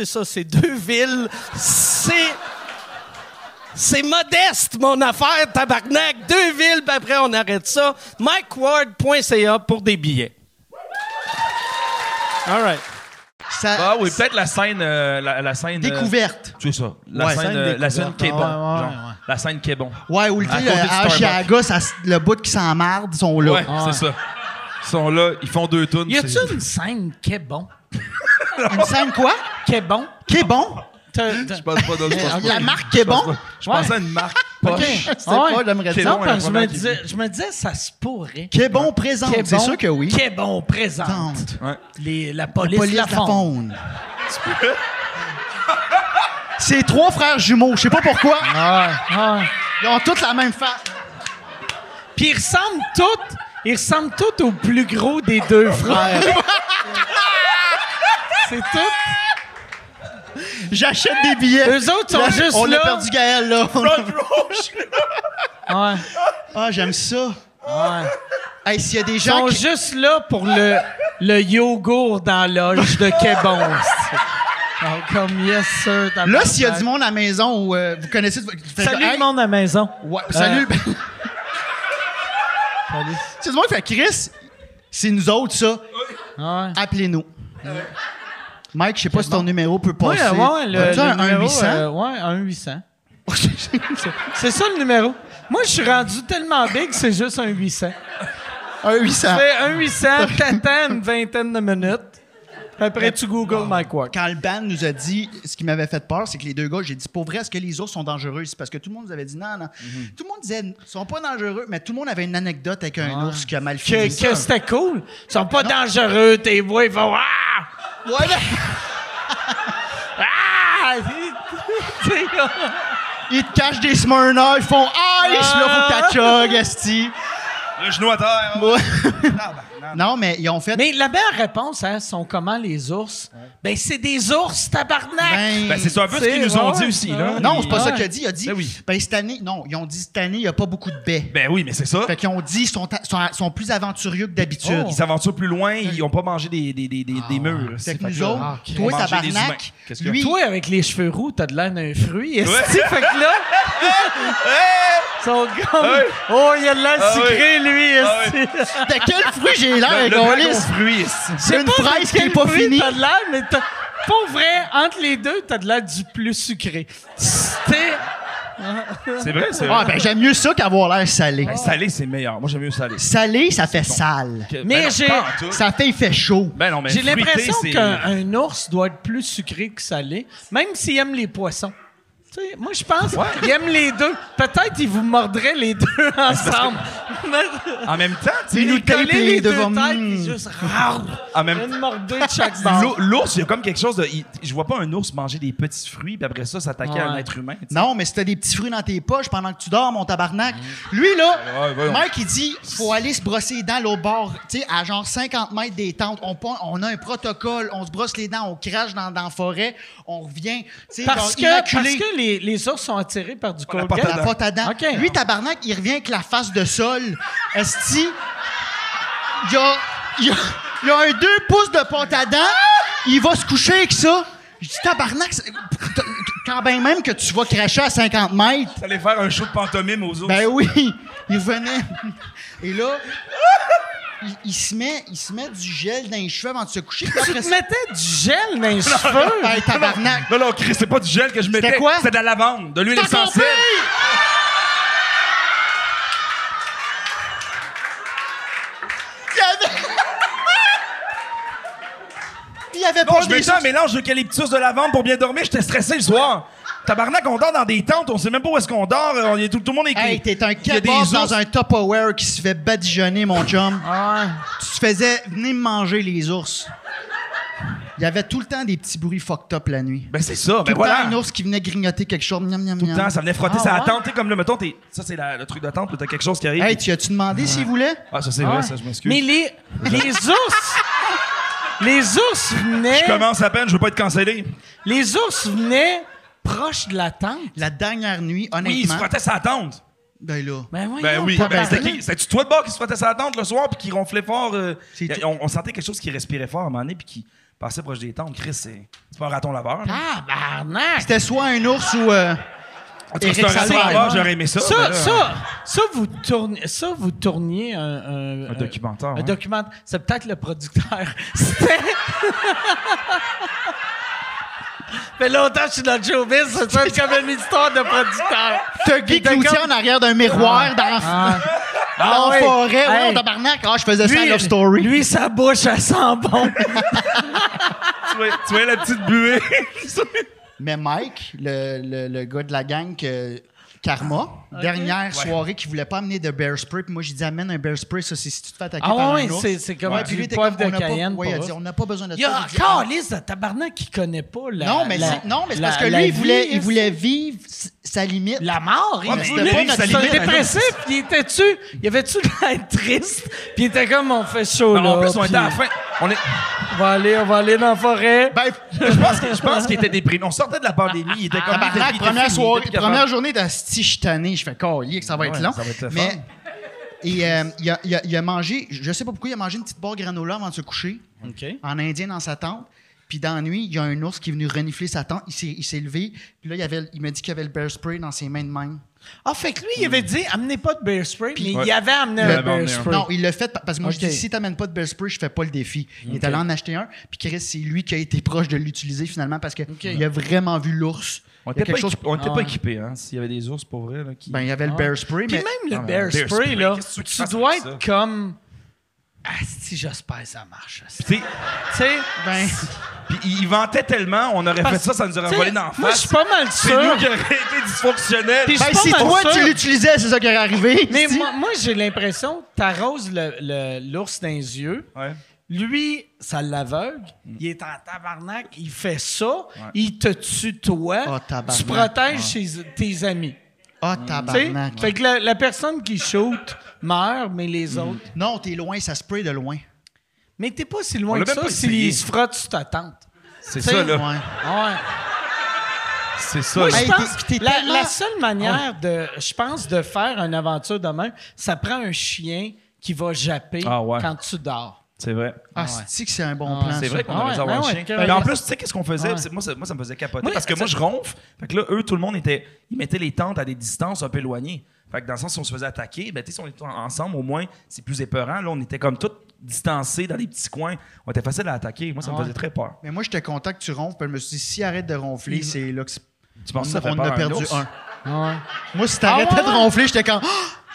ça, c'est deux villes. C'est... C'est modeste, mon affaire, tabarnak. Deux villes, puis après, on arrête ça. MikeWard.ca pour des billets. All right. Ça, [laughs] Ah oui, peut-être la scène. euh, la, la scène euh, découverte. Tu sais ça. La Ouais, scène, scène euh, la scène découverte. qui est bon. Ouais, ouais, genre. ouais. La scène qui est bon. Ouais, ou le À tu sais, côté du le Chicago, ça s- le bout qui s'emmarde, sont là. Ah. Ouais, c'est ça. Ils sont là, ils font deux tunes. Y c'est- a-tu une scène qui est bon? Une scène quoi? Qui est bon? Qui est bon? T'as- t'as- Je pense pas d'autre chose. [laughs] La marque qui est bon? Je pensais à une [laughs] marque poche. Je sais Ah ouais. pas, j'aimerais Qui est ça. Non, bon, parce la que je me première qui- disais, je me disais, ça se pourrait. Qui est bon présente? Qui est C'est bon? sûr que oui. Qui est bon présente. Présente. Ouais. Les- la police, Police la fond. Lafond. C'est trois frères jumeaux, je sais pas pourquoi. Ils ont toutes la même face. Ah. Puis ils ressemblent toutes, ils ressemblent toutes au plus gros des deux frères. [laughs] C'est tout. J'achète des billets. Eux autres sont Là, juste on là. a perdu Gaël, là. Ouais. ah, j'aime ça. Ouais. Hey, s'il y a des Ils gens sont qui... juste là pour le, le yogourt dans l'oge de Québon. [laughs] Donc, comme yes, sir. t'as Là, pas s'il y a de du monde à la maison où euh, vous connaissez... Salut Hey, le monde Euh. à la maison. Ouais, salut. [laughs] Salut. C'est du monde qui fait Chris, c'est nous autres, ça. Ouais. Appelez-nous. Mike, je sais pas si ton numéro peut Ouais, passer. ouais, le, As-tu le un numéro, 800? euh, ouais, un 800. C'est ça le numéro. Moi, je suis rendu tellement big, c'est juste un 800. [laughs] un 800. Fais un 800, [laughs] t'attends une vingtaine de minutes. Après, tu googles Mike Ward. Quand le band nous a dit, ce qui m'avait fait peur, c'est que les deux gars, j'ai dit, pour vrai, est-ce que les ours sont dangereux? C'est parce que tout le monde nous avait dit non, non. Tout le monde disait, ils sont pas dangereux, mais tout le monde avait une anecdote avec un ours qui a mal Que, fini. que c'était cool. Ils sont pas dangereux, tes voix, ils font Ah! Ouais, mais Ah! [laughs] Tu sais, ils te cachent des Smyrna, ils font ice, là, faut que t'as chug, esti. Le genou à terre. Ouais. Ah, bah, non. non, mais ils ont fait. Mais la belle réponse, hein, sont comment les ours? Ben, c'est des ours, tabarnak! ben, Ben, c'est ça un peu ce C'est- qu'ils nous ont ouais, dit aussi. Là. Ah. Non, c'est pas ça Ouais. qu'il a dit. Il a dit, Ben ben, oui. cette année, non, ils ont dit cette année, il n'y a pas beaucoup de baies. Ben oui, mais c'est ça. Fait qu'ils ont dit, ils sont, à- sont, sont plus aventureux que d'habitude. Ils s'aventurent plus loin, ils n'ont pas mangé des, des, des, des, des murs. Ah. Fait que Fait que nous là, autres, ils ont toi, mangé des humains. tabarnak, Qu'est-ce qu'il y a? lui, Toi, avec les cheveux roux, t'as de l'air d'un fruit. esti. fait que [laughs] là, son gomme. Hey! Oh, il a de l'air Ah sucré, lui. Ah esti. de quel fruit j'ai l'air, Le, le dragon Gaulis? fruit. C'est une pas de fraise qui quel n'est pas fruit finie. T'as de l'air, mais t'as. Pour vrai, entre les deux, t'as de l'air du plus sucré. Ben, C'était. C'est vrai, c'est Ah, vrai. ben, j'aime mieux ça qu'avoir l'air salé. Ben, salé, c'est meilleur. Moi, j'aime mieux salé. Salé, ça fait sale. Que- Mais ben non, j'ai- pas en tout. Ça fait, il fait chaud. Ben non, mais J'ai fruité, l'impression c'est- qu'un un ours doit être plus sucré que salé, même s'il aime les poissons. Tu sais, moi, je pense qu'il aime les deux. Peut-être qu'il vous mordrait les [laughs] deux ensemble. Mais- [laughs] En même temps, tu sais, Il nous coller tape les les deux devant- têtes, Mm. puis juste... rauh, en même Une mordée de [laughs] chaque bord. L'ours- L'ours, il y a comme quelque chose de. il- je vois pas un ours manger des petits fruits, puis après ça, s'attaquer à un Ouais. être humain. tu sais. Non, mais si t'as des petits fruits dans tes poches pendant que tu dors, mon tabarnak. Lui, là, Ouais, voyons. Mike, il dit, faut aller se brosser les dents là, au bord, tu sais, à genre 50 mètres des tentes. On, pon- on a un protocole, on se brosse les dents, on crache dans, dans la forêt, on revient. tu sais, Parce genre, que, parce immaculé. que les, les ours sont attirés par du Par la Colgate. la porte à dents. OK. Lui, tabarnak, il revient avec la face de sol. Esti, il y a, il y a- il y a un deux pouces de porte à dents. Il va se coucher avec ça. Je dis, tabarnak, c'est- quand ben même que tu vas cracher à 50 mètres, T'allais faire un show de pantomime aux ours. ben oui, il venait. Et là, il, il se met, il se met du gel dans les cheveux avant de se coucher. Puis Tu après te ça, mettais du gel [laughs] dans les cheveux. hey, tabarnak. Non, non, Chris, c'est pas du gel que je mettais. quoi? C'est de la lavande, de l'huile T'as essentielle. Il y avait... Il y avait Non, pas je des mettais un mélange d'eucalyptus de lavande pour bien dormir. J'étais stressé le soir. Tabarnak, on dort dans des tentes, on sait même pas où est-ce qu'on dort. euh, On est tout, tout le monde est Hey, t'es un Il y a des kebab ours. dans un Tupperware qui se fait badigeonner, mon chum. Tu te faisais venir manger les ours. Il y avait tout le temps des petits bruits fucked up la nuit. Ben c'est ça, ben tout le temps voilà. un ours qui venait grignoter quelque chose. Miam, miam, Tout le miam. temps, ça venait frotter Ah, ça ouais? a tenté comme là, mettons, t'es- ça c'est la- le truc de tente, là, t'as quelque chose qui arrive. Hey, tu as-tu demandé s'il voulait? Ah, ça c'est vrai, ça, je m'excuse. Mais les, les ours... Les ours venaient... Je commence à peine, je veux pas être cancellé. Les ours venaient proches de la tente. La dernière nuit, Oui, il se honnêtement. frottait sa tente. ben là. Ben oui. Ben oui, ben, tabarnak. c'était qui- c'était-tu toi de bord qui se frottait sa tente le soir puis qui ronflait fort? euh, C'est y a- tout. on, on sentait quelque chose qui respirait fort à un moment donné puis qui passait proche des tentes. Chris, c'est c'est pas un raton laveur. là. Tabarnak. C'était soit un ours ou. euh, En tout cas, c'est Éric un raton Salvaire. laveur, j'aurais aimé ça. mais Ça, là, hein. ça, ça, vous tournez, ça, vous tourniez un, un- Un documentaire, Un [laughs] ouais. documentaire. C'est peut-être le producteur. C'était. fait longtemps que je suis dans le showbiz, ça sonne comme une histoire de producteur. T'as Guy T'es Cloutier comme- en arrière d'un miroir dans, dans Ah oui. la forêt. Ouais, Hey. tabarnak. Ah, je faisais ça à Love Story. lui, sa bouche, elle sent bon. tu, vois, tu vois la petite buée. Mais Mike, le, le- le gars de la gang que- Karma, dernière soirée, qui voulait pas amener de bear spray. Puis moi, j'ai dit, amène un bear spray, ça, c'est si tu te fais attaquer Ah par ouais, un ours. c'est- c'est comme Ouais, du puis lui, était poivre comme, de on n'a pas- Cayenne ouais, il a pour dit, ours. on n'a pas besoin de Il y ça. a J'ai dit, encore liste de tabarnak qui connaît pas la. Non, mais la- c'est, non, mais c'est la- parce que la lui, il vie, voulait, hein. il voulait vivre s- sa limite. La mort, il Ouais, mais voulait. c'était pas vivre notre sa limite, dépressif, il était-tu. Il avait-tu de l'air triste? Puis il était comme, on fait chaud là. en plus, on puis était à la fin. On est... on va aller, on va aller dans la forêt. Ben, Je pense, que- je pense qu'il était déprimé. On sortait de la pandémie, il était comme... il tabarnak, était première Ah, fini, soirée, il était première journée de sti, je suis tanné. Je fais, Calé, que ça va être Ouais, long. ça va être le mais, fun. et euh, il, a, il a- il a mangé, je sais pas pourquoi, il a mangé une petite barre granola avant de se coucher. OK. en indien dans sa tente. Puis dans la nuit, il y a un ours qui est venu renifler sa tente. Il s'est, il s'est levé. Puis là, il, avait, il m'a dit qu'il avait le bear spray dans ses mains de même. Ah, fait que lui, il avait dit, amenez pas de bear spray, mais Ouais. il avait amené Il un euh, avait bear amené un. spray. Non, il l'a fait pa- parce que moi, Ok. je dis si t'amènes pas de bear spray, je fais pas le défi. Il est allé en acheter un. Puis Chris, c'est lui qui a été proche de l'utiliser finalement parce qu'il a vraiment vu l'ours. On Il y a était pas, quelque chose. Ah. équipés- on était Ah. pas équipés, hein. S'il y avait des ours, pour vrai, là, qui... Ben, il y avait le bear spray, Puis mais. même le Ah, bear, spray, bear spray, là, qu'est-ce que tu veux tu qu'ils dois fassent être avec comme. Ah, si j'espère que ça marche. asti. Tu sais, Tu sais, Ben, Puis il il ventait tellement, on aurait Parce- fait ça, ça nous aurait tu sais, volé dans la Moi, je suis face. pas mal C'est nous sûr. qui aurait été dysfonctionnels. Puis je ben, suis pas si mal toi, sûr. tu l'utilisais, c'est ça qui aurait arrivé. Mais si. moi, moi, j'ai l'impression que t'arroses le- le- l'ours dans les yeux. Ouais. Lui, ça l'aveugle. Il est en tabarnak. Il fait ça. Il te tue, toi. Ah, tabarnak. tu protèges ses- tes amis. Ah, Tu sais? tabarnak. Fait que la, la personne qui shoot meurt, mais les autres. Non, t'es loin, ça spray de loin. Mais t'es pas si On loin l'a que même ça pas essayé. s'il se frotte sur ta tente. C'est sais, ça, là. Ouais. Ouais. C'est ça, Moi, là. Hey, je pense t'es- que t'es la, tellement- la seule manière de, je pense, de faire une aventure de même, ça prend un chien qui va japper Ah ouais. quand tu dors. C'est vrai. Ah, ouais. c'est que c'est un bon Ah, plan. C'est ça. vrai qu'on Ah aurait ouais, dû avoir ben un ouais, chien. que- Mais en plus, tu sais, qu'est-ce qu'on faisait? Ouais. C'est- Moi ça, moi, ça me faisait capoter. Moi, parce que ça- moi, je ronfle. Fait que là, eux, tout le monde était. Ils mettaient les tentes à des distances un peu éloignées. Fait que dans le sens, si on se faisait attaquer, ben, tu sais, si on était en- ensemble, au moins, c'est plus épeurant. Là, on était comme tous distancés dans des petits coins. On était facile à attaquer. Ah, Moi, ça me faisait très peur. Mais moi, j'étais content que tu ronfles. puis je me suis dit, si arrête de ronfler, c'est là que c'est- Tu on, penses que ça fait on peur en à a un perdu ours? un. Moi, si t'arrêtais Ah ouais, de ronfler, j'étais quand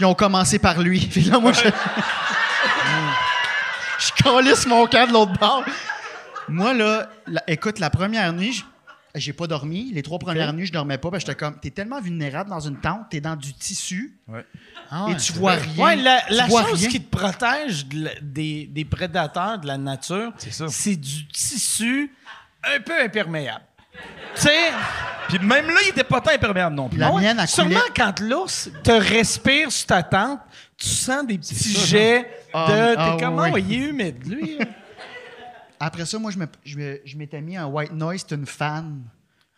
ils ont commencé par lui. [laughs] Puis là, moi, je. je calisse mon camp de l'autre bord. Moi, là, la- écoute, la première nuit, j- j'ai pas dormi. Les trois premières nuits, je dormais pas. Parce que j'étais comme, t'es tellement vulnérable dans une tente, t'es dans du tissu Ah et tu vois rien. Ouais, la, Tu la vois chose rien. qui te protège de la- des, des prédateurs de la nature, ça. c'est du tissu un peu imperméable. tu sais, Puis même là, il était pas tant imperméable non plus. La ah ouais, mienne, elle sûrement coulait. quand l'ours te respire sur ta tente, tu sens des petits jets de. Ah, T'es ah, comme, oui. oh, il est humide, [laughs] lui. Après ça, moi, je me- je me- je m'étais mis un white noise, c'est une fan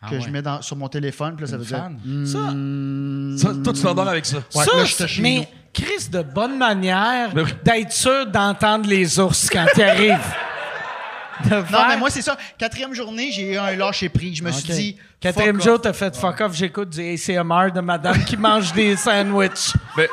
Ah que je mets dans- sur mon téléphone. Puis là, ça veut dire. Ça, Ça, toi, tu t'endors avec ça. Hmm. Ouais, Ça, là, j'étais c'est- chez nous. mais Chris, de bonne manière Mais oui. d'être sûr d'entendre les ours quand ils arrivent. De Non, faire- mais moi, c'est ça. Quatrième journée, j'ai eu un lâcher prise. Je me Ok. suis dit. Quatrième fuck jour, off. t'as fait fuck off, j'écoute du ACMR de madame qui mange des sandwichs. Mais,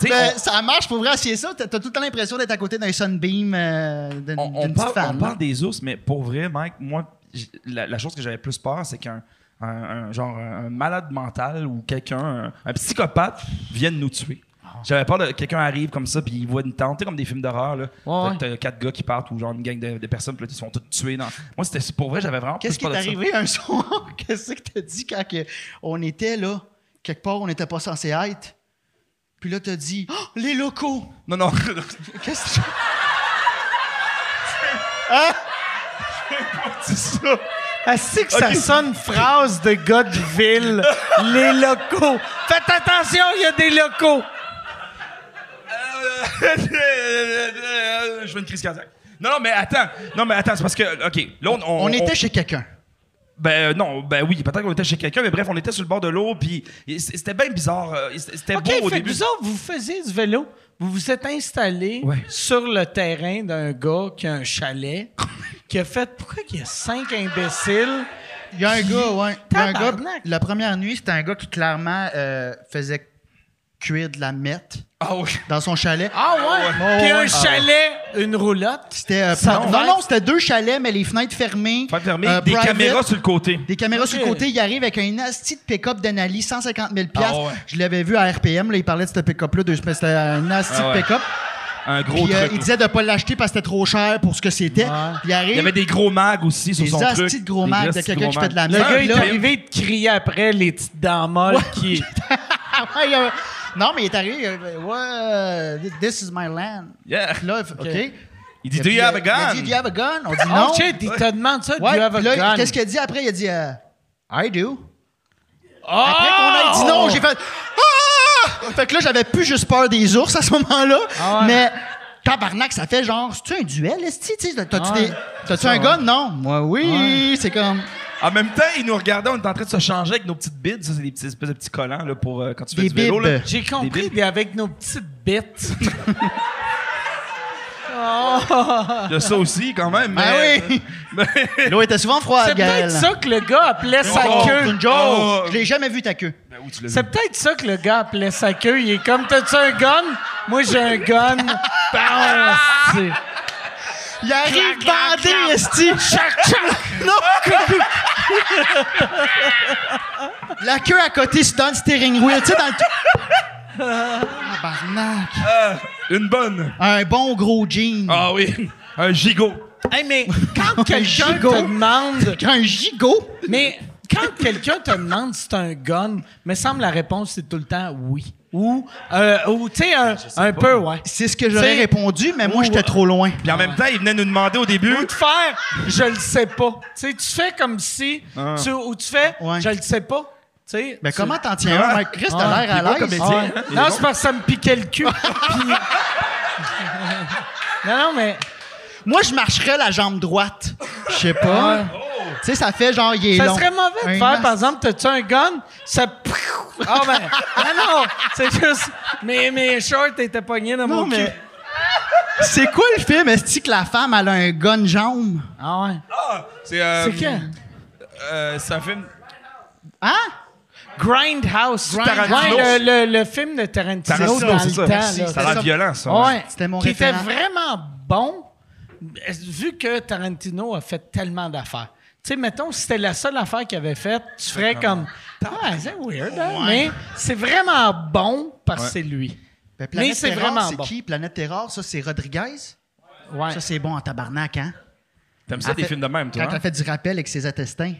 Tu sais, Ben, on- Ça marche pour vrai, c'est ça. T'as t'as tout le temps l'impression d'être à côté d'un sunbeam euh, d'une on, on d'une parle, hein. petite fan. on parle des ours, mais pour vrai, Mike, moi, j- la, la chose que j'avais plus peur, c'est qu'un un, un- genre un, un malade mental ou quelqu'un, un, un psychopathe, vienne nous tuer. Ah. J'avais peur de quelqu'un arrive comme ça, puis il voit une tente, tu sais, comme des films d'horreur. Là. Ouais, Fait que T'as quatre gars qui partent ou genre une gang de, de personnes, puis là, ils sont tous tués. Dans... Moi, c'était pour vrai, j'avais vraiment Qu'est-ce plus qui peur est de ça. arrivé un [laughs] soir? Qu'est-ce que t'as dit quand que on était là? Quelque part, on n'était pas censé être. Puis là, t'as dit Oh, les locaux! Non, [laughs] non. [laughs] Qu'est-ce que c'est ça. Ah, Asti que ça sonne phrase de gars de ville. les locaux. Faites attention, il y a des locaux. Je veux une crise cardiaque. Non, non, mais attends. Non, mais attends, c'est parce que, OK. Là, on, on- On on- était chez quelqu'un. Ben euh, non, ben oui, peut-être qu'on était chez quelqu'un, mais bref, on était sur le bord de l'eau, puis et c- c'était bien bizarre. euh, et c- C'était OK, beau au fait que début. vous autres, vous faisiez du vélo, vous vous êtes installé Ouais. sur le terrain d'un gars qui a un chalet, [laughs] qui a fait... Pourquoi il y a cinq imbéciles? Il y a un gars, ouais. Il y a un gars- Tabarnak. la première nuit, c'était un gars qui clairement euh, faisait cuire de la mette Ah oui. dans son chalet. Ah ouais? ouais. Puis Ah un ouais. chalet, une roulotte. C'était euh, Ça non, devait être- non, c'était deux chalets, mais les fenêtres fermées. Pas fermé. euh, des private, caméras sur le côté. Des caméras sur le Ok. côté. Il arrive avec un asti de pick-up d'analyse, 150 000 piastres. Ah ouais. Je l'avais vu à RPM, là, il parlait de ce pick-up-là, de- mais c'était un asti Ah ouais. de pick-up. Un gros Puis euh, truc. il là. disait de pas l'acheter parce que c'était trop cher pour ce que c'était. Puis Il Il y arrive, avait des gros mags aussi sur Des son truc. astis de gros Des mags de astis quelqu'un gros qui fait de la mags. merde. Le gars, il est là- arrivé de crier après les petites dents molles [laughs] qui. Ah [laughs] ouais, il a- Non, mais il est arrivé, il a fait, ouais, euh, this is my land. Yeah. [laughs] Puis là, il fait, OK. Il dit, Do you have a Il a dit, Do gun? you have a gun? On dit non. Oh shit, il te demande ça, Ouais, do you have a puis là, gun? qu'est-ce qu'il a dit après? Il a dit, euh, I do. Oh! Après qu'on ait dit non, j'ai fait, ah! Fait que là, j'avais plus juste peur des ours à ce moment-là. ouais. Mais tabarnak, ça fait genre, c'est-tu un duel, esti? Tu sais, T'as-tu Ouais. des- t'as-tu un gun? Non. Moi, oui. C'est comme, En même temps, il nous regardait, on était en train de se changer avec nos petites bides. Ça, c'est des petits espèces de petits collants là, pour euh, quand tu fais Des du vélo. bibes. Là. J'ai compris, mais avec nos petites bêtes. Il y a ça aussi, quand même. ah mais- euh, oui. Mais- L'eau était souvent froide, C'est Gaël. peut-être ça que le gars appelait sa Oh, C'est queue. une joke. Oh. Je l'ai jamais vu ta queue. [laughs] Ben où tu l'as C'est vu? peut-être ça que le gars appelait sa queue. Il est comme, t'as-tu un gun? Moi, j'ai un gun. Bam! C'est- Il arrive bandé, esti. [laughs] Non. La queue à côté c'est dans le steering wheel, tu sais, dans le... Tabarnak. Ah, une bonne. Un bon gros jean. Ah oui. Un gigot. Hey, mais quand quelqu'un gigot. te demande... Un gigot. Mais quand quelqu'un te demande si t'as un gun, me semble la réponse, c'est tout le temps oui. Ou, euh, ou tu sais, un, un peu, ouais. C'est ce que j'aurais T'sais, répondu, mais moi, ou- j'étais trop loin. Puis en même temps, il venait nous demander au début. Ou de faire, je le sais pas. Tu sais, tu fais comme si... Ah. tu- ou tu fais, Ouais. je le sais pas. Tu sais, Mais tu- comment t'en tiens un, Mike? Chris, t'as Ouais. l'air à l'aise. Ah ouais. Non, c'est parce que ça me piquait le cul. [laughs] Puis- non, non, mais. Moi, je marcherais la jambe droite. Je sais pas. Tu sais, ça fait genre, il est Ça long. serait mauvais de Un faire, par masque. exemple, t'as-tu un gun? Ça. Ah, ben. Non, non, c'est juste. Mes, mes shorts étaient pognés dans Non, mon mais- cul. C'est quoi le film? Est-ce que la femme, elle a un gun jambe? Ah, ouais. Ah, c'est euh, C'est quand? euh, c'est un film. Hein? Grindhouse. Tarantino. Ouais, le, le- le film de Tarantino, Tarantino, dans c'est le ça. temps. Merci, là. Ça a l'air ça. violent, ça. hein. Ouais. C'était mon Qui référent. était vraiment bon, vu que Tarantino a fait tellement d'affaires. Tu sais, mettons, si c'était la seule affaire qu'il avait faite, tu ferais comme. Ah, c'est weird, hein? Mais c'est vraiment bon parce que c'est lui. Ben, Planète Mais c'est Terreur, vraiment C'est bon. qui? Planète Terror, ça, c'est Rodriguez. Ouais. Ça, c'est bon en tabarnak, hein? T'aimes ça Elle des fait- films de même, toi? Quand hein? elle fait du rappel avec ses intestins.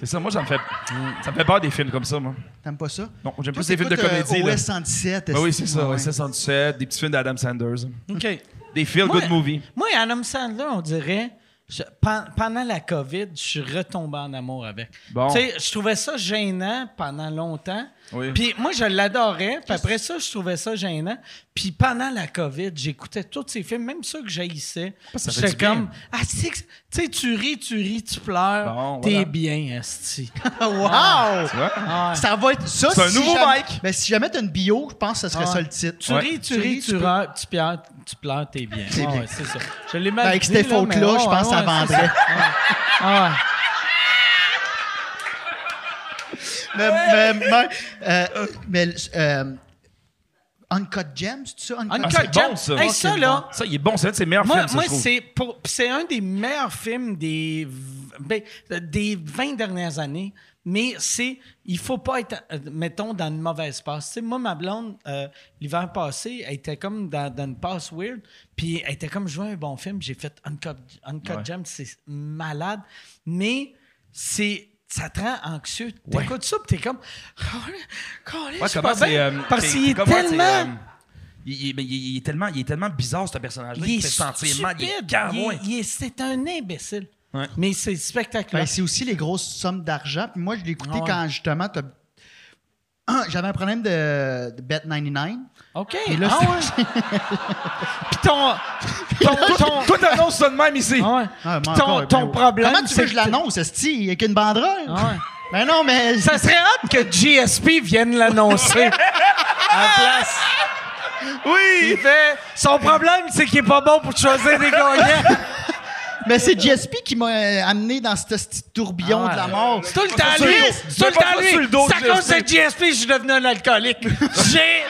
C'est ça, moi, ça me fait. Mm. Ça me fait peur des films comme ça, moi. T'aimes pas ça? Non, j'aime Toi, plus les films de t'écoutes, euh, comédie, là. OS 117. Ben oui, c'est ça. ouais, ouais, ouais. 67, des petits films d'Adam Sanders. OK. Des feel-good movies. Moi, Adam Sandler, on dirait, je- pen- pendant la COVID, je suis retombé en amour avec. Bon. Tu sais, je trouvais ça gênant pendant longtemps. Oui. Puis moi, je l'adorais. Puis après ça, je trouvais ça gênant. Puis pendant la COVID, j'écoutais tous ces films, même ceux que j'haïssais. ça fait J'étais du bien. comme, ah, c'est que- tu sais, tu ris, tu ris, tu pleures. Bon, T'es voilà. bien, [laughs] Asti. Ah, wow! Tu vois? Ah, Ça va être ça. C'est un si nouveau jamais- bike. Ben, si jamais t'as une bio, je pense que ce serait Ouais. ça le titre. Ah. Tu Ouais. ris, tu Tu ris, ris, tu, tu pleures, tu pleures, tu pleures, t'es bien. Ah C'est Ouais, bien. ouais, c'est ça. Je l'ai mal Ben, avec dit, cette là, faute-là, mais ouais, je pense que ça ouais, ouais, c'est vendrait. Ouais. Ah, ouais. Mais, mais, mais, euh, mais, euh, Uncut Gems, tu sais, Uncut, Uncut Ah, c'est Gems. bon, ça. Hey, Ah, ça, c'est là, bon. Ça, il est bon. C'est un de ses meilleurs Moi, films, ça, moi je trouve. c'est pour- c'est un des meilleurs films des, v- ben, euh, des 20 dernières années, mais c'est il faut pas être, euh, mettons, dans une mauvaise passe. Tu sais, moi, ma blonde, euh, l'hiver passé, elle était comme dans, dans une passe weird, puis elle était comme, je veux un bon film, j'ai fait Uncut, Uncut Gems, c'est malade, mais c'est... Ça te rend anxieux. T'écoutes ça, puis t'es comme... Ah, Ouais, Ouais, comment c'est. euh, Parce c'est- qu'il est comment c'est, tellement... euh, il, il- mais il- il est tellement, il est tellement bizarre, ce personnage-là. Il, Il te est fait sentir mal. Il est stupide. carouin. Il est- il est- C'est un imbécile. Ouais. Mais c'est Ben, spectaculaire. c'est aussi les grosses sommes d'argent. Puis moi, je l'ai écouté Ah ouais. quand justement, t'as- j'avais un problème de, de Bet 99. OK. Et là, ah ouais. Puis ton... ton, ton- Toi, t'annonces ça de même ici. Ah ouais. Ah, Puis mais ton, encore, ton ben, problème, Comment tu veux que c'est je l'annonce, Esti? Avec une banderole? Ah ouais. [laughs] Ben non, mais. Ça serait hâte que GSP vienne l'annoncer à la place. Oui. Il fait... Son problème, c'est qu'il est pas bon pour choisir des gagnants. Mais c'est GSP qui m'a euh, amené dans ce petit tourbillon Ah ouais. de la mort. C'est tout le temps sur lui. C'est tout le temps le dos. Mets pas ça sur le lui. dos C'est de à cause de GSP. [laughs] GSP je suis devenu un alcoolique. J'ai...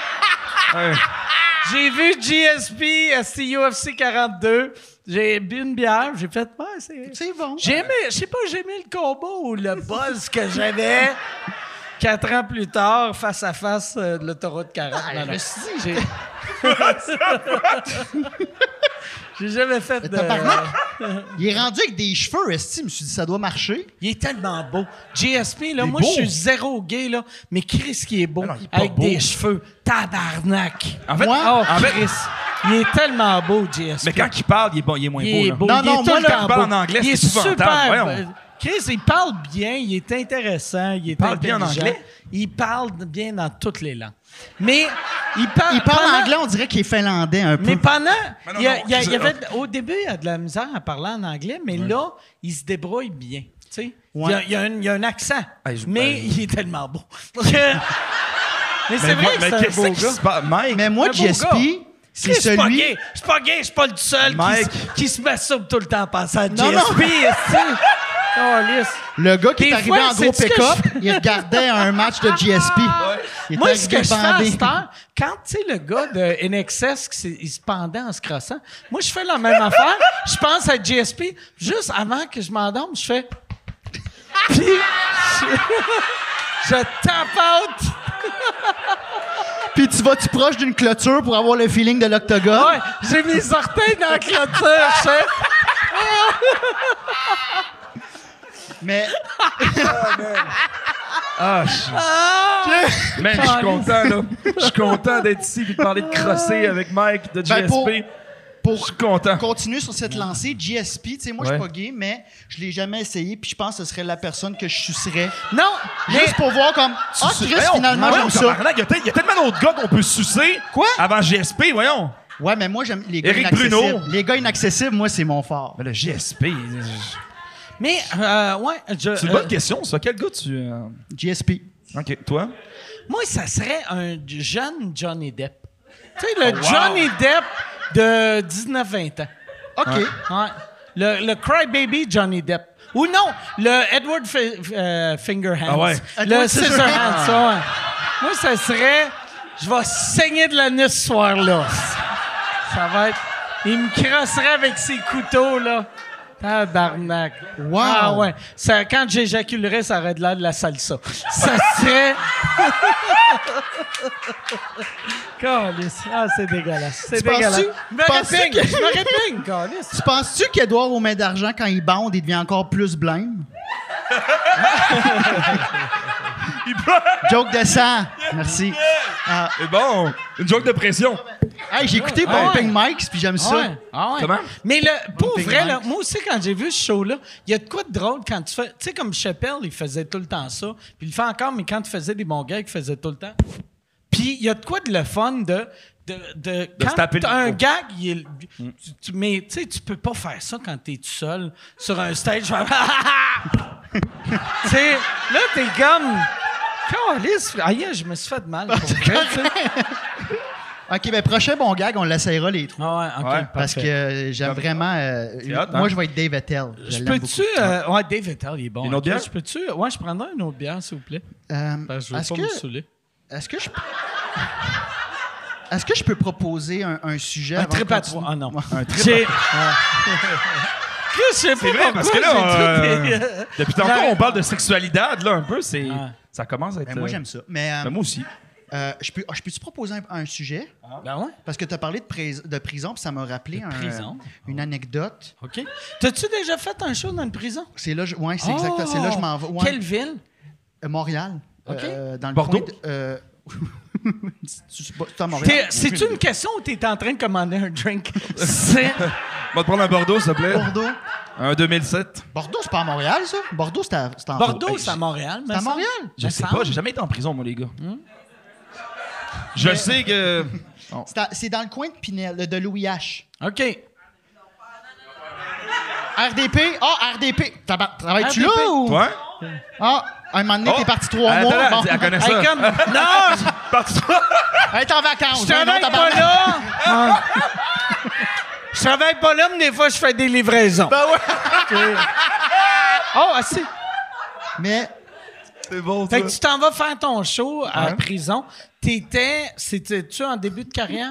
J'ai vu GSP, ST UFC 42. J'ai bu une bière, j'ai fait, ouais, c'est. C'est bon. J'ai aimé, je sais pas, j'ai aimé le combat ou le buzz que j'avais quatre ans plus tard, face à face euh, de l'autoroute 40. Ah, Non, non. J'ai- [laughs] J'ai jamais fait de. euh, tabarnak. [laughs] Il est rendu avec des cheveux, Esti. Je me suis dit, ça doit marcher. Il est tellement beau. GSP, là, Il est moi, je beau. suis zéro gay, là, mais Chris qui est beau, Ah non, il est pas avec beau. Ah, des cheveux, tabarnak. En fait, Moi, Oh, en fait- Chris, il est tellement beau, GSP. mais quand il parle, il est, bon, il est moins il beau. est là. beau, Non, il non, est moi, tout le quand temps il parle beau. en anglais, Il c'est est épouvantable. super. euh, Voyons. Chris, il parle bien, il est intéressant, il est parle bien en intelligent. anglais? Il parle bien dans toutes les langues. Mais il parle, Il parle Ah, pendant- anglais, on dirait qu'il est finlandais un peu. [laughs] Mais pendant, Mais non, il y a- non, il y a- il y c'est- avait, au début, il y a de la misère à parler en anglais, mais là, il se débrouille bien. tu sais. Il, y a, il y a un, il y a un accent, Ah, je- mais ben- il est tellement beau. [laughs] mais c'est vrai que mais c'est un qu'est-ce beau qui se gars. passe? Mike, Mais moi, Un beau gars. GSP, c'est Chris, Je suis pas celui. gay, je suis pas gay, je suis pas le seul qui, Mike. se- qui se masturbe tout le temps en pensant à Non, non. GSP. est-ce que- Calisse. Le gars qui Des est arrivé fois, en gros sais-tu que pick-up, je- [laughs] il regardait un match de GSP. Il est Moi, ce que arrivé je fais à bandé. cette heure, quand, tu sais, le gars de NXS, qui s'est- il se pendait en se crossant, moi, je fais la même affaire. Je pense à GSP. Juste avant que je m'endorme, je fais... [laughs] Puis, je, je tape out. Puis tu vas-tu proche d'une clôture pour avoir le feeling de l'octogone? [laughs] Ouais, j'ai mes orteils dans la clôture. Je fais... Mais Man, je suis content, là. Je suis content d'être ici et de parler de crosser avec Mike de Ben, GSP. pour- Je pour suis content. continuer sur cette lancée, GSP, tu sais, moi, je suis pas gay, mais je l'ai jamais essayé, puis je pense que ce serait la personne que je sucerais. Non, mais... Juste pour voir comme. Ah, Chris, voyons, finalement, voyons, j'aime ça. tabarnak, Il y a tel- il y a tellement d'autres gars qu'on peut sucer Quoi? avant GSP, voyons. Ouais, mais moi, j'aime les gars Éric inaccessibles. Bruno. Les gars inaccessibles, moi, c'est mon fort. Mais le GSP, euh, Mais, euh, ouais, je... c'est une bonne question, ça. Quel gars tu. euh, GSP. Ok, toi? Moi, ça serait un jeune Johnny Depp. Tu sais, Oh, le Johnny Depp de 19-20 ans. OK. Ouais. Le, le Crybaby Johnny Depp. Ou non, le Edward Fi- euh, Fingerhands. Ah ouais. Le Edward Scissorhands, Scissorhands. ça, ouais. Moi, ça serait... Je vais saigner de l'anus ce soir-là. Ça va être... Il me crosserait avec ses couteaux, là. Tabarnak. Wow. Ah ouais. Ça, quand j'éjaculerais, ça aurait de l'air de la salsa. Ça [laughs] serait... Câlisse. Ah, c'est dégueulasse. C'est Tu penses-tu- dégueulasse. Je me penses-tu répigne. que- Je me répigne, câlisse. Tu penses-tu qu'Edouard aux mains d'argent, quand il bande, il devient encore [laughs] plus blême? Joke de sang. Merci. Ah, Et bon, une joke de pression. hey, j'ai écouté Ah ouais. Bumping Mike's, puis j'aime Ah ouais, ça. ah ouais. Comment? Mais le, pour Bumping vrai, là, Mike's. moi aussi, quand j'ai vu ce show-là, il y a de quoi de drôle quand tu fais. Tu sais, comme Chappelle, il faisait tout le temps ça. Puis il le fait encore, mais quand il faisait des bons gars, il faisait tout le temps. Puis il y a de quoi de le fun de. De, de, se quand taper le t'as un micro. gag, il est- tu, tu- mais tu sais, tu peux pas faire ça quand t'es tout seul sur un stage. [laughs] faire tu sais, là, t'es comme. Calisse, aïe, je me suis fait de mal. Pour vrai, tu sais. OK, ben prochain bon gag, on l'essayera les trois. Ah ouais, ok, Ouais, Parce parfait. que euh, j'aime vraiment... euh, hot, hein? Moi, je vais être Dave Attell. Je Je l'aime peux-tu. beaucoup. euh, ouais, Dave Attell, il est bon. Une autre Ok, bière? Je peux-tu. Ouais, je prendrais une autre bière, s'il vous plaît. Euh, Parce que Ben, je veux Est-ce pas me que, saouler. est-ce que je... [laughs] Est-ce que je peux proposer un, un sujet? Un avant de trip à continuer? trois. Ah non. Un trip. J'ai. [laughs] Chris, je sais pas C'est vrai, pourquoi. parce que là, j'ai tout euh, [laughs] des- depuis tantôt, la- on parle de sexualité, là, un peu. C'est, Ouais. Ça commence à être. Ben, moi, j'aime ça. Mais euh, euh, ben, moi aussi. euh, je peux- je peux-tu proposer un- un sujet? Ben ouais, Parce que tu as parlé de, prais- de prison, puis ça m'a rappelé un- euh, prison? une anecdote. OK. T'as-tu déjà fait un show dans une prison? C'est là, je- ouais, c'est exact. C'est là, je m'en vais. Ouais. Quelle ville? Euh, Montréal. OK. Euh, dans le Bordeaux? coin de- euh, [laughs] tu- tu- tu- à T'es- Montréal. C'est-tu une question où t'es en train de commander un [laughs] drink? C'est. Va te prendre un Bordeaux, s'il te plaît. Bordeaux. Un 2007. Bordeaux, c'est pas à Montréal, ça? Bordeaux, c'est à, c'est en- Bordeaux, Euh, c'est à Montréal. C'est à Montréal? Je sais pas, j'ai jamais été en prison, moi, les gars. Hmm? Je sais que. C'est à- C'est dans le coin de Pinel, euh, de Louis H. OK. RDP. Ah, RDP. Taba- Travailles-tu RDP? là ou? Toi? Ah, à un moment donné, Oh. t'es parti trois Attends, mois. attends, Elle connaît ça. Hey, [laughs] comme. Non! je- Elle est en vacances. Je Ouais, non, travaille pas tabarnak. là! [laughs] Ah. Je travaille pas là, mais des fois, je fais des livraisons. Ben ouais! Oh, assez! Mais C'est bon, ça. Fait que tu t'en vas faire ton show en prison. T'étais, c'était-tu en début de [laughs] carrière?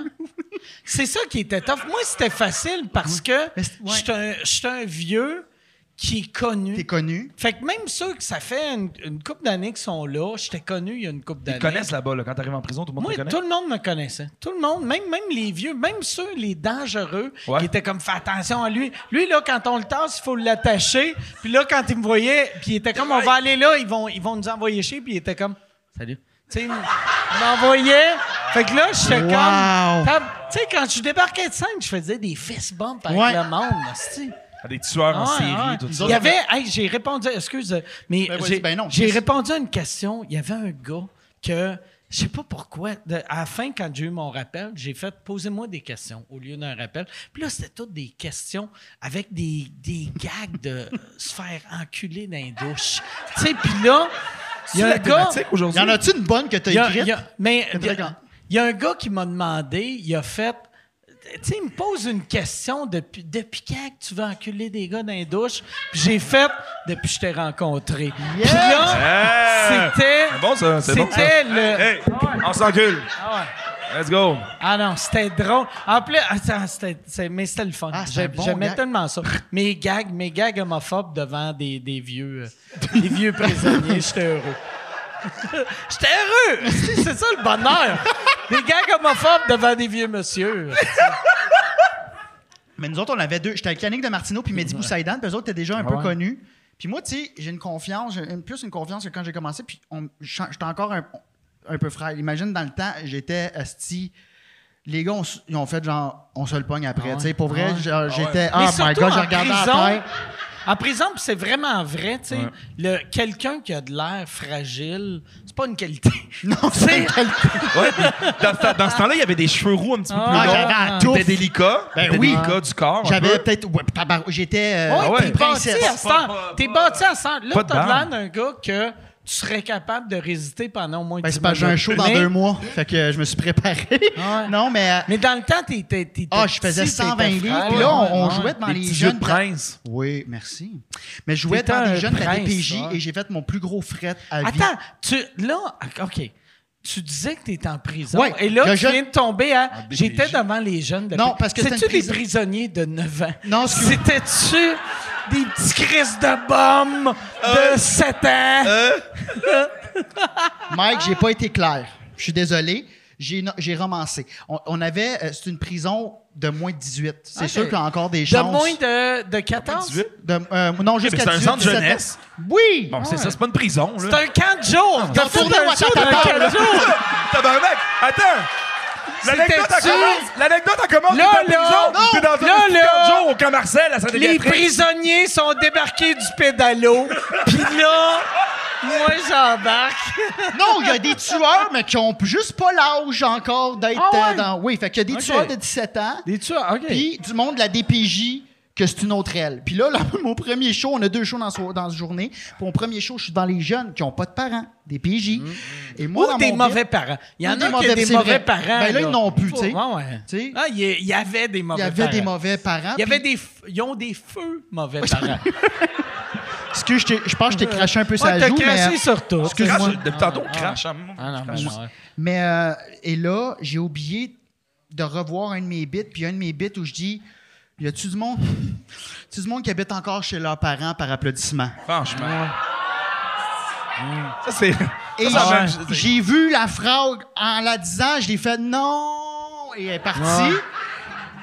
c'est ça qui était tough. Moi, c'était facile parce que Mais c'est- ouais. j'étais un- j'étais un, vieux qui est connu. T'es connu. Fait que même ceux que ça fait une, une couple d'années qu'ils sont là, j'étais connu il y a une couple d'années. Ils connaissent là-bas, là. Quand t'arrives en prison, tout le monde Moi, te connaît. tout le monde me connaissait. Tout le monde, même, même les vieux, même ceux, les dangereux, Ouais. qui étaient comme, fais attention à lui. Lui, là, quand on le tasse, il faut l'attacher. Puis là, quand il me voyait, puis il était comme, on va aller là, ils vont, ils vont nous envoyer chier. Puis il était comme, salut. Tu sais, il m'envoyait. Fait que là, j'étais Wow. comme, Tab- tu sais, quand je débarquais de scène, je faisais des fist bumps avec Ouais. le monde. hostie. Ah, Des tueurs en Ouais, série, ouais. tout ça. Il y avait, hey, j'ai répondu, excuse, mais Ben, vas-y, j'ai ben non, j'ai Chris. répondu à une question. Il y avait un gars que, je sais pas pourquoi, de- à la fin, quand j'ai eu mon rappel, j'ai fait posez-moi des questions au lieu d'un rappel. Puis là, c'était toutes des questions avec des, des gags de [laughs] se faire enculer dans les douches. tu sais, puis là, il y a un la gars. thématique aujourd'hui. Y en a-tu une bonne que t'as Il y a- écrite? il y a- mais Une il y a- fréquente. il y a un gars qui m'a demandé, il a fait. Tu sais, il me pose une question depuis, depuis quand que tu veux enculer des gars dans les douches? Puis j'ai fait depuis que je t'ai rencontré. Puis là, Yeah! c'était. C'est bon, ça. C'est bon, ça. C'était le. Hey, on s'encule. Ah, ouais. Let's go. Ah non, c'était drôle. En plus, attends, c'était- c'est- mais c'était le fun. Ah, c'était J'ai- un bon J'aimais gag. tellement ça. Mes gags, mes gags homophobes devant des, des vieux, euh, des vieux prisonniers, j'étais heureux. [laughs] j'étais heureux! C'est c'est ça le bonheur! Des gags homophobes devant des vieux monsieur. Oh Mais nous autres, on avait deux. J'étais avec Yannick de Martineau puis Mehdi Boussaïdan, puis eux autres étaient déjà un peu Ouais. connus. Puis moi, tu sais, j'ai une confiance, j'ai une- plus une confiance que quand j'ai commencé, puis on- j'étais j'étais encore un, un peu frère. Imagine, dans le temps, j'étais asti. Les gars, on s- ils ont fait genre, on se le pogne après. Ah Tu sais, pour ouais. vrai, genre, j'étais, Mais ah my surtout god, j'ai en regardé à prison, la terre. En prison, puis c'est vraiment vrai, tu sais. le- Quelqu'un qui a de l'air fragile, c'est pas une qualité. [laughs] Non, c'est Ouais, puis dans, ce temps- dans ce temps-là, il y avait des cheveux roux un petit peu Ah, plus Ah, longs. j'avais un touffe. C'était délicat. Ben C'était oui. délicat du corps. un J'avais peu. peut-être. ouais, tabarou- J'étais. euh, Ah Ouais, ouais. t'es bâti princesse. à ce temps. T'es bâti à ce temps. Là, pas de t'as de l'air barbe. d'un gars que tu serais capable de résister pendant au moins Ben, dix c'est parce que j'ai un minutes. show dans Mais- Ah deux mois. Fait que euh, je me suis préparé. Ouais. Non, mais. euh, Mais dans le temps, t'étais. t'étais Ah, je faisais petit, t'étais 120 livres. frêle. Puis là, on, on Ouais, jouait devant Des les petits yeux jeunes. de prince. Oui, merci. Mais je jouais T'étais devant un des jeunes de la prince, DPJ ouais. et j'ai fait mon plus gros fret à vie. Attends, tu, là, OK. Tu disais que t'étais en prison. Ouais, et là, le tu jeune- viens de tomber à. DPJ. J'étais devant les jeunes. De Non, parce que C'était-tu c'était une des prisonniers de 9 ans? Non, excuse- C'était-tu des petits crises de bombes de 7 ans? Mike, j'ai pas été clair. Je suis désolé. J'ai no- j'ai romancé. On, on avait. euh, C'est une prison de moins de 18. C'est Ok. sûr qu'il y a encore des de chances. moins de, de 14? de- euh, non, jusqu'à 18. c'est un centre 17 ans. jeunesse. Oui! Bon, c'est ça, c'est pas une prison. Ah C'est là. un camp de jour! T'as fait retourné un au show d'un Watatata, camp de là. jour! [laughs] Tabarnak! Attends! L'anecdote, elle C'était-tu- commence! L'anecdote, elle commence! Là, t'es en là, prison, T'es dans un là, petit là. camp de jour au Camp Marcel à Les Saint-Déliatrice! prisonniers sont débarqués du pédalo. Puis là, moi, j'embarque. Non, il y a des tueurs, mais qui ont juste pas l'âge encore d'être Ah ouais? euh, dans. Oui, fait qu'il y a des Ok. tueurs de 17 ans. Des tueurs, OK. Puis du monde de la DPJ que c'est une autre aile. Puis là, [laughs] là, mon premier show, on a deux shows dans, ce- dans la journée. Puis mon premier show, je suis dans les jeunes qui n'ont pas de parents, des PJ. Et Mm-hmm. Ou moi, dans des mon mauvais bit- parents. Il y en Ou des a qui ont mauvais- des c'est mauvais vrai. parents. Ben là, ils n'ont plus, tu sais. Ouais, ouais. Tu sais. Ah, il y a- il y avait des il y mauvais avait parents. des mauvais parents. Il y avait puis- des, f- ils ont des feux mauvais [laughs] parents. Parce que je, t'ai- je pense que je t'ai craché un peu Ouais, ça t'as joue, craché mais... sur tout. Excuse-moi. Crache, Depuis tantôt, on crache. hein, mon- Ah non, ben non, ouais. mais euh, et là, j'ai oublié de revoir un de mes bits, puis un de mes bits où je dis... Y a-tu du monde... [laughs] tu du monde qui habite encore chez leurs parents par applaudissement? Franchement. Ah. Ça, c'est. Et Ça, ça j'ai- même, je- j'ai vu la fraude en la disant, je l'ai fait non et elle est partie.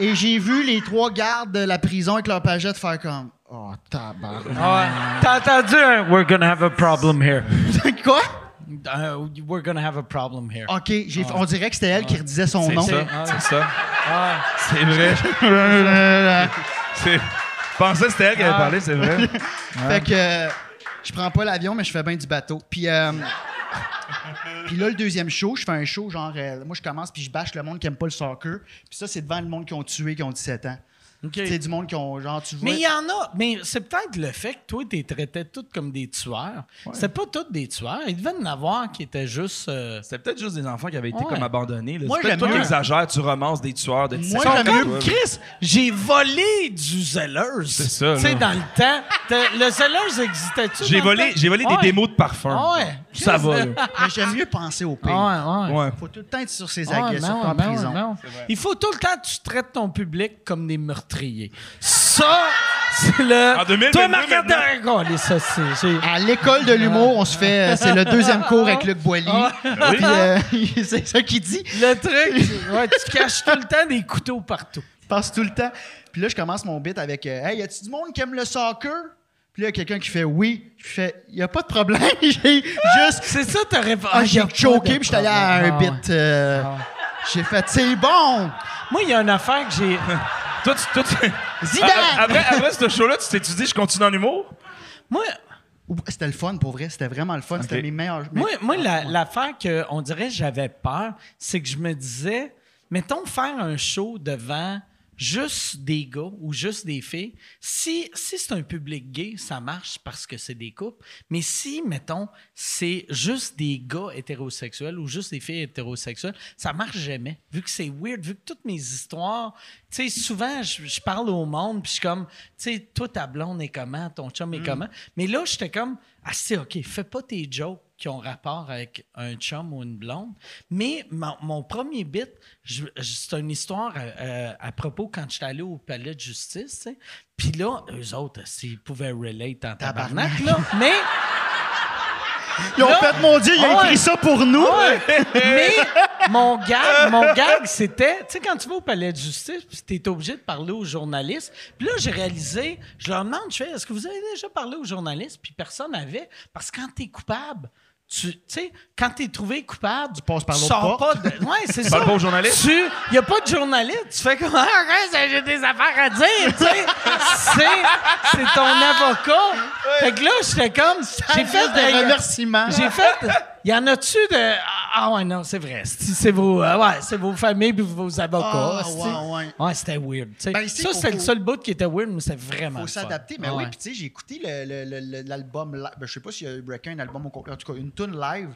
Et j'ai vu les trois gardes de la prison avec leur pagette faire comme oh tabarnak. Ah, Ouais. T'as entendu un We're gonna have a problem here. [laughs] Quoi Un We're gonna have a problem here. Ok, j'ai- on dirait que c'était elle qui redisait son C'est nom. [laughs] Ah. ça. C'est ça. C'est vrai. C'est- Je pensais que c'était elle qui avait Ah. parlé, c'est vrai. Fait que euh, je prends pas l'avion, mais je fais bien du bateau. Puis, euh, puis là, le deuxième show, je fais un show genre. euh, moi, je commence puis je bâche le monde qui aime pas le soccer. Puis ça, c'est devant le monde qui ont tué, qui ont 17 ans. OK. C'est du monde qui ont, genre, tu vois. Mais il y en a. Mais c'est peut-être le fait que toi, tu traitais toutes comme des tueurs. C'était pas toutes des tueurs. Il devait en avoir qui étaient juste. euh, C'était peut-être juste des enfants qui avaient été Ouais. comme abandonnés. Là. Moi, C'est peut-être j'aime toi mieux- qui exagères, tu romances des tueurs de Moi, Ils sont j'aime comme mieux- Chris, j'ai volé du Zellers. C'est ça, Tu sais, là. dans le temps, t'as- le Zellers existait-tu? J'ai dans le volé, temps? j'ai volé Ouais. des démos de parfum. Ah ouais. Ça Chris, va, euh, là. Mais j'aime mieux penser au pire. Ouais, ouais. Ouais. Faut tout le temps être sur ses Ah, aguets, ben surtout ouais, en ben prison. ouais, ben ouais. Il faut tout le temps que tu traites ton public comme des meurtriers. Ça, [laughs] c'est le. En 2022, Toi, Marc maintenant. Antoine, les saucisses. j'ai- À l'école de l'humour, on se fait. euh, c'est le deuxième cours avec Luc Boilly. Ah. Puis, euh, [laughs] c'est ça qu'il dit. Le [laughs] truc, ouais, tu caches tout le temps des couteaux partout. Je passe tout le temps. Puis là, je commence mon bit avec euh, Hey, y a-tu du monde qui aime le soccer? Puis là, y a quelqu'un qui fait oui. Je fais Y a pas de problème. [laughs] J'ai juste. C'est ça, t'as répondu. Ah, j'ai choqué, puis je suis allé à un bit. euh, Ah ouais. J'ai fait C'est bon! Moi, il y a une affaire que [laughs] j'ai. Toi, tu- toi, tu- Zidane! Ah, Après, après ce show-là, tu t'es tu dis, je continue en humour? Moi, Ouh, C'était le fun, pour vrai. C'était vraiment le fun. C'était mes meilleurs. mes- Moi, moi la- l'affaire que on dirait que j'avais peur, c'est que je me disais, mettons faire un show devant juste des gars ou juste des filles. Si, si c'est un public gay, ça marche parce que c'est des couples. Mais si, mettons, c'est juste des gars hétérosexuels ou juste des filles hétérosexuelles, ça marche jamais. Vu que c'est weird, vu que toutes mes histoires, tu sais, souvent, je, je parle au monde, puis je suis comme, tu sais, toi, ta blonde est comment, ton chum est comment. Mais là, j'étais comme, ah, c'est OK, fais pas tes jokes qui ont rapport avec un chum ou une blonde. Mais mon, mon premier bit, je- je- c'est une histoire euh, à propos quand j'étais allé au palais de justice. tu sais. Puis là, eux autres, s'ils pouvaient relate en tabarnak, là. Mais, Ils ont Là- fait Mon Dieu, il Ah a ouais. écrit ça pour nous! mais mon gag, mon gag, c'était, tu sais, quand tu vas au palais de justice, puis t'es obligé de parler aux journalistes. Puis là, j'ai réalisé, je leur demande, je fais, est-ce que vous avez déjà parlé aux journalistes? Puis personne n'avait, parce que quand t'es coupable, tu tu sais, quand t'es trouvé coupable, tu passes par l'autre sors porte. pas de- Ouais, c'est ça. parles pas aux journalistes? Tu, y a pas de journaliste. Tu fais comme, ah, reste, j'ai des affaires à dire, tu sais. C'est- C'est ton avocat. Fait que là, j'étais comme, j'ai fait Juste des hey, remerciements. j'ai fait. Il y en a-tu de. Ah ouais, non, c'est vrai. C'est c'est vos, ah ouais, c'est vos familles puis vos avocats. Ah, c'est- ouais, ouais. c'était weird. tu sais. Ben, ici, ça, faut- c'était le faut- seul bout qui était weird, mais c'est vraiment. faut le fun. s'adapter. Mais Ah oui, ouais. puis tu sais, j'ai écouté le- le- le- le- l'album live. Ben, je sais pas s'il y a eu Breaking, un album au complet. En tout cas, une tune live.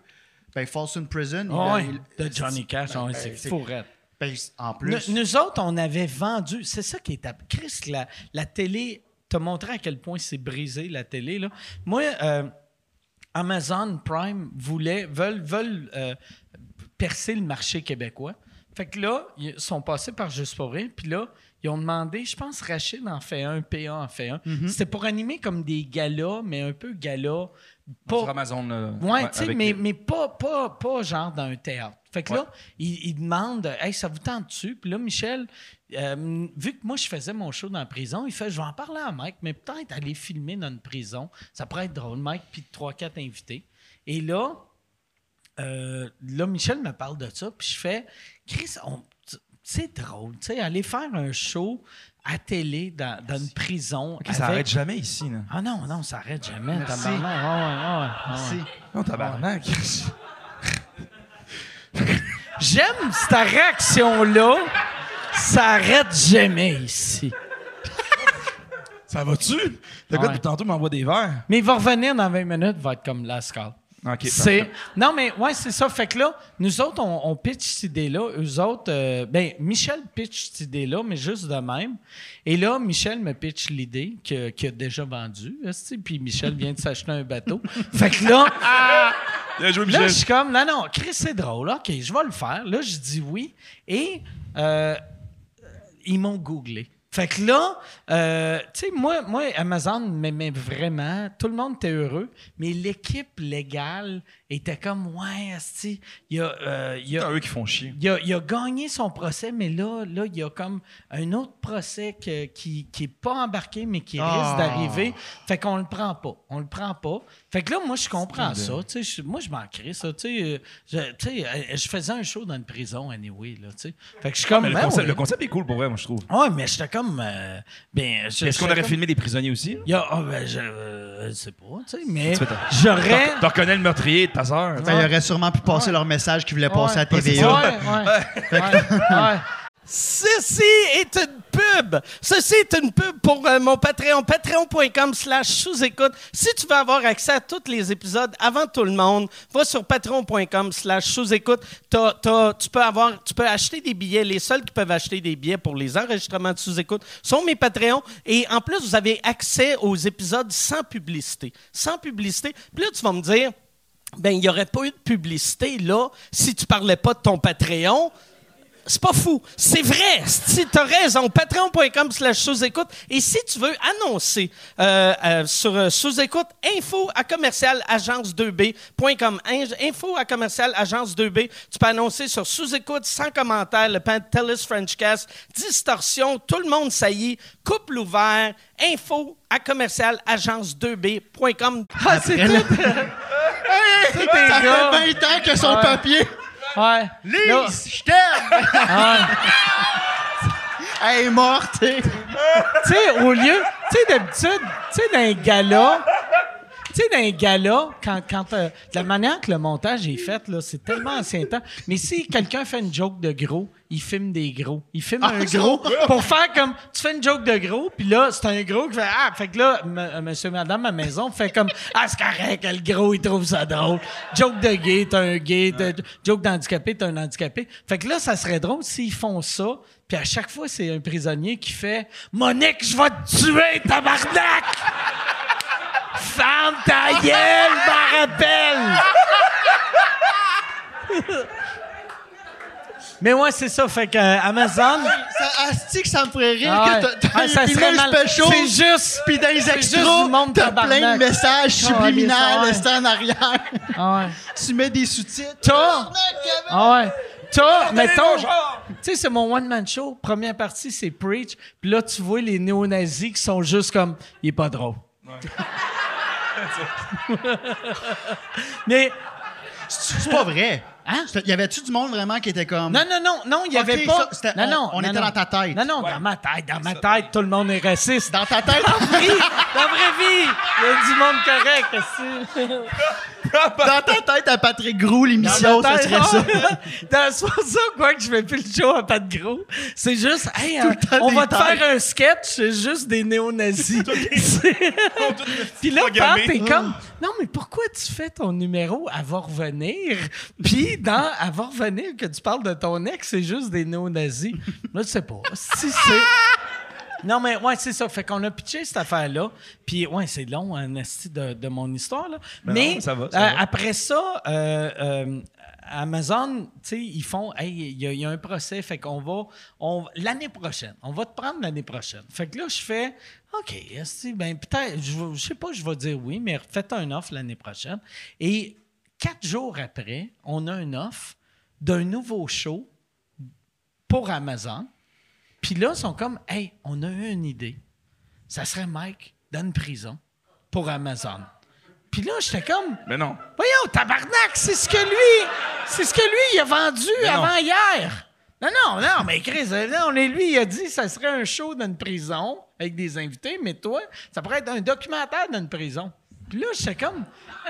Ben, False in Prison. il Ah a- ouais, euh, il- ben, de Johnny Cash, ah ouais, c'est c'est- fourrette. Ben, en plus. Nous, nous autres, on avait vendu. C'est ça qui est à. Chris, la, la télé t'a montré à quel point c'est brisé, la télé. Là. Moi, euh, Amazon Prime voulait, veulent, veulent euh, percer le marché québécois. Fait que là, ils sont passés par Juste pour rire, puis là, ils ont demandé, je pense Rachid en fait un, PA en fait un. C'était pour animer comme des galas, mais un peu galas. pas- Sur Amazon. euh, Oh. Ouais, ouais, tu sais, avec- mais, mais pas, pas, pas genre dans un théâtre. Fait que là, il, il demande Hey, ça vous tente-tu? Puis là, Michel, euh, vu que moi, je faisais mon show dans la prison, il fait Je vais en parler à Mike, mais peut-être aller filmer dans une prison. Ça pourrait être drôle, Mike, puis trois, quatre invités. Et là, euh, là, Michel me parle de ça, puis je fais Chris, on- tu- c'est drôle, tu sais, aller faire un show à télé dans, dans une prison. Ok, Ça avec- arrête jamais ici, là. Ah non, non, ça arrête jamais. Merci. tabarnak. Ah ouais, ah ouais, ah ouais. Merci. Non, tabarnak. J'aime cette réaction-là. Ça arrête jamais ici. Ça va-tu? Le gars, Ouais. depuis tantôt, m'envoie des verres. Mais il va revenir dans 20 minutes, il va être comme last call. Ok, c'est Non, mais ouais, c'est ça. Fait que là, nous autres, on, on pitch cette idée-là. Eux autres, euh, ben, Michel pitch cette idée-là, mais juste de même. Et là, Michel me pitch l'idée que- qu'il a déjà vendue. esti, Puis Michel vient de s'acheter un bateau. fait que là, Bien joué, Eh, Là, Michel. je suis comme, non, non, Chris, c'est drôle. OK, je vais le faire. Là, je dis oui. Et euh, ils m'ont googlé. Fait que là, euh, tu sais, moi, moi, Amazon m'aimait vraiment. Tout le monde était heureux. Mais l'équipe légale était comme, ouais, esti, il y a, euh, il y a- C'est eux qui font chier. il a, il a gagné son procès, mais là, là, il y a comme un autre procès que- qui n'est pas embarqué, mais qui Ah. risque d'arriver. Fait qu'on le prend pas. On le prend pas. Fait que là, moi, je comprends ça. tu sais, je- moi, je m'en crée ça. tu sais, euh, je, tu sais, euh, je faisais un show dans une prison, anyway. Là, tu sais. fait que je suis comme. Ah, Mais le, ben concept, ouais. le concept est cool pour vrai, moi, je trouve. Ouais, mais j'étais comme. euh, ben, je- Est-ce qu'on j'étais aurait comme- filmé des prisonniers aussi? là? Il y a- ah, ben, je, euh, je sais pas, tu sais, mais Tu fais ta- j'aurais. T'en reconnais le meurtrier de ta sœur. Ben, ben, tu sais. Ça, il aurait sûrement pu passer leur message qu'ils voulaient passer à Ouais. TVA. Ouais, ouais. Ouais, ouais. Ceci est une pub. Ceci est une pub pour euh, mon Patreon, patreon.com slash sous-écoute. Si tu veux avoir accès à tous les épisodes avant tout le monde, va sur patreon.com slash sous-écoute. T'as- t'as- Tu peux avoir, tu peux acheter des billets. Les seuls qui peuvent acheter des billets pour les enregistrements de sous-écoute sont mes Patreons. Et en plus, vous avez accès aux épisodes sans publicité. Sans publicité. Puis là, tu vas me dire, ben, il n'y aurait pas eu de publicité, là, si tu parlais pas de ton Patreon. C'est pas fou. C'est vrai. Si t'as raison, patreon.com slash sous-écoute. Et si tu veux annoncer euh, euh, sur euh, sous-écoute, info à commercial agence2b.com. In- Info à commercial agence2b. Tu peux annoncer sur sous-écoute, sans commentaire, le Pantelis Frenchcast, distorsion, tout le monde saillit, couple ouvert, info à commercial agence2b.com. Ah, c'est tout. Tous tes Ça gars. fait 20 ans que son papier. Ouais. Là, Lise, je t'aime! Ah. Elle est morte, t'sais. tu sais, au lieu, tu sais, d'habitude, tu sais, dans un gala, tu sais, dans un gala, quand, quand, euh, de la manière que le montage est fait, là, c'est tellement ancien temps. Mais si quelqu'un fait une joke de gros, il filme des gros. Il filme Ah, un ça. gros pour faire comme, tu fais une joke de gros, puis là, c'est un gros qui fait, ah, fait que là, m- euh, monsieur, madame, à maison, fait comme, ah, c'est correct, le gros, il trouve ça drôle. Joke de gay, t'as un gay, t'as- joke d'handicapé, t'as un handicapé. Fait que là, ça serait drôle s'ils font ça, puis à chaque fois, c'est un prisonnier qui fait Monique, je vais te tuer, tabarnak! Ferme ta gueule, ma rebelle! Mais ouais, c'est ça. Fait que euh, Amazon. Ça, asti que ça me ferait rire Ah ouais. que t'as- Ah, t'as ça filmé serait le mal- special. C'est juste. Puis dans les juste du extras, monde t'as tabarnak. plein de messages Ah, ouais, ça, subliminales c'est en arrière. Ah ouais. tu mets des sous-titres. T'as. Ah ouais. T'as, mettons. mon Tu genre! sais, c'est mon one-man show. Première partie, c'est Preach. Puis là, tu vois les néo-nazis qui sont juste comme. Il est pas drôle. Mais. C'est pas vrai. Hein? C'était- Y avait-tu du monde vraiment qui était comme. Non, non, non, non, il n'y Ok, avait pas. ça, c'était- non, on- non, on non, était non. dans ta tête. Non, non, dans ma tête, dans ma tête, tout le monde est raciste. Dans ta tête, Oui, [laughs] dans la vraie vie, il y a du monde correct aussi. [laughs] dans ta tête à Patrick Gros, l'émission, ça serait ah! ça. [laughs] Dans- C'est pour ça quoi, que je fais plus le show à pas de gros. C'est juste, hey, euh, le temps on des va te têtes. faire un sketch, c'est juste des néo-nazis. [laughs] C'est- Puis là, quand t'es Hum. comme, non, mais pourquoi tu fais ton numéro à va revenir? Puis dans à va revenir que tu parles de ton ex, c'est juste des néo-nazis. Là, je sais pas. Si c'est. Non, mais ouais, c'est ça. Fait qu'on a pitché cette affaire-là. Puis, ouais, c'est long, un asti de, de mon histoire. Là. mais non, ça va, ça euh, va. après ça, euh, euh, Amazon, tu sais, ils font, hey, il y, a- il y a un procès. Fait qu'on va, on, l'année prochaine, on va te prendre l'année prochaine. Fait que là, je fais, OK, asti, ben, peut-être, je vais- je sais pas, je vais dire oui, mais faites un offre l'année prochaine. Et quatre jours après, on a une offre d'un nouveau show pour Amazon. Puis là, ils sont comme, hey, on a eu une idée. Ça serait Mike dans une prison pour Amazon. Puis là, j'étais comme, Mais non. voyons, tabarnak, c'est ce que lui, c'est ce que lui, il a vendu avant hier. Non, non, non, mais Chris, euh, non, mais lui, il a dit ça serait un show dans une prison avec des invités, mais toi, ça pourrait être un documentaire dans une prison. Puis là, j'étais comme,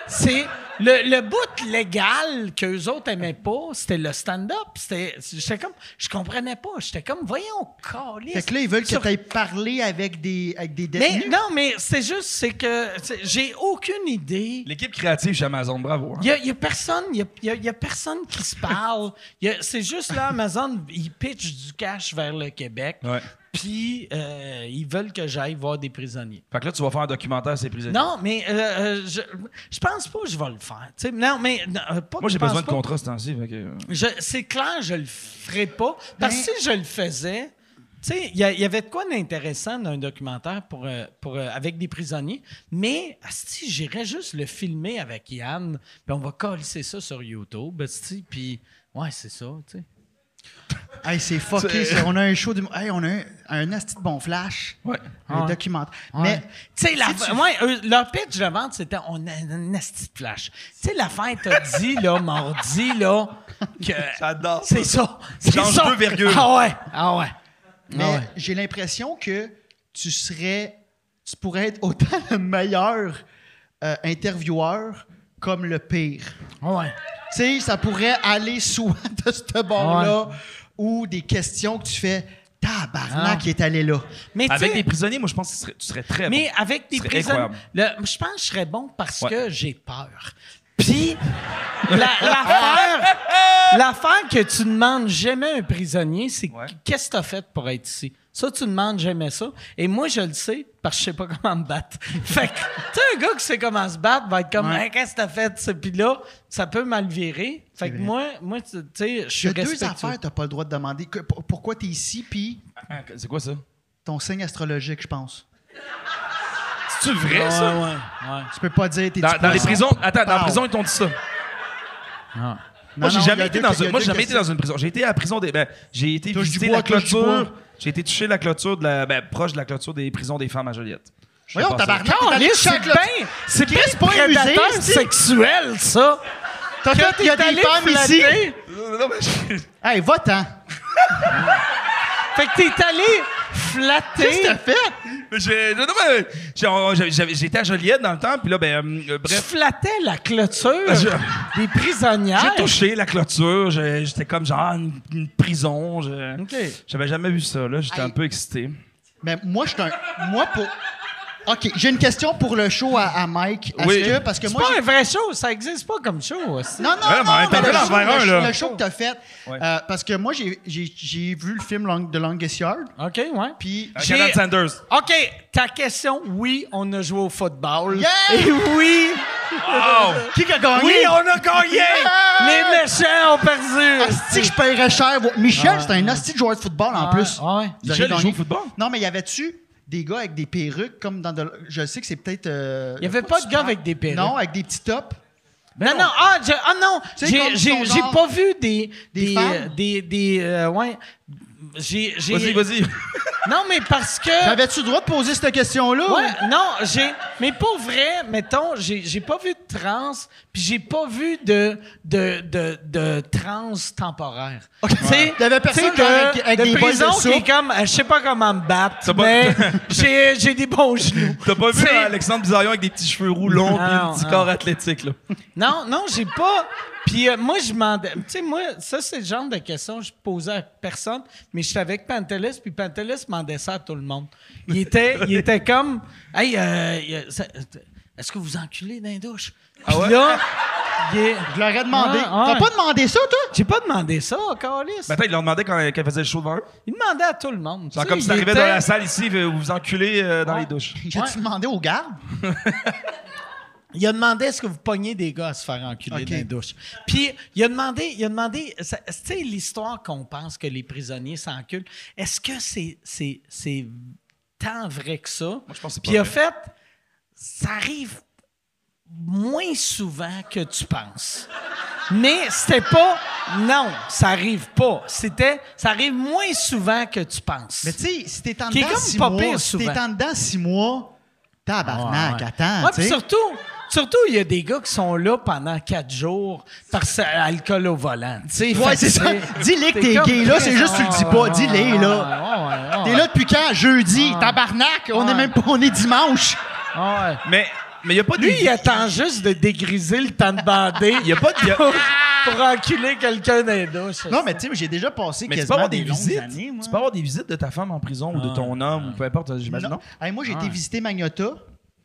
c'est le, le bout légal qu'eux autres aimaient pas, c'était le stand-up. C'était, j'étais comme, je comprenais pas. J'étais comme, voyons, caliste. Fait que là, ils veulent que Sur- t'ailles parler avec des, avec des détenus. mais non, mais c'est juste, c'est que c'est- j'ai aucune idée. L'équipe créative chez Amazon, bravo. hein. Il n'y a, personne, il y a, y a- y a personne qui se parle. Y a- C'est juste là, Amazon, ils pitchent du cash vers le Québec. Ouais. Puis euh, ils veulent que j'aille voir des prisonniers. Fait que là, tu vas faire un documentaire sur les prisonniers. Non, mais euh, euh, je, je pense pas que je vais le faire. Tu sais, non, mais non, euh, pas que Moi, j'ai je pense besoin de pas. contrat ce temps-ci. fait que- euh, Je- C'est clair, je le ferai pas. Parce que Ben- si je le faisais, tu sais, il y, a- il y avait de quoi d'intéressant dans un documentaire pour, euh, pour, euh, avec des prisonniers, mais si j'irais juste le filmer avec Yann, puis on va coller ça sur YouTube, asti, puis ouais, c'est ça, tu sais. Hey, c'est fucké, ça. On a un show du. Hey, on a un, un asti de bon flash. [laughs] Ouais. Un Ouais. Ah documentaire. Mais, Mais. tu sais, la, ouais, eux, leur pitch de vente, c'était on a un asti de flash. Tu sais, la fin, t'as dit, là, mardi, là, que. J'adore ça. C'est ça. c'est Change ça. deux virgules. Ah ouais. Ah ouais. Mais Ah ouais. j'ai l'impression que tu serais. Tu pourrais être autant le meilleur euh, intervieweur comme le pire. Ah ouais. [laughs] Tu sais, ça pourrait aller soit de ce bord-là ou des questions que tu fais Ah. Tabarnak, il est allé là. Mais tu Avec sais- des prisonniers, moi, je pense que tu serais, tu serais très Mais bon. avec des Ce serait prisonniers. incroyable. le- Je pense que je serais bon parce Ouais. que j'ai peur. Puis, [laughs] la- l'affaire l'affaire que tu demandes jamais à un prisonnier, c'est Ouais. qu'est-ce que tu as fait pour être ici? Ça, tu demandes jamais ça. Et moi, je le sais parce que je sais pas comment me battre. [laughs] Fait que, tu sais, un gars qui sait comment se battre va être comme, Hey, qu'est-ce que t'as fait? ça? Puis là, ça peut mal virer. Fait que vrai. moi, moi tu tu sais, je Il y suis a deux respectueux. affaires, t'as pas le droit de demander. Que- pour- pourquoi t'es ici, puis Ah, C'est quoi ça? ton signe astrologique, je pense. C'est-tu vrai, ça? Ouais, ouais, ouais. Tu peux pas dire t'es Dans, dans les prisons, attends, dans la prison, ils t'ont dit ça. Ah. moi, j'ai jamais été dans une, moi, j'ai jamais été dans une prison. J'ai été à la prison des, ben, j'ai été Touche du visiter bois, la touche du clôture. bois. J'ai été touché la clôture de la, ben, proche de la clôture des prisons des femmes à Joliette. Je sais Voyons, pas ça. tabarnak, t'es allé Caliste, chaque c'est bien- c'est plus pas un musée, prédateur c'est-tu? sexuel, ça. T'as fait, il y a des femmes ici. Euh, non, mais [laughs] je- Hey, va-t'en. Fait que t'es allé Qu'est-ce que flatter. t'as fait? mais j'ai- non, mais j'ai- on- j'avais- j'avais- J'étais à Joliette dans le temps, puis là, ben, euh, Tu bref. flattais la clôture Je- des prisonnières. J'ai touché la clôture, j'ai- j'étais comme genre ah, une, une prison. je- OK. J'avais jamais vu ça, là. J'étais un peu excité. Mais moi, je suis un. Moi, pour. OK, j'ai une question pour le show à, à Mike. Est-ce Oui. que. Parce que C'est moi. pas j'ai- un vrai show, ça existe pas comme show. aussi. Non, non, Ouais, mais non, t'en mais fais le, en show, faire un, le là. show- le show que t'as fait. euh, parce que moi, j'ai- j'ai j'ai vu le film Long- The Longest Yard. OK, ouais. Puis. Avec J'ai- Adam Sanders. OK, ta question, oui, on a joué au football. Yeah! Et oui, Wow! Qui a Oh! gagné? Ah! oui, on a gagné! Les méchants ont perdu. Asti, que je paierais cher. vo- Michel, c'est un asti de joueur de football en Ouais, plus. Ah, ouais. Vous Ah. Michel, avez il gagné. joue au football? Non, mais y avait-tu des gars avec des perruques comme dans. The- Je sais que c'est peut-être. euh, Il y avait pas de gars avec des perruques. Non, avec des petits tops. non, non, ah, je- ah non, Tu sais, j'ai comme j'ai- son j'ai genre- pas vu des. Des Des. femmes? euh, Des. des, euh, ouais. J'ai. j'ai- Vas-y, vas-y. Non, mais parce que. T'avais-tu le droit de poser cette question-là? Ouais, non, j'ai. Mais pour vrai, mettons, j'ai j'ai pas vu de trans, puis j'ai pas vu de, de, de, de trans temporaire. Tu sais, Il y avait personne tu sais, de, genre avec- avec de des bols de prison qui est soupe. comme, euh, je sais pas comment me battre, T'as pas- mais [laughs] j'ai j'ai des bons genoux. T'as pas vu C'est- hein, Alexandre Bizarillon avec des petits cheveux roux longs et Ah, un petit ah. corps athlétique, [laughs] là? Non, non, j'ai pas. Puis euh, moi, je m'en. Tu sais, moi, ça, c'est le genre de question que je posais à personne, mais j'étais avec Pantelis, puis Pantelis m'en ça à tout le monde. Il était, il était comme. Hey, euh, il y a- ça- est-ce que vous enculez dans les douches? Ah Puis là, il est- Je leur ai demandé. Ouais, T'as ouais. pas demandé ça, toi? J'ai pas demandé ça, Carlis. Mais attends, il leur demandait quand, quand il faisait le show devant eux. Il demandait à tout le monde. Genre Tu sais, comme si il t'arrivais était- dans la salle ici, vous vous enculez euh, dans les douches. J'ai-tu Ouais. demandé aux gardes? Il a demandé est-ce que vous pognez des gars à se faire enculer Ok. dans la douche. Puis il a demandé, il a demandé, ça- tu sais l'histoire qu'on pense que les prisonniers s'enculent. Est-ce que c'est c'est c'est tant vrai que ça je pense que c'est Puis pas il a vrai. fait, ça arrive moins souvent que tu penses. Mais c'était pas non, ça arrive pas. C'était ça arrive moins souvent que tu penses. Mais tu sais, si t'es en Qui est dedans comme six pas mois, pire si t'es souvent. en dedans six mois, tabarnak, Ouais. attends, Ouais, Ah, tu puis sais. surtout, surtout, il y a des gars qui sont là pendant quatre jours parce que alcool au volant. tu sais. Fait Ouais, que c'est ça. Dis-les que t'es comme- Ah, gay, là, c'est juste que tu le dis pas. Ouais, Dis-les, ouais, là. ouais, ouais, T'es ouais, là depuis quand? Jeudi, tabarnak, on Ouais. est même pas, on est dimanche. ouais. Mais il n'y a pas de. ah, Lui, il attend juste de dégriser le temps de bander Il y a pas de. y a- pour, pour enculer quelqu'un dans les douches. Non, mais tu sais, j'ai déjà passé Mais tu peux quasiment avoir des, des, longues visites. années, moi. tu peux avoir des visites de ta femme en prison Ah, ou de ton homme ou peu importe, j'imagine. Non. Hey, moi, j'ai été visiter Magnota.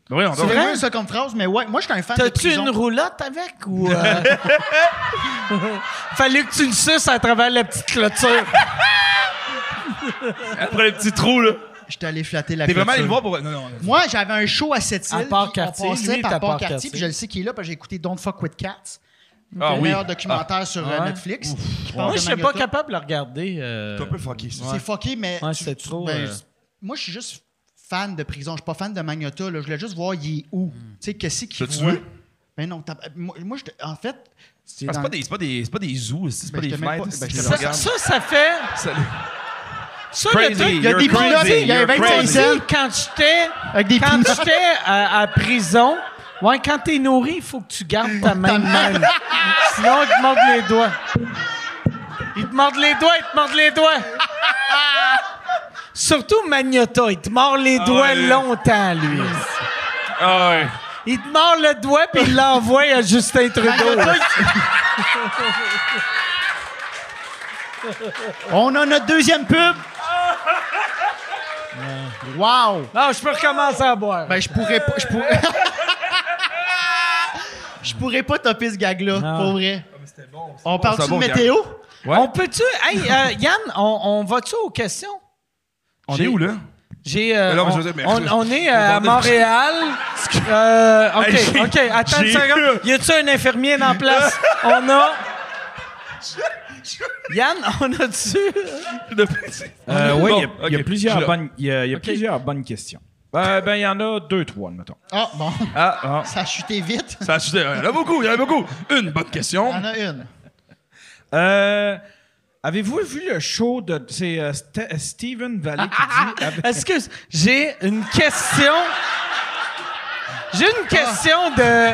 Oui, on C'est doit- vraiment ça comme phrase, mais ouais, moi, je suis un fan de T'as-tu prison. une roulotte avec ou. euh, [laughs] Fallait que tu le suces à travers la petite clôture. Après le petit trou, là. J'étais allé flatter la T'es vraiment allé clôture. le voir pour. Non, non. non. Moi, j'avais un show à cette île. À Port-Cartier, On passait lui, t'es à par Port-Cartier. Port-Cartier, puis je le sais qu'il est là, parce que j'ai écouté Don't Fuck With Cats, Ah le oui. Ah. meilleur documentaire sur euh, Ouais. Netflix. qui parle Moi, de je suis pas Magnota. capable de le regarder. euh, T'es un peu fucké, ça. C'est fucké, mais. Ouais, tu- c'est tu- trop, ben, euh, Moi, je suis juste fan de prison. Je suis pas fan de Magnota. là. Je voulais juste voir, il est où. Tu sais, qu'est-ce qu'il Mm. T'as-tu voit. vu? Ben non, t'as- moi, moi, j'étais- en fait. C'est Ah, C'est dans- pas des- c'est pas des- c'est pas des zoos, c'est Ben, pas des j'étais même fenêtres. pas- c'est- ben, c'est- j'étais Ça, regarde. ça, ça fait. Ça- Ça, le Crazy. truc, Il y a You're des pinottes, crazy, il y a you're 25 crazy. cents. Puis quand j'étais Avec des quand pinottes. j'étais à, à prison, ouais, quand t'es nourri, il faut que tu gardes ta main de main. même. Sinon, ils te mordent les doigts. Ils te mordent les doigts, ils te mordent les doigts. Surtout Magnota, il te mord les doigts ouais, lui. longtemps, lui. Ah ouais. Il te mord le doigt puis il l'envoie à Justin Trudeau. Magnota, il- On a notre [laughs] deuxième pub. Wow! Non, je peux recommencer à boire. Ben, je pourrais pas. Je pourrais. [laughs] Je pourrais pas topper ce gag-là, pour vrai. On parle-tu c'est Ah, bon, de Yann. météo? Ouais. On peut-tu. Hey, euh, Yann, on, on va-tu aux questions? On J'ai- est où, là? J'ai, euh, Alors, on, je veux dire, mais- on- on est euh, à Montréal. Euh, OK, [laughs] Hey, j'ai- OK, attends une j'ai seconde. Y a-tu un infirmier dans la [laughs] place? on a... Yann, on a-tu... Euh, oui, il y a- Bon, il y, ok. a plusieurs Je suis là. bonnes- il y a- il y a plusieurs bonnes questions. Euh, ben, il y en a deux, trois, mettons. Ah, bon, Ah, ah. ça a chuté vite. Ça a chuté. Il y en a beaucoup, il y en a beaucoup. Une bonne question. Il y en a une. Euh, Avez-vous vu le show de. C'est euh, Ste- Steven Valley qui [laughs] dit. avec- Excuse, j'ai une question... J'ai une question de,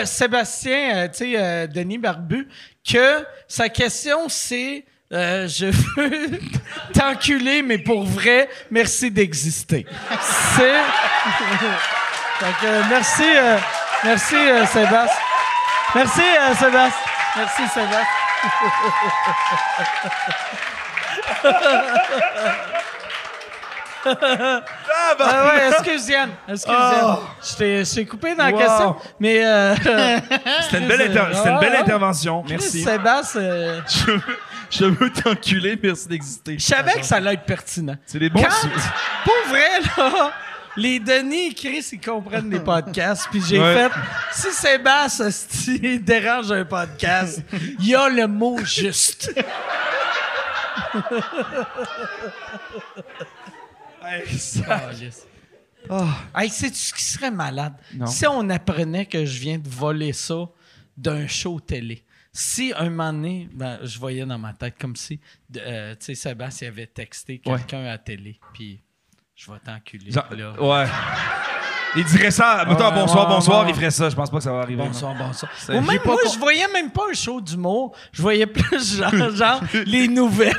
de Sébastien, euh, tu sais, euh, Denis Barbu, que sa question, c'est... euh, je veux [laughs] t'enculer, mais pour vrai, merci d'exister. C'est... Fait que, euh, merci, euh, merci euh, Sébastien. Merci euh, Sébastien. Merci Sébastien. Ah ouais, excuse Yann. Excuse Yann. Je t'ai- Je t'ai coupé dans la question, mais euh, C'était une belle, inter- c'était une belle intervention. Merci. Sébastien, euh, Je veux, je veux t'enculer, merci d'exister. je savais que ça allait être pertinent. C'est des bons. Quand, pour vrai, là, les Denis et Chris, ils comprennent les podcasts. Puis j'ai Ouais. fait, si Sébastien si, dérange un podcast, il y a le mot juste. Hey, sais-tu ce qui serait malade? Si on apprenait que je viens de voler ça d'un show télé. Si un moment donné, ben, je voyais dans ma tête comme si, de- euh, tu sais, Sébastien avait texté quelqu'un à la télé, puis je vais t'enculer. Genre- là. ouais. Il dirait ça, mettons, Ouais, bonsoir, ouais, bonsoir, ouais. il ferait ça. Je pense pas que ça va arriver. Bonsoir, bonsoir. C'est- Ou j'ai même pas moi, je voyais même pas un show d'humour. Je voyais plus [laughs] genre, genre les nouvelles.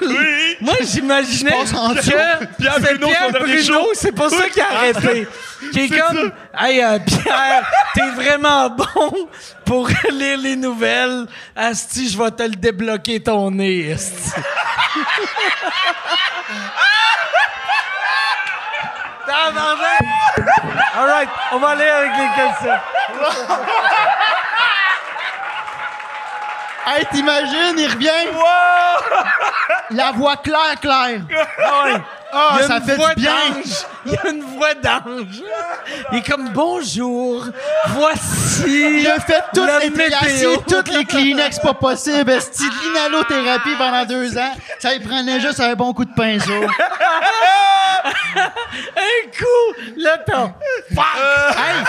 Moi, j'imaginais Je pense en que show. Pierre c'était Bruno, Pierre son Bruno, dernier show. c'est pas ça qui a [laughs] arrêté. Qui est comme, hey, euh, Pierre, t'es vraiment bon pour [laughs] lire les nouvelles. Asti, je vais te le débloquer ton nez, Asti. [laughs] Tabarnak! All right, on va aller avec les questions. Hey, t'imagines, il revient. La voix claire, claire. Ah, Il y a ça une fait voix du bien. d'ange. Il y a une voix d'ange. Il est comme bonjour, voici. Il a fait toutes la les météo. triacées, toutes les Kleenex pas possible. Esti de l'inhalothérapie pendant deux ans. Ça lui prenait juste un bon coup de pinceau. Un coup, là t'as Hey,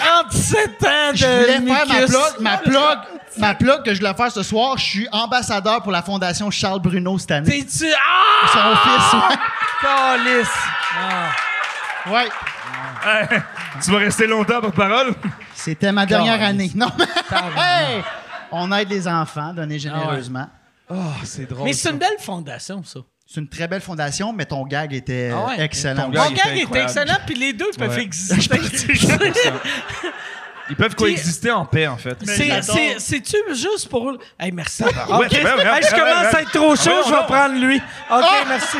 47 ans de je voulais faire ma mucus. plug, ma plug, ma plug que je voulais faire ce soir. Je suis ambassadeur pour la fondation Charles Bruno cette année. T'es-tu... Ah! Son fils, Calice. ouais. ouais. Tu vas rester longtemps pour parole? C'était ma dernière Caliste. année. Non, mais hey, on aide les enfants, donner généreusement. Mais c'est une belle fondation, ça. C'est une très belle fondation, mais ton gag était Ah ouais? Euh, excellent. Ton Mon gars, aussi. il gars était il est incroyable. excellent, puis les deux peuvent exister. Ils peuvent coexister en paix, en fait. C'est- c'est- C'est-tu juste pour... Hey, merci. ouais, OK, ouais, ouais, Hey, je ouais, commence ouais. à être trop chaud, je vais prendre lui. OK, merci.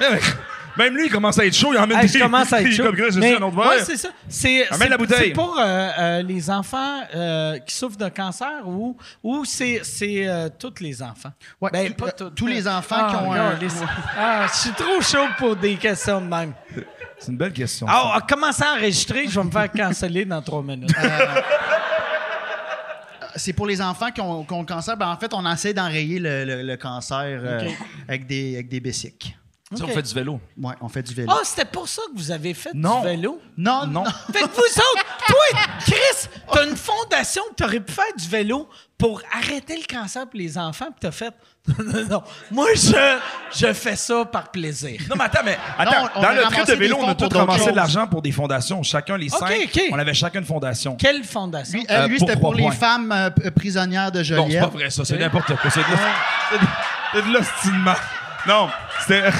[laughs] Même lui, il commence à être chaud, il emmène Hey, des... Ah, je commence à être il est chaud. Comme Chris, Mais- c'est un autre verre. ouais, c'est ça. C'est, Amène c'est- la bouteille. c'est pour euh, euh, les enfants euh, qui souffrent de cancer ou, ou c'est, c'est euh, tous les enfants? Ouais, Ben, tout- pas euh, tous. tous les enfants qui ont non, un- les- Ah, je suis trop chaud pour des questions de même. C'est une belle question. Ah, ah, commencez à enregistrer, je vais me faire canceller dans trois [laughs] minutes. C'est pour les enfants qui ont, qui ont le cancer. Ben, en fait, on essaie d'enrayer le, le- le cancer euh, Ok. avec des, avec des béciques. Ça, on fait du vélo. Ouais, on fait du vélo. Ah, c'était pour ça que vous avez fait Non. du vélo? non, Non. non. Fait que vous autres, toi, Chris, t'as une fondation que t'aurais pu faire du vélo pour arrêter le cancer pour les enfants, puis t'as fait [laughs] non, non, non. Moi, je, je fais ça par plaisir. Non, mais attends, mais attends, Non, on dans a le ramassé trip de des vélo, fonds on a pour tous d'autres ramassé choses. de l'argent pour des fondations. Chacun, les Ok, cinq, ok. on avait chacun une fondation. Quelle fondation? Lui, euh, Euh, lui, pour c'était pour trois les points. femmes euh, p- prisonnières de Non, c'est Joliette. pas vrai, ça. C'est n'importe quoi. C'est de l'os- c'est de- c'est de l'ostinement. Non, c'était...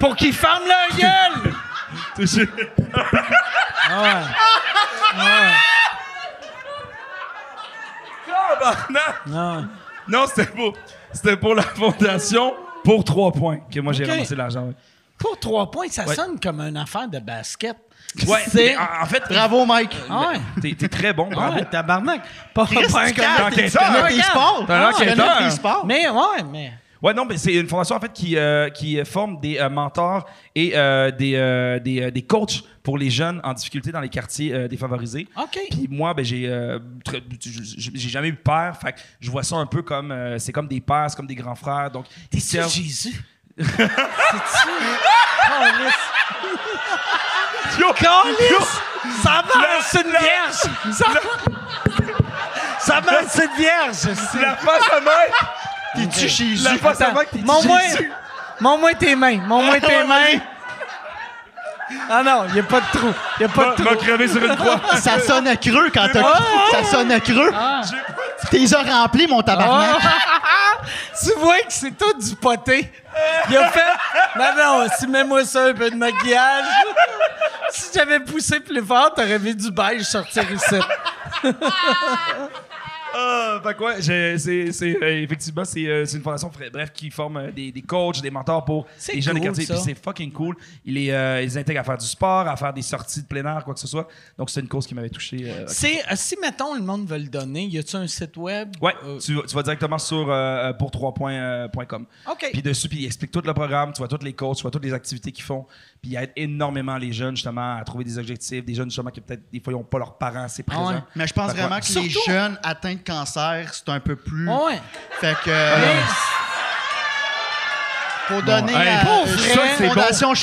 Pour qu'ils ferment leur gueule! j'ai- Ah Tabarnak! Non. Non, c'était pour, c'était pour la fondation pour trois points que moi j'ai Ok. ramassé l'argent. ouais. Pour trois points, ça sonne comme une affaire de basket. Ouais, C'est- mais en, en fait, Bravo, Mike. Ah ouais. t'es, t'es très bon, Ah bravo. ouais, tabarnak. Pas, Chris, pas un tu cas. connais- tu enquêteur. connais tes Regarde. sports. T'es un Tu Ah, connais enquêteur. tes sports. Ah Mais ouais, mais. Ouais, non, mais c'est une fondation en fait qui, euh, qui euh, forme des euh, mentors et euh, des, euh, des, euh, des coachs pour les jeunes en difficulté dans les quartiers euh, défavorisés. OK. Puis moi, ben, j'ai euh, très- j'ai j'ai jamais eu de père. Fait que je vois ça un peu comme. euh, c'est comme des pères, c'est comme des grands frères. Donc, ils servent- Jésus. C'est-tu? Calice. Calice! Ça marche, c'est une vierge! Ça, ça marche, c'est une vierge! C'est la face à mère! T'es-tu Jésus? La face à mère, t'es Mon-moi Jésus. mon tes mains! [laughs] [laughs] Mon-moi tes mains! Ah non, il a pas de trou. Il a pas de trou. M'a crevé sur une croix. Ça sonne à creux quand t'as. Ah! Ça sonne à creux. Ah! T'es les as remplis, mon tabarnak. Tu vois que c'est tout du poté. Il a fait. Non, non, si mets-moi ça un peu de maquillage. si j'avais poussé plus fort, t'aurais vu du beige sortir ici. Ah, fait que ouais, j'ai- c'est, c'est, euh, effectivement, c'est, euh, c'est une fondation, fr- bref, qui forme euh, des, des coachs, des mentors pour C'est les jeunes des cool, quartiers. ça. Puis c'est fucking cool. Ils les, euh, ils les intègrent à faire du sport, à faire des sorties de plein air, quoi que ce soit. Donc, c'est une cause qui m'avait touché. euh, C'est, euh, si, mettons, le monde veut le donner, y a-tu un site web? Ouais, Euh, tu, tu vas directement sur euh, pour3.com. OK. Puis dessus, puis il explique tout le programme, tu vois tous les coachs, tu vois toutes les activités qu'ils font. Puis il aide énormément les jeunes, justement, à trouver des objectifs. Des jeunes, justement, qui peut-être, des fois, ils n'ont pas leurs parents assez présents. Ah ouais. Mais je pense Fait que, vraiment ouais. que les Surtout- Ah jeunes atteints de cancer, c'est un peu plus. Ouais. Ah Fait que. Mais- Pour donner Hey, à pour euh, vrai, ça, c'est fondation Les combats,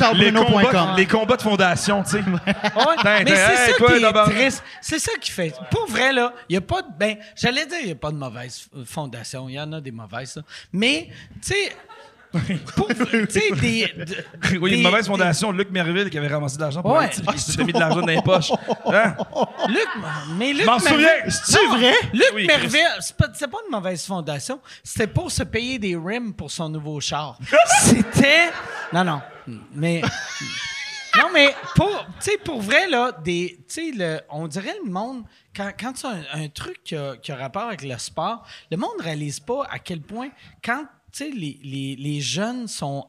charlesbruno.com. les combats de fondation, tu sais. Ouais, Putain, mais t'es- c'est [laughs] Ben, hey, ça toi, qui est d'abord. triste. C'est ça qui fait. Pour vrai, là, il n'y a pas de. Ben, j'allais dire, il n'y a pas de mauvaise euh, fondation. Il y en a des mauvaises, là. Mais, tu sais. Pour, tu sais, des. de- [laughs] [laughs] Oui, il y a une des- mauvaise fondation, Luc Merville qui avait ramassé de l'argent pour Ouais. un petit- il s'était mis de l'argent [laughs] dans les poches. Hein? des- Luc, mais Luc. M'en Merville- souviens, c'est-tu Non, vrai? Luc Oui, Chris. Merville, c'est pas, c'est pas une mauvaise fondation. C'était pour se payer des rims pour son nouveau [laughs] char. C'était. Non, non. Mais. Non, mais pour, tu sais, pour vrai, là, des, tu sais, le- on dirait le monde, quand, quand tu as un, un truc qui a, qui a rapport avec le sport, le monde ne réalise pas à quel point, quand tu sais, les, les, les jeunes sont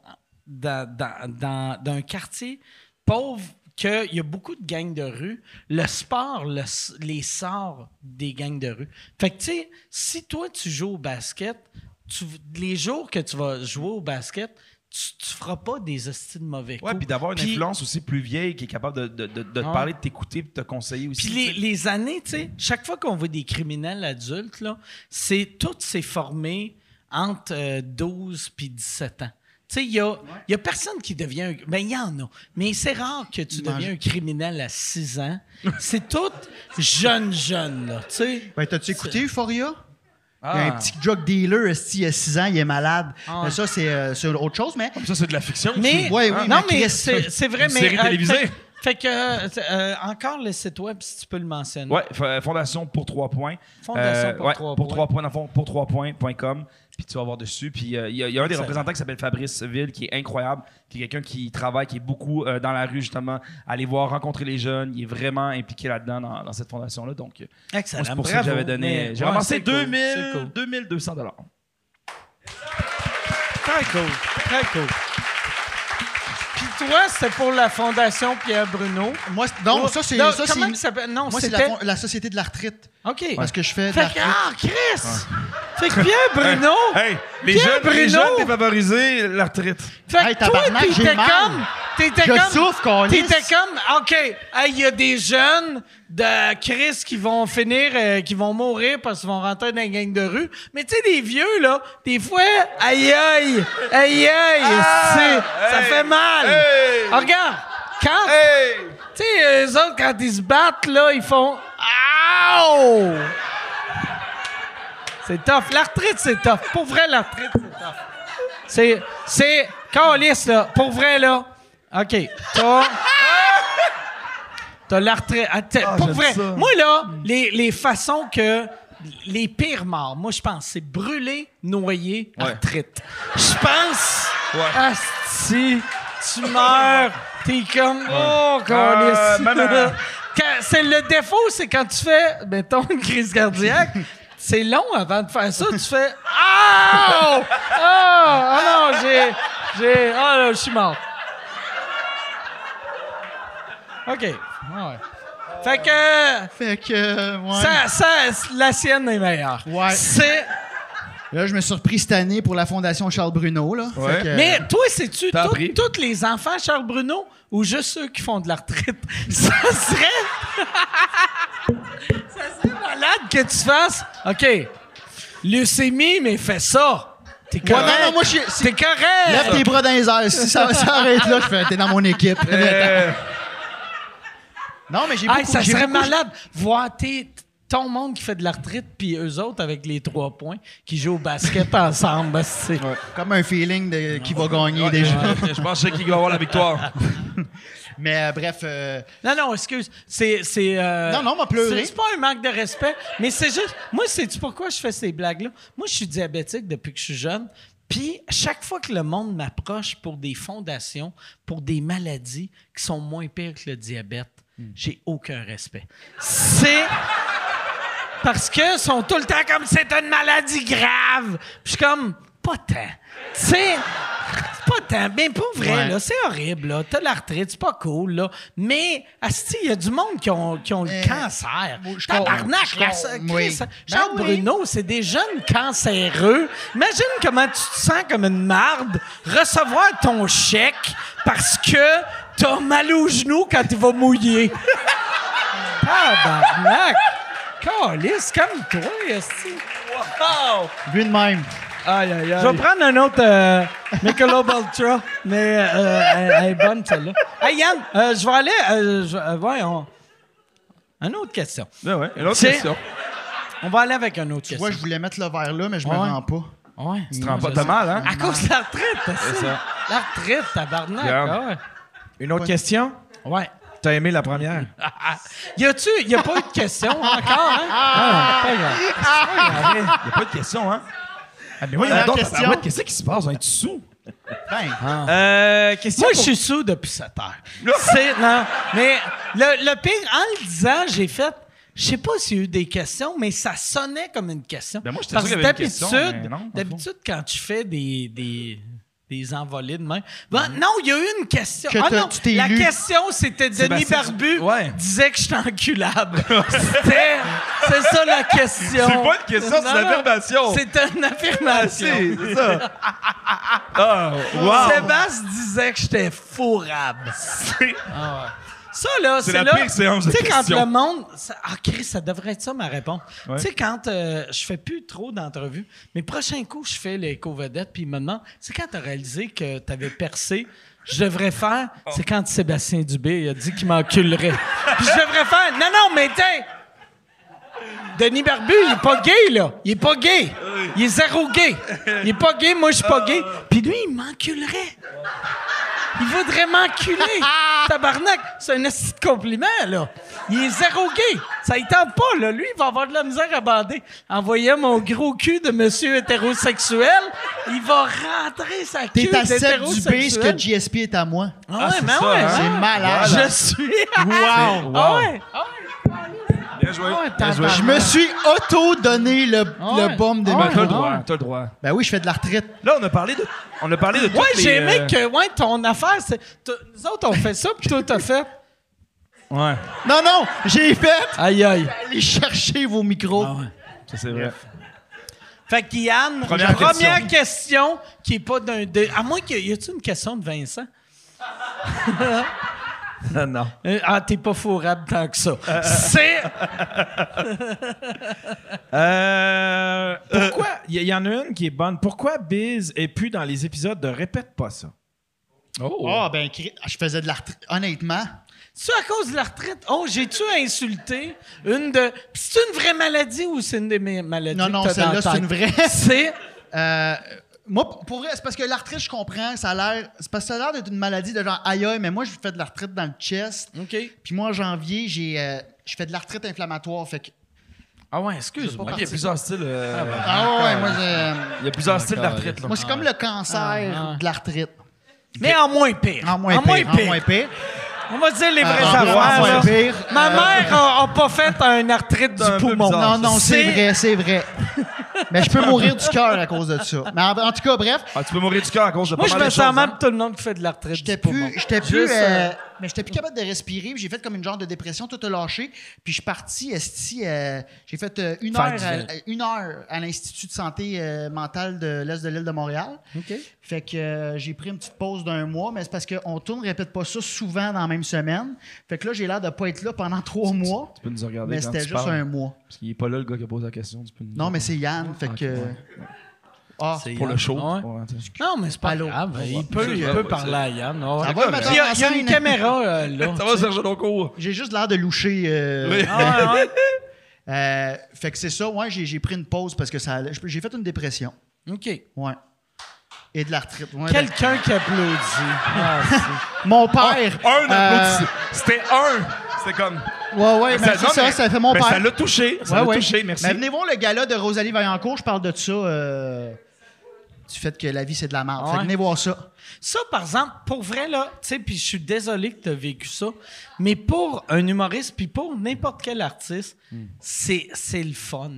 dans, dans, dans- dans un quartier pauvre, qu'il y a beaucoup de gangs de rue, le sport le s- les sort des gangs de rue. Fait que, tu sais, si toi, tu joues au basket, tu, les jours que tu vas jouer au basket, tu, tu feras pas des hosties de mauvais coups. Ouais, puis d'avoir une Puis- influence aussi plus vieille qui est capable de, de- de- de te Ouais. parler, de t'écouter, de te conseiller aussi. Puis les, les années, tu sais, chaque fois qu'on voit des criminels adultes, là, c'est tout s'est formé entre euh, 12 puis 17 ans. Tu sais, il y a, il y a personne qui devient un... Ben, il y en a. Mais c'est rare que tu deviens un criminel à 6 ans. C'est tout jeune, jeune, là, tu sais. Ben, t'as-tu écouté Euphoria? Il y a un petit drug dealer, esti, il a 6 ans, il est malade. Ah. Mais ça, c'est euh, c'est autre chose, mais Ça, c'est de la fiction. Mais, Ouais, oui, non, mais mais Chris, c'est c'est vrai, une mais... euh, série télévisée. fait- Fait que, euh, euh, encore le site web, si tu peux le mentionner. Ouais, fa- fondation pour trois points. Mm. Euh, Fondation pour ouais, trois pour points. trois points. dans le fond, pour trois points.com. Puis tu vas voir dessus. Puis euh, il y, a- il y a un des Excellent. représentants qui s'appelle Fabrice Ville, qui est incroyable, qui est quelqu'un qui travaille, qui est beaucoup euh, dans la rue, justement, aller voir, rencontrer les jeunes. Il est vraiment impliqué là-dedans, dans, dans cette fondation-là. Donc, euh, Excellent, moi, c'est pour ça que bravo. j'avais donné. Mais- J'ai ouais, ramassé c'est cool, 2000 c'est cool. 2200 dollars. Très cool, très cool. Puis toi, c'était pour la Fondation Pierre Bruno. moi, c'est- non, Oh, ça, c'est. non, ça, comment c'est- que ça s'appelle? Non, Moi, c'est la, c'était... fon- la Société de la retraite. OK. Parce que je fais de la Fait que, retraite. ah, Chris! Fait que Pierre Bruno... [laughs] Hey, les Pierre jeunes, les Bruno! jeunes défavorisés, la retraite. Fait que Hey, toi, tabarnak, j'ai t'étais mal. comme... T'étais Je comme... souffre, câlisse. T'étais comme... OK, hey, il y a des jeunes de Chris qui vont finir... euh, qui vont mourir parce qu'ils vont rentrer dans une gang de rue. Mais tu sais, des vieux, là, des fois... Aïe, aïe! Aïe, aïe! Ah! c'est- ça hey, fait mal! hey. Ah, regarde! Quand... Hey! Tu sais, eux autres, quand ils se battent, là, ils font Aouh! C'est tough. La retraite, c'est tough. Pour vrai, la retraite, c'est tough. C'est. C'est. Calice, là. Pour vrai, là. OK. T'as. T'as la retraite. Ah, t'as- pour vrai. Moi, là, les, les façons que. Les pires morts, moi, je pense, c'est brûler, noyer, Ouais. retraite. Je pense. Ouais. Asti, tu meurs. T'es comme. Oh, câlisse. [laughs] Euh, maman. Quand- c'est le défaut, c'est quand tu fais, mettons, une crise cardiaque. c'est long avant de faire ça. Tu fais Ah! Ah! Ah non, j'ai. j'ai ah là, je suis mort. OK. Ah ouais. Fait que. Fait que, euh, ouais. Ça, ça, la sienne est meilleure. Ouais. C'est. Là, je me suis surpris cette année pour la Fondation Charles Bruno. Là. Fait Ouais. que- Mais toi, sais-tu T'as tout- appris? tous les enfants Charles Bruno ou juste ceux qui font de la retraite? [laughs] Ça serait... [laughs] ça serait malade que tu fasses... OK, leucémie, mais fais ça. T'es euh, Ouais, correct. non, non, moi, je suis. T'es c'est- Lève correct. tes bras dans les airs. Si ça s'arrête là, je fais, t'es dans mon équipe. Euh. non, mais j'ai Hey, beaucoup- ça j'ai serait beaucoup- malade voir tes- ton monde qui fait de la retraite puis eux autres avec les trois points qui jouent au basket [laughs] ensemble. C'est... Comme un feeling de qui va gagner des jeux. Je pense que c'est qui va avoir la victoire. Mais euh, bref, euh, Non, non, excuse. C'est. c'est euh, Non, non, m'a pleuré. C'est c'est pas un manque de respect, mais c'est juste. Moi, sais-tu pourquoi je fais ces blagues-là? Moi, je suis diabétique depuis que je suis jeune. Puis, chaque fois que le monde m'approche pour des fondations, pour des maladies qui sont moins pires que le diabète, Hmm. j'ai aucun respect. C'est. Parce que sont tout le temps comme c'est une maladie grave. Puis je suis comme pas tant. Tu sais, pas tant. Mais pour vrai, Ouais. là, c'est horrible. Là. T'as l'arthrite, c'est pas cool. Là. Mais, asti, il y a du monde qui ont, qui ont le Euh, cancer. moi, je Tabarnak, comprends. la Je sa- comprends. Oui. Chris, Ben Charles oui. Bruno, c'est des jeunes cancéreux. Imagine comment tu te sens comme une marde recevoir ton chèque parce que t'as mal aux genoux quand tu vas [laughs] mouiller. Tabarnak! Calice, comme toi, esti. Wow! lui de même. Aïe, aïe, aïe. Je vais prendre un autre euh, Michelob Ultra, mais euh, elle, elle est bonne, celle-là. Hey, Yann, euh, je vais aller... Euh, je- euh, voyons. Une autre question. Ah Ben ouais, une autre C'est- question. On va aller avec une autre Tu question. vois, je voulais mettre le verre là, mais je me Ouais. rends pas. Ouais. Tu te rends pas de mal, hein? À cause de la retraite, t'as ça. ça. La retraite, tabarnak. Yann. ah Une autre question? Ouais. ouais. T'as aimé la première? Y a-tu... Y a pas eu de question encore, hein? Ah, pas grave. Il n'y a pas de question, hein? Ah, mais Dernière donc, question. tabarouette, qu'est-ce qui se hein? passe? On est sous? Ben, Euh, question Moi, je pour- suis sous depuis 7 heures. C'est, non, mais le, le pire, en le disant, j'ai fait. Je sais pas s'il y a eu des questions, mais ça sonnait comme une question. Ben, moi, j'étais Parce sûr que qu'il y avait une question, d'habitude, mais non, en fait. d'habitude, quand tu fais des, des, des envolées de main. Ben, Mm-hmm. Non, il y a eu une question. Que Ah t'as- non, tu t'es la lu. question, c'était Denis Sébastien, Barbu ouais. disait que j'étais enculable. [laughs] c'était, c'est ça la C'est question. pas une question, c'est une Non, non, affirmation. C'est une affirmation. c'est ça. Ah, wow! Sébastien disait que j'étais fourrable. Ah Ça, là, c'est la là- pire séance de Tu sais, quand questions. le monde. ça- ah, Chris, ça devrait être ça ma réponse. Tu sais, quand euh, je fais plus trop d'entrevues, mais prochain coup, je fais les co-vedettes, puis ils me demandent c'est quand t'as réalisé que t'avais percé je devrais faire, Oh. c'est quand Sébastien Dubé il a dit qu'il m'enculerait. [laughs] Puis je devrais faire, non, non, mais t'es, Denis Barbu, il est pas gay, là. Il est pas gay. Il est zéro gay. Il est pas gay, moi, je suis pas gay. Puis lui, il m'enculerait. Il voudrait [laughs] m'enculer. Tabarnak, c'est un esti de compliment, là. Il est zéro gay. Ça y tente pas, là. Lui, il va avoir de la misère à bander. En voyant mon gros cul de monsieur hétérosexuel, il va rentrer sa queue t'es à 7 du B, ce d'hétérosexuel. que GSP est à moi. Ah, ouais, c'est mais ça, ouais, hein. ouais. C'est malade. Je suis... Wow! Ah ouais. Ah Bien joué. ouais, Je me suis auto-donné le, Ah ouais. le baume des Ah Ben, micros. t'as le droit, t'as le droit. Ben oui, je fais de la retraite. Là, on a parlé de. On a parlé de Ouais, toutes les, j'ai aimé euh, que ouais, ton affaire, c'est. t'as- Nous autres, on fait ça, puis toi, t'as fait. Ouais, Non, non, j'ai fait Aïe, aïe. aller chercher vos micros. Ah, ça c'est vrai. Fait que Yann, Première première, question. qui est pas d'un. de- à moins qu'il y ait une question de [laughs] Vincent. Non, non. Euh, ah, t'es pas fourrable tant que ça. C'est. [laughs] Euh, pourquoi... Il y, y en a une qui est bonne. Pourquoi Biz est plus dans les épisodes de Répète pas ça? Oh. Ah, ben, cri- je faisais de la retraite. Honnêtement. C'est à cause de la retraite. Oh, j'ai-tu insulté une de. Pis c'est une vraie maladie ou c'est une des mes maladies? Non, non, que t'as dans celle-là, la c'est une tête? vraie. [laughs] C'est. Euh, moi, pour vrai, c'est parce que la retraite, je comprends, ça a l'air. C'est parce que ça a l'air d'être une maladie de genre aïe aïe, mais moi, je fais de la retraite dans le chest. OK. Puis moi, en janvier, j'ai, euh, je fais de la retraite inflammatoire. Fait que. Ah ouais, Je excuse-moi. sais Il y a plusieurs styles. euh, Ah ouais, moi, je- Il y a plusieurs styles de la retraite, là. moi, c'est comme le cancer de la retraite. Mais en Ah, moins pire. En moins pire. Ah, En moins pire. On va dire les vraies En affaires. moins là. pire. Ma Euh, mère a, ont pas fait un arthrite du poumon. Non, non, c'est vrai, c'est vrai. Mais je peux mourir du cœur à cause de ça. Mais en, en tout cas, bref, Ah, tu peux mourir du cœur à cause de pas Moi, je mal me de sens choses, mal hein. pour tout le monde qui fait de l'arthrite du j'étais poumon. plus, j'étais plus, Juste, euh, mais j'étais plus capable de respirer. puis J'ai fait comme une genre de dépression, tout a lâché. Puis je suis parti, esti, euh, j'ai fait euh, une, Faire heure du à, vélo. à- une heure à l'Institut de santé euh, mentale de l'Est de l'île de Montréal. Fait que euh, j'ai pris une petite pause d'un mois, mais c'est parce qu'on tourne, répète pas ça souvent dans la même semaine. Fait que là, j'ai l'air de pas être là pendant trois mois. Tu peux nous regarder Mais quand c'était tu juste parles, un mois. Parce qu'il est pas là, le gars qui pose la question. Tu peux nous- Non, mais c'est Yann, fait que. Ah, Pour le show. Ouais. Ouais, t'sais. Non, mais c'est pas Allô? Ah, grave. Il peut, il peut parler à Yann. ouais. Ça va, le metteur Puis Il y a, en il y a une scène? caméra euh, [laughs] là. Ça va, Serge Loncourt? j'ai juste l'air de loucher. euh, Oui. Ah, ouais, ouais. euh, fait que c'est ça, ouais, j'ai j'ai pris une pause parce que ça allait- J'ai fait une dépression. OK. Ouais. Et de l'arthrite. ouais. Ben, Quelqu'un qui applaudit. Ah, c'est- Mon père. Ah, Un euh, applaudissement. C'était un. C'était comme. Ouais, ouais, mais c'est non, ça, mais- ça fait mon mais père. Ça l'a touché. Ça Ouais, l'a ouais. touché, merci. Mais venez voir le gala de Rosalie Vaillancourt, je parle de ça. euh, du fait que la vie, c'est de la merde. Fait que Ouais. venez voir ça. [laughs] Ça, par exemple, pour vrai, là, tu sais, puis je suis désolé que tu as vécu ça, mais pour un humoriste, puis pour n'importe quel artiste, c'est c'est le fun.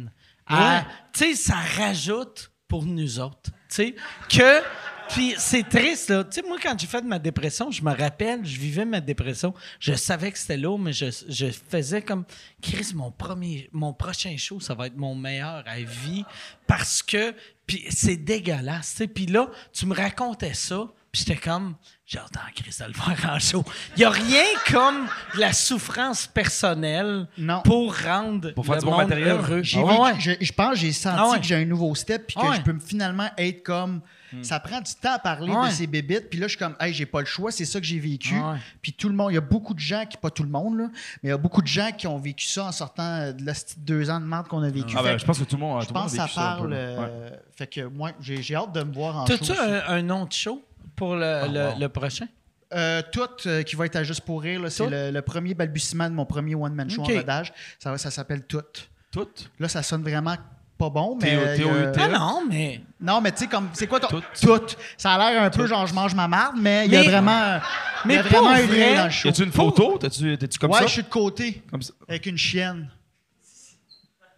Ah, tu sais, ça rajoute pour nous autres. Tu sais, que. Puis c'est triste, là. Tu sais, moi, quand j'ai fait ma dépression, je me rappelle, je vivais ma dépression. Je savais que c'était lourd, mais je, je faisais comme. Chris, mon, premier, mon prochain show, ça va être mon meilleur à vie parce que. Puis c'est dégueulasse, tu sais. Puis là, tu me racontais ça, puis j'étais comme. J'entends Chris de le faire en show. Il n'y a rien comme de la souffrance personnelle Non. pour rendre Pour faire le du bon monde matériel. heureux. J'ai Ah vécu- ouais. je, je pense que j'ai senti Ah ouais. que j'ai un nouveau step puis que Ah ouais. Hmm. je peux me finalement être comme. Ça prend du temps à parler Ah ouais. de ces bébites, puis là, je suis comme, hey, j'ai pas le choix, c'est ça que j'ai vécu. Ah ouais. Puis tout le monde, il y a beaucoup de gens qui, pas tout le monde, là, mais il y a beaucoup de gens qui ont vécu ça en sortant de la petite deux ans de merde qu'on a vécu. Ah Fait ben, que je pense que tout le monde, je tout le monde pense a que ça vécu ça un peu, parle. là. Ouais. euh, Fait que moi, j'ai j'ai hâte de me voir en T'as-tu euh, show aussi. Ah, un, un nom de show pour le, le, le prochain? Euh, tout euh, qui va être à juste pour rire, là, c'est Tout? le, le premier balbutiement de mon premier one-man show Ok. en rodage. Ça, va- ça s'appelle Tout. Tout. Là, ça sonne vraiment pas bon, mais. T.O., euh, T.O., il y a- Ah non, mais. Non, mais tu sais, comme. C'est quoi ton. Tout. Tout. Ça a l'air un peu genre je mange ma marde, mais il y a Mais- vraiment. il y a mais vraiment pour un vrai, lien dans le show. Y a-tu une photo? T'as-tu- T'es-tu comme ouais, ça? je suis de côté, Comme ça. avec une chienne.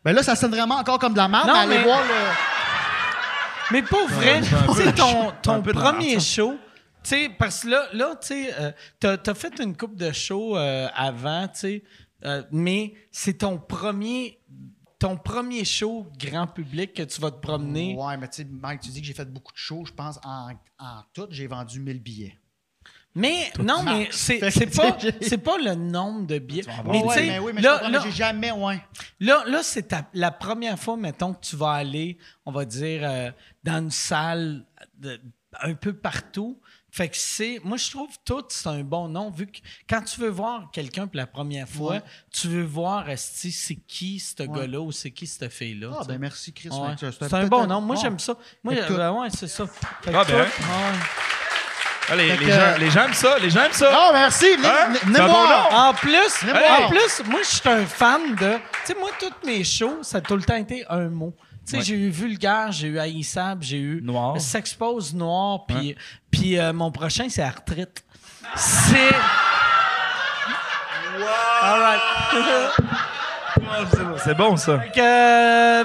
Ben là, ça sonne vraiment encore comme de la marde. Non, mais Ah, ben, allez mais- voir le. Mais pour vrai, tu sais, ton, ton peu de premier merde, show, tu sais, parce que là, là tu sais, euh, t'as t'as fait une coupe de show euh, avant, tu sais, euh, mais c'est ton premier, ton premier show grand public que tu vas te promener. Ouais, mais tu sais, Mike, tu dis que j'ai fait beaucoup de shows. Je pense en, en tout, j'ai vendu 1000 billets. Mais non, mais c'est Fait c'est que pas, j'ai- c'est pas le nombre de billets. Ah Mais Ouais, tu sais, mais oui, mais je là, comprends, mais là, j'ai jamais. Ouais. Là, là c'est ta- la première fois, mettons, que tu vas aller, on va dire, euh, dans une salle de- un peu partout. Fait que c'est. Moi, je trouve tout, c'est un bon nom, vu que quand tu veux voir quelqu'un pour la première fois, Ouais. tu veux voir esti, c'est qui ce Ouais. gars-là ou c'est qui ce fille-là. Ah, tu sais. ben merci, Chris. Ouais. mais tu- C'est un peut-être bon nom. Moi, Ouais. j'aime ça. Moi, Fait que euh, ouais, c'est ça. Fait que Ah, ben. tout, ouais. Ah, les, Fait les que- gens, les gens aiment ça, les gens aiment ça. Non, Ah, merci. Venez, Hein? venez- venez C'est un voir. Ah, bon En plus, Venez voir. en plus, moi, je suis un fan de. Tu sais, moi, toutes mes shows, ça a tout le temps été un mot. Tu sais, j'ai eu vulgaire, j'ai eu haïssable, j'ai eu Noir. s'expose noir, puis puis euh, mon prochain c'est arthrite. C'est C'est bon, ça. Fait que, euh,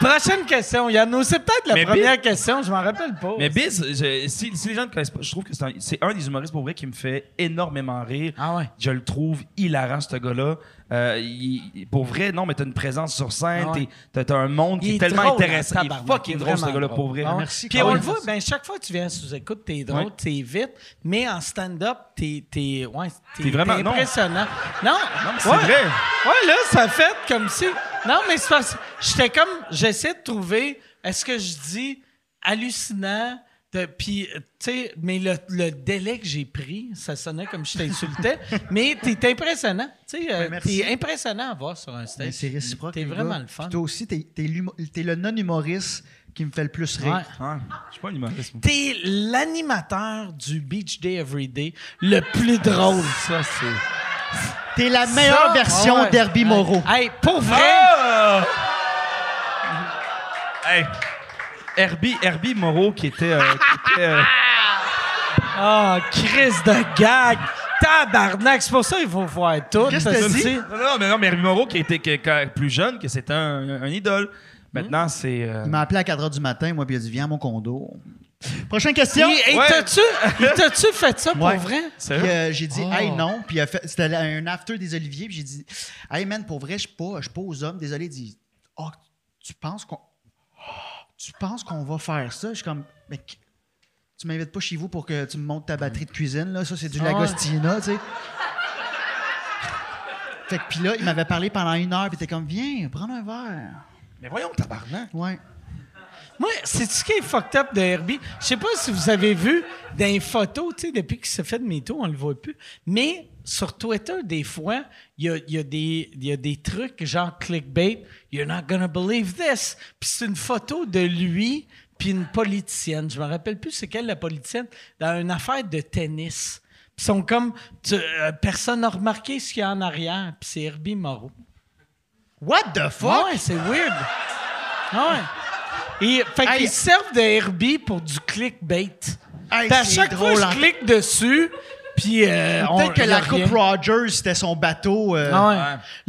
prochaine question, Yann. C'est peut-être la Mais première question, je m'en rappelle pas. Mais Biz, je- si, si les gens ne connaissent pas, je trouve que c'est un, c'est un des humoristes pour vrai qui me fait énormément rire. Ah ouais. Je le trouve hilarant, ce gars-là. Euh, il- il- pour vrai, non, mais t'as une présence sur scène, Ah ouais. t'es- t'as t'as un monde qui Il est, est tellement drôle, intéressant. en Il tabarnak, est fucking il est drôle, ce vraiment gars-là, drôle. pour vrai. Hein? Ah ouais. Merci, Puis Carl. on le Merci. voit, ben, chaque fois que tu viens sous écoute, t'es drôle, Ouais. t'es vite, mais en stand-up, t'es t'es- ouais, t'es- T'es vraiment- t'es non. impressionnant. Non, mais c'est ouais. vrai. Ouais, là, ça fait comme si. Non, mais c'est parce j'étais comme. J'essaie de trouver. Est-ce que je dis hallucinant? de- Puis, euh, tu sais, mais le, le délai que j'ai pris, ça sonnait comme je t'insultais. mais t'es impressionnant. Tu sais, euh, Ben, merci. t'es impressionnant à voir sur un stage. Mais ben, c'est réciproque. T'es les gars. vraiment le fun. Puis toi aussi, t'es, t'es l'humo- t'es le non-humoriste qui me fait le plus rire. Ouais. Ouais. Je suis pas un humoriste. moi. T'es l'animateur du Beach Day Everyday le plus drôle. Ça, c'est. T'es la meilleure Ça, version ah ouais. d'Herbie Hey, Moreau. Hey, pour vrai. Ah! Hey! Herbie, Herbie Moreau qui était. euh, qui était, euh, Ah, crise de gag! Tabarnak, c'est pour ça qu'il faut voir tout. Qu'est-ce que parce t'as dit? c'est- Non, non, mais non, mais Hervé Moreau, qui était que- quand- plus jeune, que c'était un, un idole. Mm. Maintenant, c'est. euh, Il m'a appelé à 4 h du matin, moi, puis il a dit Viens à mon condo. Prochaine question. Puis, hey, Ouais. t'as-tu, il t'as-tu fait ça pour Ouais. vrai? Puis, euh, j'ai dit, hey, Oh. non. Puis il a fait- c'était un after des Oliviers. Puis j'ai dit, hey, man, pour vrai, je suis pas, je suis pas aux hommes. Désolé. Il dit, oh, tu penses qu'on. Tu penses qu'on va faire ça? Je suis comme, mais qu- tu m'invites pas chez vous pour que tu me montes ta batterie de cuisine, là? Ça, c'est du Lagostina, tu sais. Fait que, puis là, il m'avait parlé pendant une heure, puis t'es comme, viens, prends un verre. Mais voyons, tabarnak. Ouais. Moi, c'est-tu ce qui est fucked up de Herbie? Je sais pas si vous avez vu dans les photos, tu sais, depuis qu'il s'est fait de mytho, on le voit plus. Mais sur Twitter, des fois, il y a, il y a des, il y a des trucs genre clickbait, You're not gonna believe this. Puis c'est une photo de lui puis une politicienne. Je me rappelle plus c'est quelle la politicienne, dans une affaire de tennis. Puis ils sont comme, tu- euh, personne n'a remarqué ce qu'il y a en arrière. Puis c'est Herbie Moreau. What the fuck? Ouais, c'est weird. Ouais. Et, fait qu'ils Hey. servent de Herbie pour du clickbait. Hey, Puis à c'est chaque drôle, fois, hein. je clique dessus, puis euh, on- Peut-être que y a la rien. Coupe Rogers, c'était son bateau. euh, Ah ouais.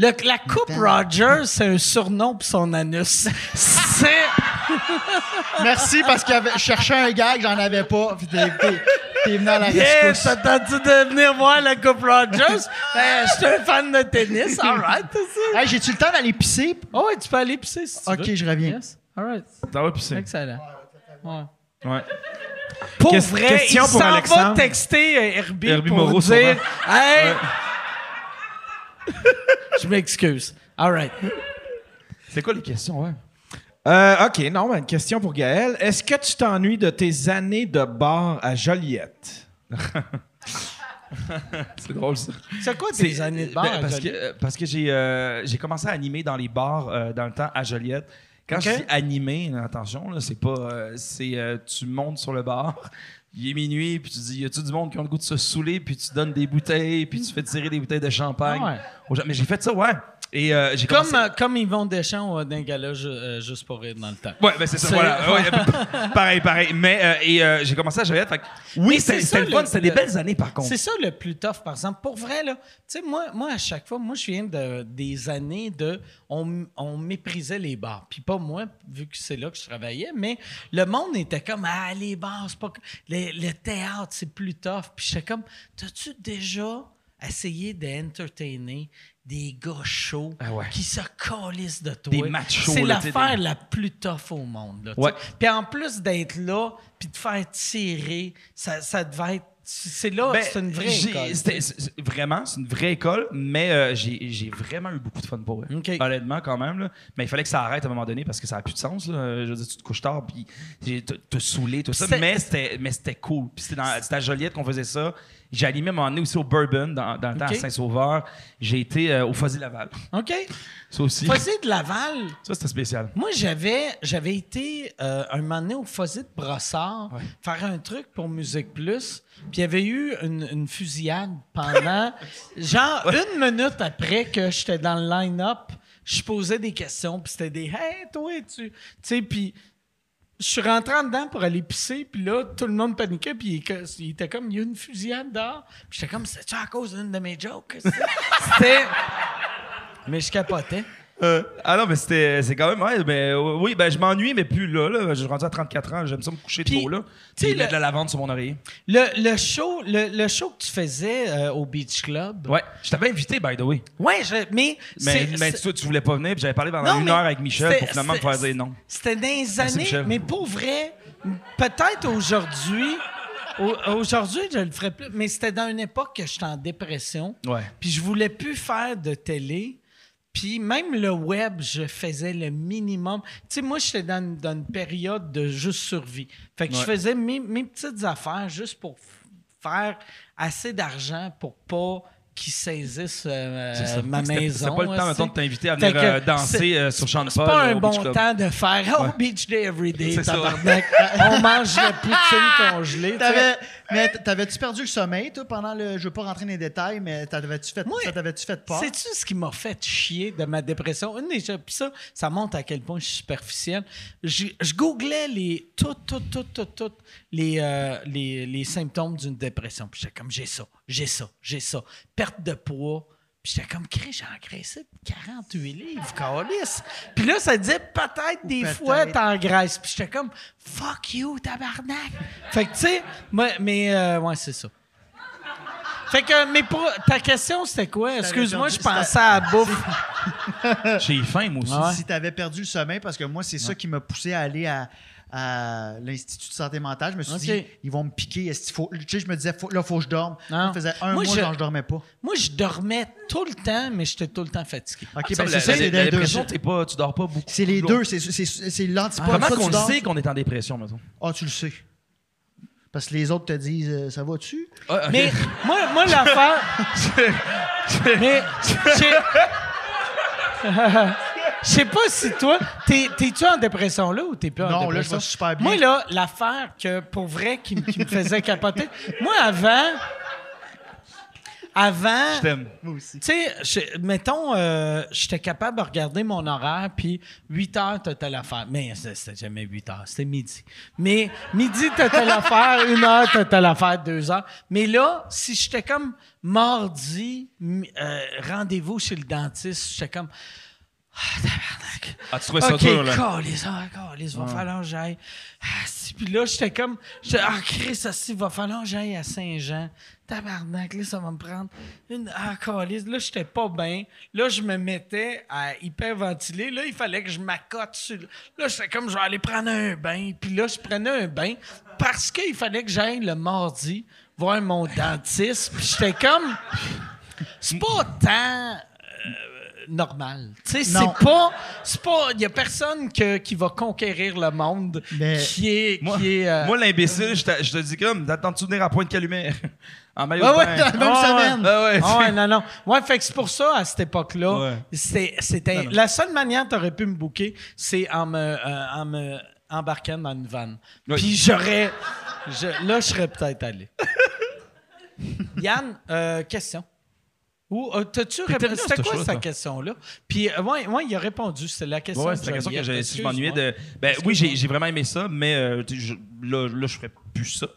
Le- la coupe Attends. Rogers, c'est un surnom pour son [laughs] anus. C'est... Merci parce que je cherchais un gag, j'en avais pas. Puis t'es, t'es- t'es venu à la Yes, rescousse. t'attends-tu de venir voir la coupe Rogers? ben, je suis un fan de tennis, all right, c'est ça. Hey, j'ai-tu le temps d'aller pisser? Oh, ouais, tu peux aller pisser si tu veux. Ok, je reviens. Yes, all right. Ça va, puis c'est- Excellent. Ouais. Ouais. Pour Ques- vrai, question il pour s'en va Alexandre. texter euh, Herbie, Herbie pour Moreau, dire sûrement. Hey! Je m'excuse. All right. C'est quoi les questions, ouais? Euh, OK, non, mais une question pour Gaël. Est-ce que tu t'ennuies de tes années de bar à Joliette? C'est drôle, ça. C'est quoi tes années de bar? Ben, parce, que, Johnny? euh, parce que j'ai euh, j'ai commencé à animer dans les bars euh, dans le temps à Joliette. Quand Ok. je dis animer, là, attention, là, c'est pas. euh, c'est euh, tu montes sur le bar, il est minuit, puis tu dis y a-tu du monde qui ont le goût de se saouler, puis tu donnes des bouteilles, puis tu fais tirer des bouteilles de champagne. Ah ouais. aux gens. Mais j'ai fait ça, ouais. Et euh, j'ai Comme, commencé- euh, comme Yvon Deschamps euh, d'un gala ju- euh, juste pour rire dans le temps. Ouais, ben c'est ça, C'est- voilà. Ouais, pareil, pareil. Mais euh, et euh, j'ai commencé à Joliette. fait que- Mais oui, c'est c'était ça, c'était le fun, le- c'était des le- belles années par contre. C'est ça le plus tough, par exemple. Pour vrai, là, tu sais, moi, moi, à chaque fois, moi, je viens de, des années de. On, m- on méprisait les bars. Puis pas moi, vu que c'est là que je travaillais, mais le monde était comme Ah, les bars, c'est pas. que- Le, le théâtre, c'est plus tough. Puis j'étais comme T'as-tu déjà essayé d'entertainer des gars chauds Ah ouais. qui se calissent de toi? Des machos, C'est là, tu sais, l'affaire des- la plus tough au monde. là, tu Ouais. sais. Puis en plus d'être là, puis de faire tirer, ça, ça devait être. C'est là, Ben, Ah, c'est une vraie j'ai- école. c'était- c'est- c'est- vraiment, c'est une vraie école, mais euh, j'ai j'ai vraiment eu beaucoup de fun pour elle. Ok. Honnêtement, quand même. là. Mais il fallait que ça arrête à un moment donné parce que ça n'a plus de sens. là. Je veux dire, tu te couches tard, puis j'ai- te, te saouler, tout ça. C'était- Mais c'était mais c'était cool. Puis c'était dans- c'était à Joliette qu'on faisait ça. J'ai animé à un moment donné aussi au Bourbon, dans, dans le temps Ok. à Saint-Sauveur. J'ai été euh, au Fuzzy Laval. OK. Ça aussi. Fuzzy de Laval, Ça, c'était spécial. moi, j'avais, j'avais été euh, un moment donné au Fuzzy de Brossard Ouais. faire un truc pour Musique Plus, puis il y avait eu une, une fusillade pendant, genre, une minute après que j'étais dans le line-up, je posais des questions, puis c'était des « Hey, toi, tu... » Tu sais, puis je suis rentré en dedans pour aller pisser, puis là, tout le monde paniquait, puis il, que- il était comme, il y a une fusillade dehors. Puis j'étais comme, c'est-tu à cause d'une de mes jokes? C'était... Mais je capotais. Euh, ah non, mais c'était c'est quand même. Ouais, ben, euh, oui, ben, je m'ennuie, mais plus là. là. Je suis rendu à 34 ans, j'aime ça me coucher Puis, tôt là. tu sais, Puis le- mettre de la lavande sur mon oreiller. Le, le show, le, le show que tu faisais euh, au Beach Club. Ouais, je t'avais invité, by the way. Ouais, je- mais. Mais, c'est- mais c'est- toi, tu voulais pas venir, puis j'avais parlé pendant non, une mais heure avec Michel c'était- pour finalement me c'était- faire dire non. C'était dans les années, Michel. mais pour vrai, peut-être aujourd'hui. au- Aujourd'hui, je le ferais plus, mais c'était dans une époque que j'étais en dépression. Ouais. Puis je voulais plus faire de télé. Puis même le web, je faisais le minimum. Tu sais, moi, j'étais dans, une- dans une période de juste survie. Fait que je faisais mes, mes petites affaires juste pour f- faire assez d'argent pour pas qui saisissent euh, C'est ça. ma C'était- maison. C'était pas le temps, aussi. mettons, de t'inviter à Fait venir que euh, danser c'est- euh, sur Champ de C'est Paul. pas un au bon Beach Club. temps de faire Oh, Beach Day Every Day, C'est ça. [laughs] tabarnak. On mange la poutine congelée. tu sais. T'avais, mais t- t'avais-tu perdu le sommeil, toi, pendant le. Je veux pas rentrer dans les détails, mais t'avais-tu fait, Moi, ça t'avait-tu fait peur? Sais-tu ce qui m'a fait chier de ma dépression? Une des choses, puis ça, ça montre à quel point je suis superficiel. Je, je googlais les, tout, tout, tout, tout, tout, les, euh, les, les symptômes d'une dépression. Puis j'étais comme, j'ai ça, j'ai ça, j'ai ça. Perte de poids. Puis j'étais comme, crée, j'ai engraissé de 48 livres, calice. Puis là, ça disait, peut-être des peut-être. fois, t'engraisses. Puis j'étais comme, fuck you, tabarnak. fait que, tu sais, moi, mais, euh, ouais, c'est ça. Fait que, mais pour, ta question, c'était quoi? Excuse-moi, perdu- je pensais à la bouffe. J'ai faim, moi aussi. Ah ouais. Si t'avais perdu le sommeil, parce que moi, c'est ça qui m'a poussé à aller à, à l'Institut de santé mentale. Je me suis Ok. dit, ils vont me piquer. Est-ce qu'il faut. Tu sais, je me disais, faut, là, faut que je dorme. Non. Ça faisait un Moi, mois je- quand je dormais pas. Moi, je dormais tout le temps, mais j'étais tout le temps fatigué. Ok, Ça, ben, la- c'est ça, la- c'est la les deux. dépression, t'es pas, tu dors pas beaucoup. C'est les plus deux, longtemps. c'est, c'est, c'est, c'est l'antipode. Comment Soit qu'on tu le dors- sait qu'on est en dépression, mettons? Ah, tu le sais. Parce que les autres te disent, euh, ça va-tu? Ah, ok. Mais moi, moi l'affaire. mais j'ai. Je sais pas si toi, t'es- t'es-tu en dépression là ou t'es plus en Non, là, dépression? je vais super bien. Moi, là, l'affaire que, pour vrai, qui, me- qui me [laughs] faisait capoter, moi, avant. Avant. Je t'aime. Tu sais, je- mettons, euh, j'étais capable de regarder mon horaire, puis 8 heures, t'as telle affaire. Mais c'est- c'était jamais 8 heures, c'était midi. Mais midi, t'as telle affaire, 1 heure, t'as telle affaire, 2 heures. Mais là, si j'étais comme mardi, mi- euh, rendez-vous chez le dentiste, j'étais comme. Ah, tabarnak. Ah, tu trouvais ça OK, dur, là. calisse, ah, calisse, va falloir que j'aille. Ah, si, puis là, j'étais comme, j'étais, ah, Chris, ah, si, va falloir que j'aille à Saint-Jean. Tabarnak, là, ça va me prendre une, ah, calisse. Là, j'étais pas bien. Là, je me mettais à hyperventiler. Là, il fallait que je m'accote sur, le- là, j'étais comme, je vais aller prendre un bain. Puis là, je prenais un bain parce qu'il fallait que j'aille le mardi voir mon dentiste. Puis j'étais comme, c'est pas tant euh, normal. Tu sais, Non. c'est pas. C'est pas. Il y a personne que- qui va conquérir le monde Mais qui est. Moi, qui est, euh, moi, l'imbécile, je t'a- je te dis comme, d'attends de souvenir à pointe calumet. [laughs] en maillot Ah ouais, de dans la bain. même semaine. Ah ouais, Ah ouais, tu- non, non. Ouais, fait que c'est pour ça, à cette époque-là, Ouais. c'est- c'était. La seule manière que tu aurais pu me bouquer, c'est en me, euh, en me embarquant dans une vanne. Ouais. Puis j'aurais. je- là, je serais peut-être [laughs] allé. Yann, euh, question. Ou euh, t'as-tu répondu? bien, C'était cette quoi chose, cette toi. question-là? Puis, euh, ouais, ouais, il a répondu. C'est la question. [laughs] Ouais, c'est la question que j'avais. j'ai. Si je Excuse-moi. m'ennuyais de. Ben oui, j'ai j'ai vraiment aimé ça, mais euh, tu sais, je- là, là, je ferais plus ça.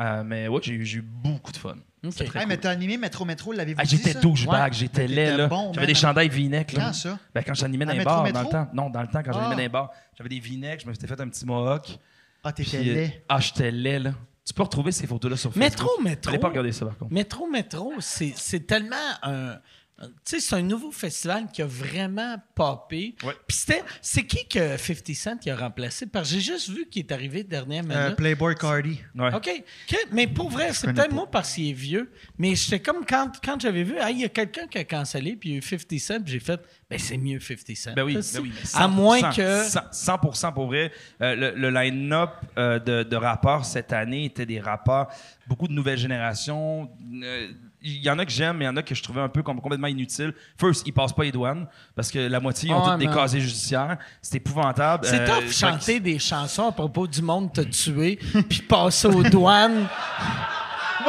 Euh, mais ouais, j'ai j'ai eu beaucoup de fun. Ok. C'était très Hey, cool. mais t'as animé Métro Métro, l'avez-vous Ah, dit, j'étais ça? Ah, douchebag, j'étais laid, T'étais là. bon, j'avais man. des chandails v-neck, là. Quand ça? Ben, quand j'animais dans À les Métro bars, Métro? dans le temps. Non, dans le temps, quand j'animais Ah. dans les bars, j'avais des v-neck, je m'étais fait un petit mohawk. Ah, t'étais Puis, euh, laid. Ah, j'étais laid, là. Tu peux retrouver ces photos-là sur Facebook. Métro, métro. Allez pas regarder ça, par contre. Métro, métro, c'est c'est tellement un. un- Tu sais, c'est un nouveau festival qui a vraiment popé. Ouais. Puis c'était. C'est qui que 50 Cent qui a remplacé? Parce que j'ai juste vu qu'il est arrivé dernière minute. Euh, Playboy Cardi. Ouais. OK. Que- mais pour vrai, c'est peut-être moi parce qu'il est vieux. Mais j'étais comme quand, quand j'avais vu, Ah, il y a quelqu'un qui a cancellé, puis il y a eu 50 Cent, puis j'ai fait, ben c'est mieux 50 Cent. Ben oui, Parce ben que- oui, mais à 100%, moins que. 100% pour vrai. Euh, le le line-up euh, de, de rappeurs cette année était des rappeurs, beaucoup de nouvelles générations. Euh, Il y en a que j'aime, mais il y en a que je trouvais un peu comme complètement inutiles. First, ils passent pas les douanes parce que la moitié ils ont Ah ouais, toutes des man. casiers judiciaires. C'est épouvantable. C'est Euh, top fait chanter des chansons à propos du monde [laughs] t'a tué, puis passer aux douanes.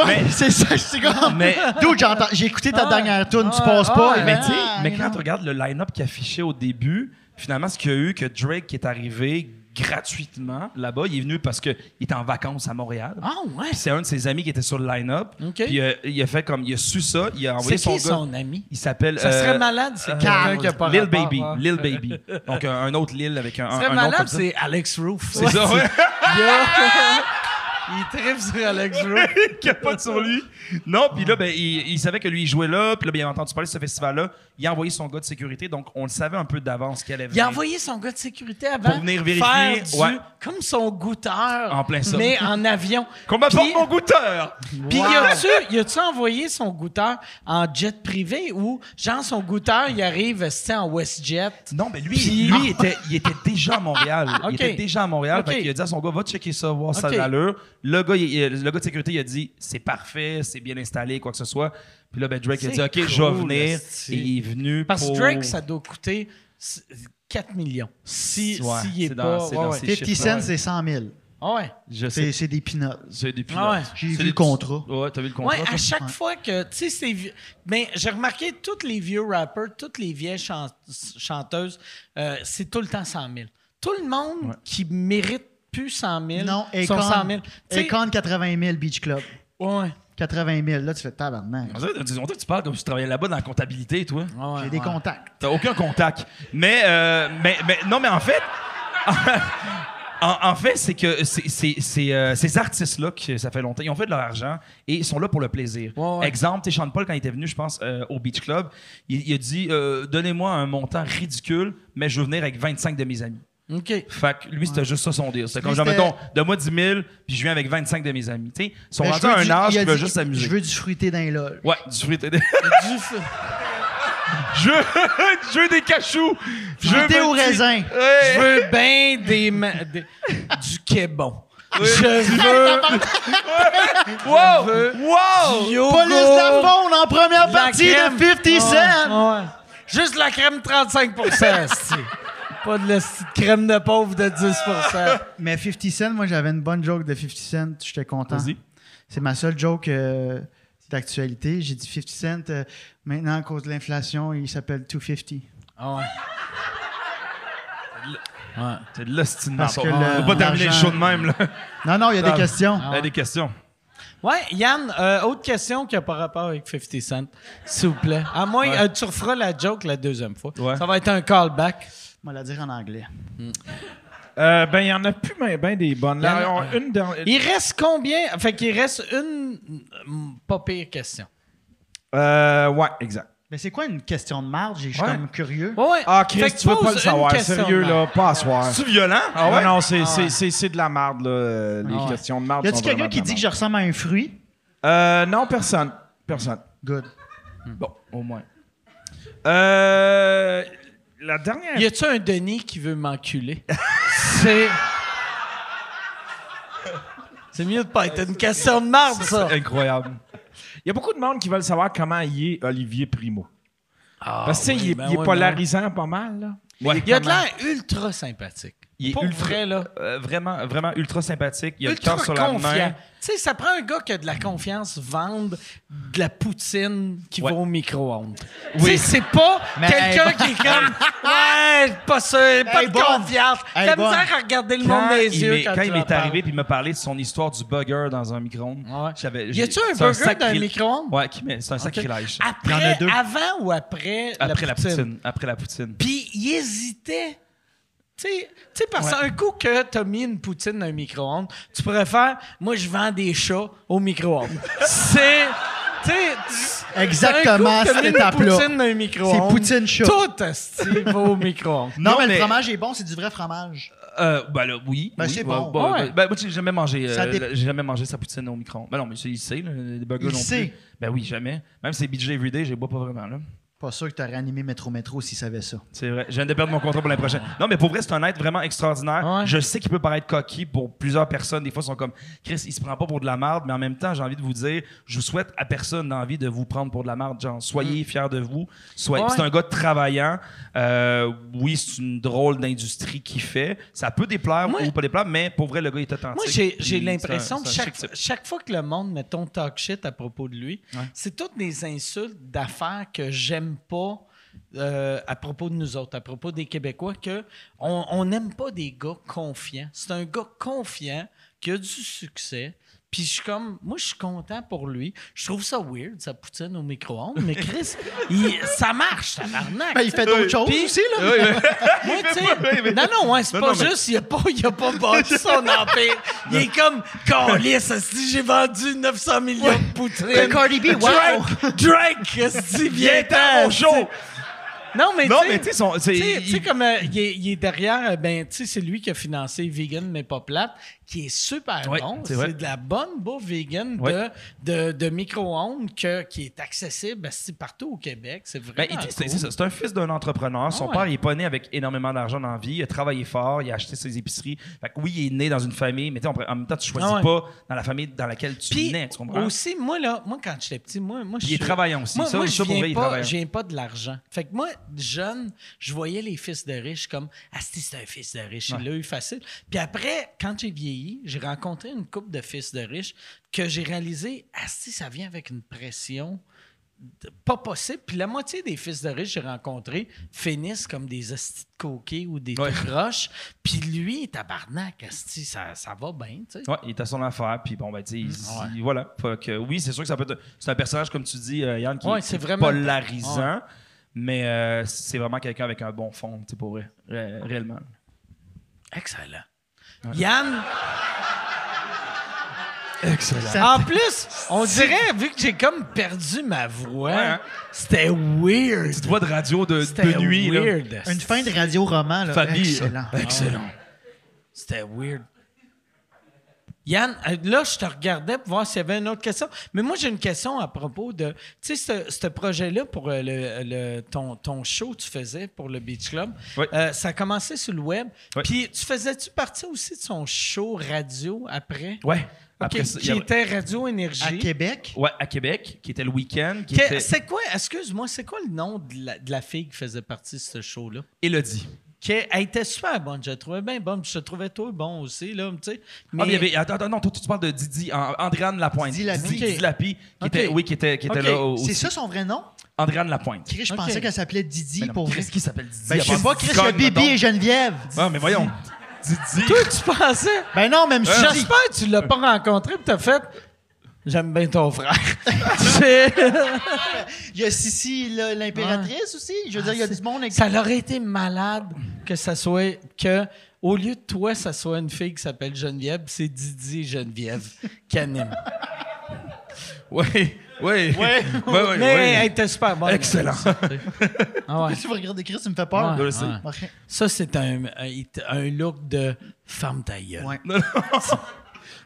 Ouais, c'est ça, c'est que- comme. Mais, D'où j'entends. J'ai écouté ta Ah, dernière tune, tu ah, passes ah, pas. ouais. et- mais, tu sais, Ah, mais you quand know. tu regardes le line-up qui affichait au début, finalement, ce qu'il y a eu, que Drake qui est arrivé gratuitement là-bas, il est venu parce qu'il était en vacances à Montréal. Ah ouais. Puis c'est un de ses amis qui était sur le line-up. OK. Puis euh, il a fait comme il a su ça, il a C'est envoyé son qui gars. son ami? Il s'appelle Ça serait euh, malade, c'est euh, quelqu'un qui a pas Lil rapport, Baby, hein. Lil Baby. Donc un, un autre Lil avec un Ce un, serait un nom comme malade, ça. c'est Alex Roof. [laughs] C'est ça, ouais. [laughs] Il tripe sur Alex Roof. Il capote sur lui. Non, puis là, ben, il, il savait que lui, il jouait là. Puis là, bien entendu parler de ce festival-là. Il a envoyé son gars de sécurité. Donc, on le savait un peu d'avance qu'elle allait Il venir. a envoyé son gars de sécurité avant. Pour venir vérifier, faire du- ouais. Comme son goûteur. En plein ça. Mais en avion. Qu'on m'apporte Puis- mon goûteur! Puis y a-tu- y a-tu envoyé son goûteur en jet privé ou, genre, son goûteur, il arrive c'était en WestJet? Non, mais lui, Puis- lui était, il était déjà à Montréal. Ok. [laughs] Il était déjà à Montréal. Ok. Fait qu'il a dit à son gars, va checker ça, voir ça Ok. l'allure. Le gars, il- il- le gars de sécurité, il a dit c'est parfait, c'est bien installé, quoi que ce soit. Puis là, ben, Drake, il a dit ok, je vais cool, venir. esti. Et il est venu. Parce que pour- Drake, ça doit coûter s- 4 millions. Si, Ouais, s'il est c'est pas... dans- c'est ouais, dans ouais. ces 50 chiffres-là, cents, ouais. c'est 100 000. Ah ouais. Je sais. C'est c'est des peanuts. C'est des pilotes. Ah ouais. J'ai C'est vu des- le contrat. Ouais, t'as vu le contrat. Ouais, à toi? chaque Ouais. fois que, tu sais, c'est vieux- Mais j'ai remarqué, tous les vieux rappers, toutes les vieilles chan- chanteuses, euh, c'est tout le temps 100 000. Tout le monde qui mérite plus 100 000 Non, sont Akon, 100 000. Tu sais, Akon, 80 000, Beach Club. ouais, 80 000, là, tu fais tabarnak. On dirait on dirait que tu parles comme si tu travaillais là-bas dans la comptabilité, toi. Ah ouais, J'ai des ouais. contacts. T'as aucun contact. Mais, euh, mais, mais- non, mais en fait. [laughs] En, en fait, c'est que c'est- c'est- c'est, euh, ces artistes-là, que ça fait longtemps, ils ont fait de leur argent et ils sont là pour le plaisir. Ouais, ouais. Exemple, tu sais, Sean Paul, quand il était venu, je pense, euh, au Beach Club, il, il a dit euh, Donnez-moi un montant ridicule, mais je veux venir avec 25 de mes amis. OK. Fait que lui, c'était juste ça son deal. C'était comme, Lui, genre, c'était- mettons, donne-moi 10 000, puis je viens avec 25 de mes amis. Tu sais, ils sont Mais rendus je veux à un du- âge il qui a veut dit, juste s'amuser. Je veux du fruité dans les loges. Ouais, du fruit et des. Je veux, [laughs] je veux des cachous. Je veux Fruité me au dire- raisin. Ouais. Je veux bien des, ma- des- du québon. Je [laughs] Wow! veux Wow! du yogourt. Police Lafond en première La partie crème. de 50 Ah, Cent. Ouais, ouais. Juste la crème 35 [laughs] esti. Pas de la petite crème de pauvre de 10 Mais 50 Cent, moi, j'avais une bonne joke de 50 Cent. J'étais content. Vas-y. C'est ma seule joke euh, d'actualité. J'ai dit 50 Cent, euh, maintenant, à cause de l'inflation, il s'appelle 250. Ah ouais. C'est de l'ostinant. Parce que On va le- pas terminer le l'argent- show de même, là. Non, non, il y a Ah. des questions. Il y a des questions. Ouais, Yann, euh, autre question qui a pas rapport avec 50 Cent, s'il vous plaît. À moins, euh, tu referas la joke la deuxième fois. Ouais. Ça va être un callback. On va la dire en anglais. Euh, ben, il y en a plus, mais ben des bonnes. Là, Il y en a- on- une dernière. Il reste combien? Fait qu'il reste une mm, pas pire question. Euh, ouais, exact. Mais c'est quoi une question de marge? Je suis Ouais. comme curieux. Ouais, Oh, ouais. Ah, Fait Chris, que tu veux pose pas le une savoir. question, Sérieux, Marc. là, pas à soir. C'est violent? Ah ouais? Non, non, c'est, Ah ouais. c'est, c'est, c'est de la marde, là. euh, les Ah ouais. questions de marde. Y sont a-tu quelqu'un vraiment qui de la dit que je ressemble à un fruit? marde. Euh, non, personne. Personne. Good. Bon, au moins. Euh, la dernière. Y a-tu un Denis qui veut m'enculer? C'est. C'est mieux de pas être une question de marde, ça. Incroyable. Il y a beaucoup de monde qui veulent savoir comment il est Olivier Primo. Parce que, tu sais, oui, il est, ben il est oui, polarisant pas mal, là. [laughs] Ouais. Il a de l'air ultra sympathique. Il est Pour ultra- vrai, là. Euh, vraiment, vraiment ultra sympathique. Il a ultra le cœur sur la confiant. main. Tu sais, ça prend un gars qui a de la confiance vendre de la poutine qui Ouais. va au micro-ondes. Tu sais, c'est pas Mais quelqu'un elle est qui est comme Ouais, pas sûr, pas est de bonne. confiance. Elle est T'as bonne. misère à regarder le monde Quand dans il les yeux m'est- quand, quand il tu m'est leur arrivé puis il m'a parlé de son histoire du burger dans un micro-ondes. Ouais. J'avais- Y a-tu j'ai- un c'est burger dans un sacri- micro-ondes? Ah, Ouais, qui met- c'est un parles. sacrilège. ça. Après, Il y en a deux. avant ou après, Après la poutine. poutine. Après la poutine. Puis il hésitait. Tu sais- tu sais, parce qu'un coup que t'as mis une poutine dans un micro-ondes, tu pourrais faire Moi, je vends des chats au micro-ondes. c'est. Tu sais, tu- Exactement un coup que t'as cette mis étape-là. Une poutine dans un micro-ondes. C'est poutine chat. Tout esti, va au micro-ondes. Non, Non, mais, mais- le fromage est bon, c'est du vrai fromage. Euh, ben là, oui. Ben, oui, ouais, c'est bon. ouais, Ouais. ouais. Ben, moi, j'ai jamais mangé. euh, Ça dépend. la- j'ai jamais mangé sa poutine au micro. Ben non, mais c'est- il sait, là, les burgers Il non sait. plus. Ben oui, jamais. Même si c'est BJ Everyday, je les bois pas vraiment, là. Pas sûr que t'aurais animé Métro Métro s'il savait ça. C'est vrai. Je viens de perdre mon contrat pour l'année prochaine. Non, mais pour vrai, c'est un être vraiment extraordinaire. Ouais. Je sais qu'il peut paraître coquille pour plusieurs personnes. Des fois, ils sont comme Chris, il se prend pas pour de la marde, mais en même temps, j'ai envie de vous dire, je vous souhaite à personne d'envie de vous prendre pour de la marde. Genre, soyez fiers de vous. Soyez... Mm. Ouais. C'est un gars travaillant. Euh, oui, c'est une drôle d'industrie qu'il fait. Ça peut déplaire Moi- ou pas déplaire, mais pour vrai, le gars est authentique. Moi, j'ai, Puis j'ai c'est un- l'impression c'est que un chaque, chic type. chaque fois que le monde, mettons, talk shit à propos de lui, c'est toutes des insultes d'affaires que j'aime pas euh, à propos de nous autres, à propos des Québécois, que on on n'aime pas des gars confiants. C'est un gars confiant qui a du succès. Puis je suis comme, moi, je suis content pour lui. Je trouve ça weird, sa poutine au micro-ondes, mais [laughs] Chris, il- ça marche, ça Ben, il fait d'autres choses Puis- aussi, là. [laughs] moi, tu sais, non, non, ouais, c'est pas juste, il a pas, il a pas bâti son empire. Il est comme, câlisse, si j'ai vendu 900 millions de poutrines. Cardi B, wow! Drake, Drake, si viens Viens-t'en, mon show! Non, mais Non, tu mais tu sais, son- c'est- sais, tu sais, il- comme euh, il, est, il est derrière, euh, ben, tu sais, c'est lui qui a financé Vegan mais pas plate, qui est super Ouais, bon. c'est vrai. C'est de la bonne bouffe vegan de- Ouais. de, de, micro-ondes que- qui est accessible ben, c'est partout au Québec. C'est Ben, vraiment. il dit, c'est, Ah, cool. c'est ça, c'est un fils d'un entrepreneur. Son Ah ouais. père, il est pas né avec énormément d'argent dans la vie. Il a travaillé fort, il a acheté ses épiceries. Fait que oui, il est né dans une famille, mais tu sais, on pourrait- en même temps, tu choisis Ah ouais. pas dans la famille dans laquelle tu Puis nais. Tu comprends? aussi, moi, là, moi, quand j'étais petit, moi, moi je Il est suis- travaillant aussi. Moi, Ça, moi, ça, je pour viens vrai, il pas, travaille. je viens pas de l'argent. Fait que moi, jeune, je voyais les fils de riches comme « Ah, si, c'est un fils de riche, il l'a eu facile. » Puis après, quand j'ai vieilli, j'ai rencontré une couple de fils de riches que j'ai réalisé « Ah, si, ça vient avec une pression. » de- pas possible. Puis la moitié des fils de riches que j'ai rencontrés finissent comme des hosties de coquets ou des Ouais. roches. Puis lui, tabarnak, asti, ça, ça va bien, tu sais. Ouais, il est à son affaire, puis bon, ben, tu sais, Ah il- il- voilà. Fait que, oui, c'est sûr que ça peut être. C'est un personnage, comme tu dis, euh, Yann, qui Ouais, est c'est vraiment- Ah polarisant, mais euh, c'est vraiment quelqu'un avec un bon fond, tu sais, pour vrai, ré- réellement. Excellent. Yann, Excellent. en plus, on dirait, vu que j'ai comme perdu ma voix, Ouais, hein? c'était weird. Tu vois de radio de, C'était de nuit, là. weird. Une fin de radio-roman, là. Fabie, Excellent. Excellent. C'était weird. Yann, euh, là, je te regardais pour voir s'il y avait une autre question. Mais moi, j'ai une question à propos de. Tu sais, ce, ce projet-là pour euh, le, le- ton, ton show que tu faisais pour le Beach Club, Oui. euh, ça a commencé sur le web. Oui. Puis, tu faisais-tu partie aussi de son show radio après? Ouais. OK, Après ça, il qui y a- était Radio À Énergie. Québec, Ouais, à Québec, qui était le week-end, qui Que- était C'est quoi, excuse-moi, c'est quoi le nom de la, de la fille qui faisait partie de ce show-là? Elodie. Que- Elle était super bonne, je la trouvais bien bonne, puis je la trouvais toi bon aussi, là, tu sais. Ah, mais il y avait, attends, attends, non, toi, tu parles de Didi, An- Andréane Lapointe. Didi Lapi. Didi, Ok. Didi Lapi, qui Ok. était, oui, qui était, qui était Ok. Ben, là au- Oh, c'est aussi. ça son vrai nom? Andréane Lapointe. Chris, je Ok. pensais qu'elle s'appelait Didi Mais non, pour vrai. Qu'est-ce qui s'appelle Didi? Ben, à je sais part pas, Chris, Didi le Conne, Bibi mettons? et Geneviève. Ah, [laughs] mais voyons. Didi. Toi, tu pensais? Ben non, même si. J'espère que tu l'as pas rencontré, puis t'as fait. J'aime bien ton frère. [laughs] C'est- Il y a Sissi, là, l'impératrice aussi. Je veux dire, Ah, il y a du monde avec ça aurait été malade que ça soit que au lieu de toi, ça soit une fille qui s'appelle Geneviève, c'est Didi Geneviève qui anime. Oui, oui. Ouais, ouais, ouais. Mais elle était super bonne. Excellent. Ah ouais. Tu vas regarder Chris, tu me fais peur. Ouais, le sais. ouais. Ça, c'est un, un, un look de femme ta gueule. Ouais.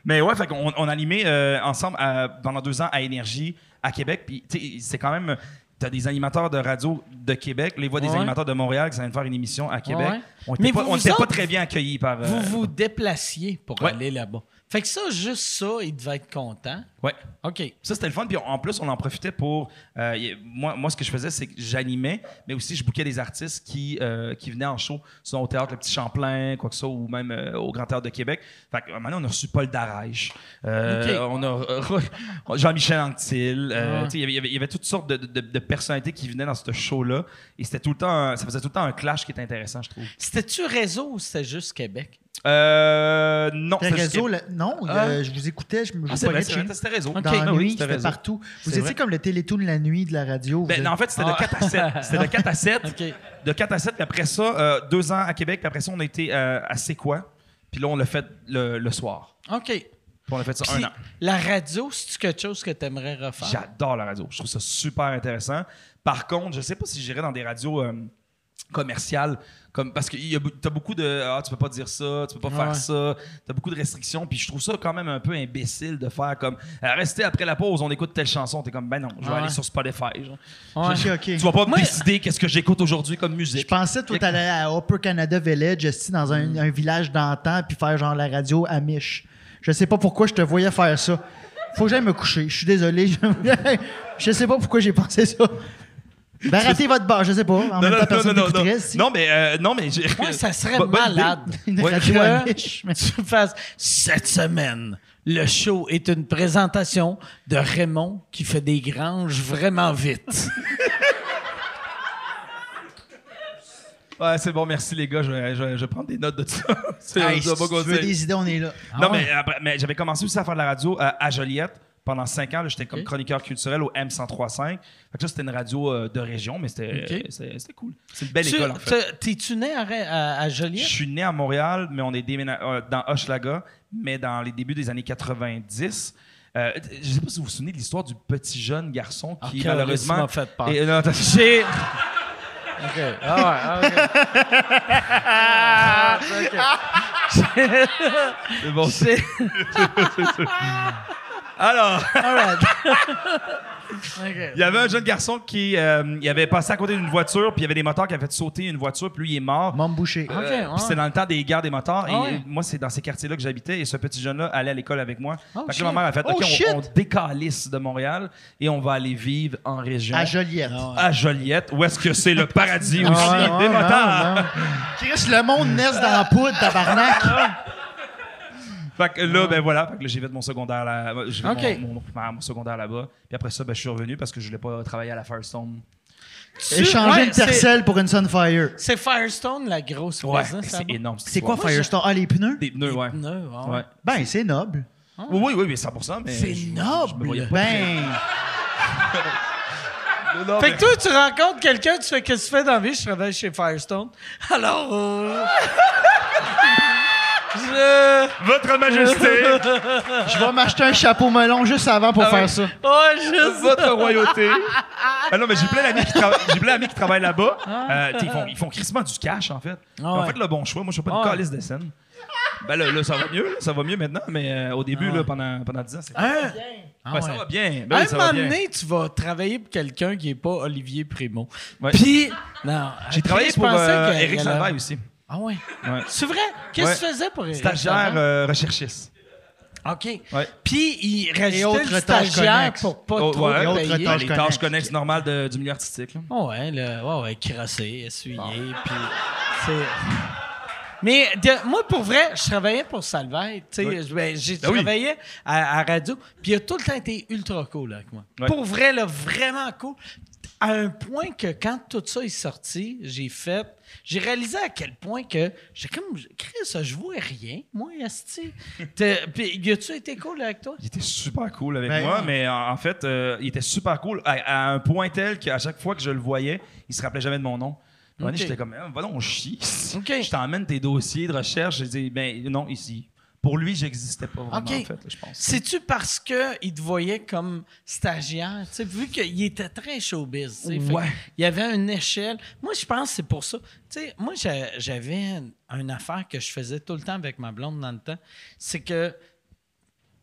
Mais ouais, fait qu'on on animait euh, ensemble à- pendant deux ans à Énergie, à Québec. Puis, tu sais, c'est quand même. T'as des animateurs de radio de Québec, les voix des Ouais. animateurs de Montréal qui viennent faire une émission à Québec. Ouais. On Mais n'était pas, vous, on vous était pas autres, très bien accueillis par. euh, Vous vous déplaciez pour Ouais. aller là-bas. Fait que ça, juste ça, il devait être content. Ouais. OK. Ça, c'était le fun. Puis en plus, on en profitait pour. euh, y- moi, moi, ce que je faisais, c'est que j'animais, mais aussi je bouquais des artistes qui, euh, qui venaient en show, soit au théâtre Le Petit Champlain, quoi que ça, ou même euh, au Grand Théâtre de Québec. Fait que, à un moment donné, on a reçu Paul Darèche. Euh, Ok. On a re- [laughs] Jean-Michel Anctil. euh, Ouais. tu sais, Il y avait- il y avait- il y avait toutes sortes de, de- de personnalités qui venaient dans ce show-là. Et c'était tout le temps. un- ça faisait tout le temps un clash qui était intéressant, je trouve. C'était-tu réseau ou c'était juste Québec? Euh, non, Le c'était juste réseau, Québec. là, non, il y a- Ah. je vous écoutais, je me Ah, je c'est vous vrai, voyais c'est chez vrai, c'était réseau. Ok. dans Ah la oui, nuit, c'était c'était réseau. partout. C'est Vous étiez vrai. comme le Télétoon de la nuit de la radio. Ben, vous non, en fait, c'était de 4 à 7. C'était de 4 à 7. Ah. [laughs] OK. De 4 à 7, puis après ça, euh, deux ans à Québec, puis après ça, on a été euh, à C'est quoi? Puis là, on l'a fait le, le soir. OK. Puis on a fait ça Puis, un an. La radio, c'est-tu quelque chose que tu aimerais refaire? J'adore la radio. Je trouve ça super intéressant. Par contre, je sais pas si j'irais dans des radios euh, commerciales. Comme, parce que tu as beaucoup de Ah, tu peux pas dire ça, tu peux pas Ouais. faire ça. Tu as beaucoup de restrictions. Puis je trouve ça quand même un peu imbécile de faire comme Euh, Restez après la pause, on écoute telle chanson. Tu es comme Ben non, je vais Ouais. aller sur Spotify. genre. Ouais. Ok, ok. Tu vas pas Moi- décider qu'est-ce que j'écoute aujourd'hui comme Je musique. pensais, toi, t'allais à Upper Canada Village, esti, dans un, Mm. un village d'antan, puis faire genre la radio Amish. Je sais pas pourquoi je te voyais faire ça. Faut que j'aille me coucher. Je suis désolé. [laughs] Je- Je sais pas pourquoi j'ai pensé ça. Ben, ratez votre bar, je sais pas. En même temps, personne non, t'écouterait, non. esti. Non, mais euh, non, mais j'ai- Moi, ça serait Bo- bonne idée. malade. Une Ouais. radio que- [laughs] Amish. mais- tu fasses cette semaine. Le show est une présentation de Raymond qui fait des granges vraiment vite. Ouais, c'est bon, merci les gars. Je vais, je vais- je vais prendre des notes de ça. [laughs] C'est Hey, ça si va pas tu veux continuer. des idées, on est là. Ah Non, mais, après- mais j'avais commencé aussi à faire de la radio euh, à Joliette pendant cinq ans. là, J'étais comme Ok. chroniqueur culturel au M1035. Fait que ça, c'était une radio euh, de région, mais c'était Ok. c'était- c'était cool. C'est une belle Tu- école, en fait. tu- T'es-tu né à, Ra- à- à Je Joliette? suis né à Montréal, mais on est déménag- euh, dans Hochelaga, mais dans les débuts des années 90. Euh, je sais pas si vous vous souvenez de l'histoire du petit jeune garçon qui, Ah, malheureusement. m'a fait peur. Et- euh, non, attends. J'ai. OK. Ah ouais, OK. Ah, ok. C'est bon. [laughs] Alors, il y avait un jeune garçon qui euh, il avait passé à côté d'une voiture, puis il y avait des motards qui avaient fait sauter une voiture, puis lui, il est mort. M'a bouché. OK, Euh, ouais. puis c'était dans le temps des guerres des motards. et Ah ouais. moi, c'est dans ces quartiers-là que j'habitais. Et ce petit jeune-là allait à l'école avec moi. Oh, Fait que shit. là, ma mère a fait Oh, OK, on- shit. on, décalisse de Montréal et on va aller vivre en région. Ah, À Joliette. à Joliette, où est-ce que c'est le paradis aussi ouais, ouais, des motards? Chris, le monde naisse dans la poudre, Ah, tabarnak. Fait que là, ben voilà, fait que là, j'ai fait mon secondaire là, j'ai fait Ah. Ok. mon, mon- ma- mon secondaire là-bas. Puis après ça, ben, je suis revenu parce que je voulais pas travailler à la Firestone. Échanger Ouais, une Tercel pour une Sunfire. C'est Firestone, la grosse hein, business, Ben, c'est là-bas. énorme. cette C'est quoi histoire. Firestone? Ah, les pneus? Des pneus, ouais. Neuf, ah ouais. ouais. Ben, c'est noble. Oui, oui, oui, mais 100%. Mais C'est je- Je me noble. voyais pas. Ben, Fait que toi, tu rencontres quelqu'un, tu fais qu'est-ce que tu fais dans la vie? Je travaille chez Firestone. [laughs] Alors. euh, je. Votre [laughs] Majesté, je vais m'acheter un chapeau melon juste avant pour faire ça. Oh, je. votre royauté. Ah non, mais j'ai plein d'amis qui, trava- j'ai plein d'amis qui travaillent là-bas. Euh, t'sais, ils font, ils font crissement du cash, en fait. Mais En Ah. ouais. fait, le bon choix, moi, je suis pas Ah une ouais. calice de scène. Ben là, là, ça va mieux, là, ça va mieux maintenant, mais euh, au Ah début, là, pendant, pendant 10 ans, c'était. Ouais, Ça va bien. Hein? Ben À oui, un ça moment va bien. donné, tu vas travailler pour quelqu'un qui n'est pas Olivier Primo. Ouais. Puis. Non. J'ai travaillé je pour pensais euh, que- Eric que- Salvaille aussi. Ah ouais. Ouais. C'est vrai? Qu'est-ce que tu Ouais. faisais pour Eric? Stagiaire euh, recherchiste. OK. Ouais. Puis, il autres rajoutait le tâches stagiaire connexes. pour pas Oh, trop ouais. Et autres payer. tâches les connexes. tâches connexes normales de- du milieu artistique. là. Oh ouais, le, ouais, ouais, crosser, essuyer, Ah. puis c'est... Mais de- moi, pour vrai, je travaillais pour Salvaire. tu sais, je- ben, J'ai Ben oui. travaillé à, à radio, puis il a tout le temps été ultra cool avec moi. Ouais. Pour vrai, là, vraiment cool. À un point que quand tout ça est sorti, j'ai fait... J'ai réalisé à quel point que... J'ai comme... Chris, je vois rien, moi, [laughs] esti. T'es- Puis, as-tu été cool avec toi? Il était super cool avec Ben moi, oui. mais en en fait, euh, il était super cool à, à un point tel qu'à chaque fois que je le voyais, il se rappelait jamais de mon nom. Un moment donné, Ok. J'étais comme, Eh, va donc, on chie. Ok. Je t'emmène tes dossiers de recherche. Je dis, ben non, ici. Pour lui, j'existais pas vraiment, Ok. en fait, là, je pense. C'est-tu parce qu'il te voyait comme stagiaire? Tu sais, vu qu'il était très showbiz. tu sais, fait Ouais. Il y avait une échelle. Moi, je pense que c'est pour ça. Tu sais, moi, j'a- j'avais une, une affaire que je faisais tout le temps avec ma blonde dans le temps. C'est que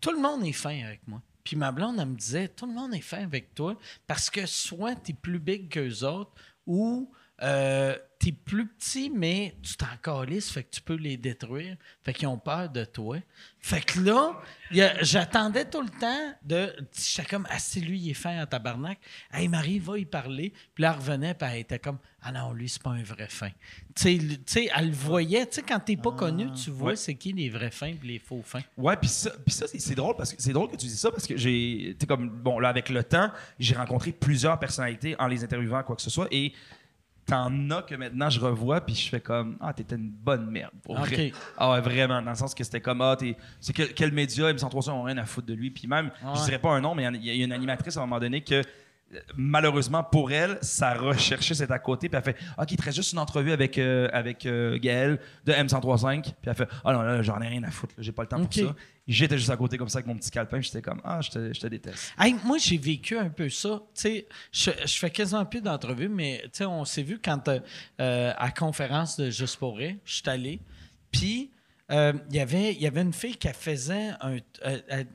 tout le monde est fin avec moi. Puis ma blonde, elle me disait, tout le monde est fin avec toi parce que soit tu es plus big qu'eux autres ou euh, tu es plus petit, mais tu t'en calisses, fait que tu peux les détruire. Fait qu'ils ont peur de toi. Fait que là, il y a- j'attendais tout le temps de. J'étais comme, ah, c'est lui, il est fin en tabarnak. Hey, Marie, va y parler. Puis là, elle revenait, puis elle était comme, ah non, lui, c'est pas un vrai fin. Tu sais, le- tu sais, elle le voyait. Tu sais, quand t'es pas connu, tu vois Ouais. c'est qui les vrais fins puis les faux fins. Ouais, puis ça, puis ça c'est, c'est drôle parce que c'est drôle que tu dis ça parce que j'ai, tu comme bon là avec le temps, j'ai rencontré plusieurs personnalités en les interviewant quoi que ce soit et t'en as que maintenant je revois puis je fais comme ah t'étais une bonne merde pour Ok. vrai. ah ouais, vraiment dans le sens que c'était comme ah t'es c'est que- quel média M103 ont rien à foutre de lui puis même je dirais pas un nom mais il y, a- il y a une animatrice à un moment donné que euh, Malheureusement pour elle, sa recherchiste est à côté, puis elle fait Ah, qui traite juste une entrevue avec, euh, avec euh, Gaël de M1035. Puis elle fait Ah non, là, j'en ai rien à foutre, là, j'ai pas le temps pour Ok. ça. J'étais juste à côté comme ça avec mon petit calepin, puis j'étais comme ah, je te, je te déteste. Hey, moi, j'ai vécu un peu ça. Tu sais, je, je fais quasiment plus d'entrevues, mais tu sais, on s'est vu quand euh, euh, à conférence de Juste pour rire, je suis allé. Puis, euh, il y avait- il y avait une fille qui faisait un. euh, elle-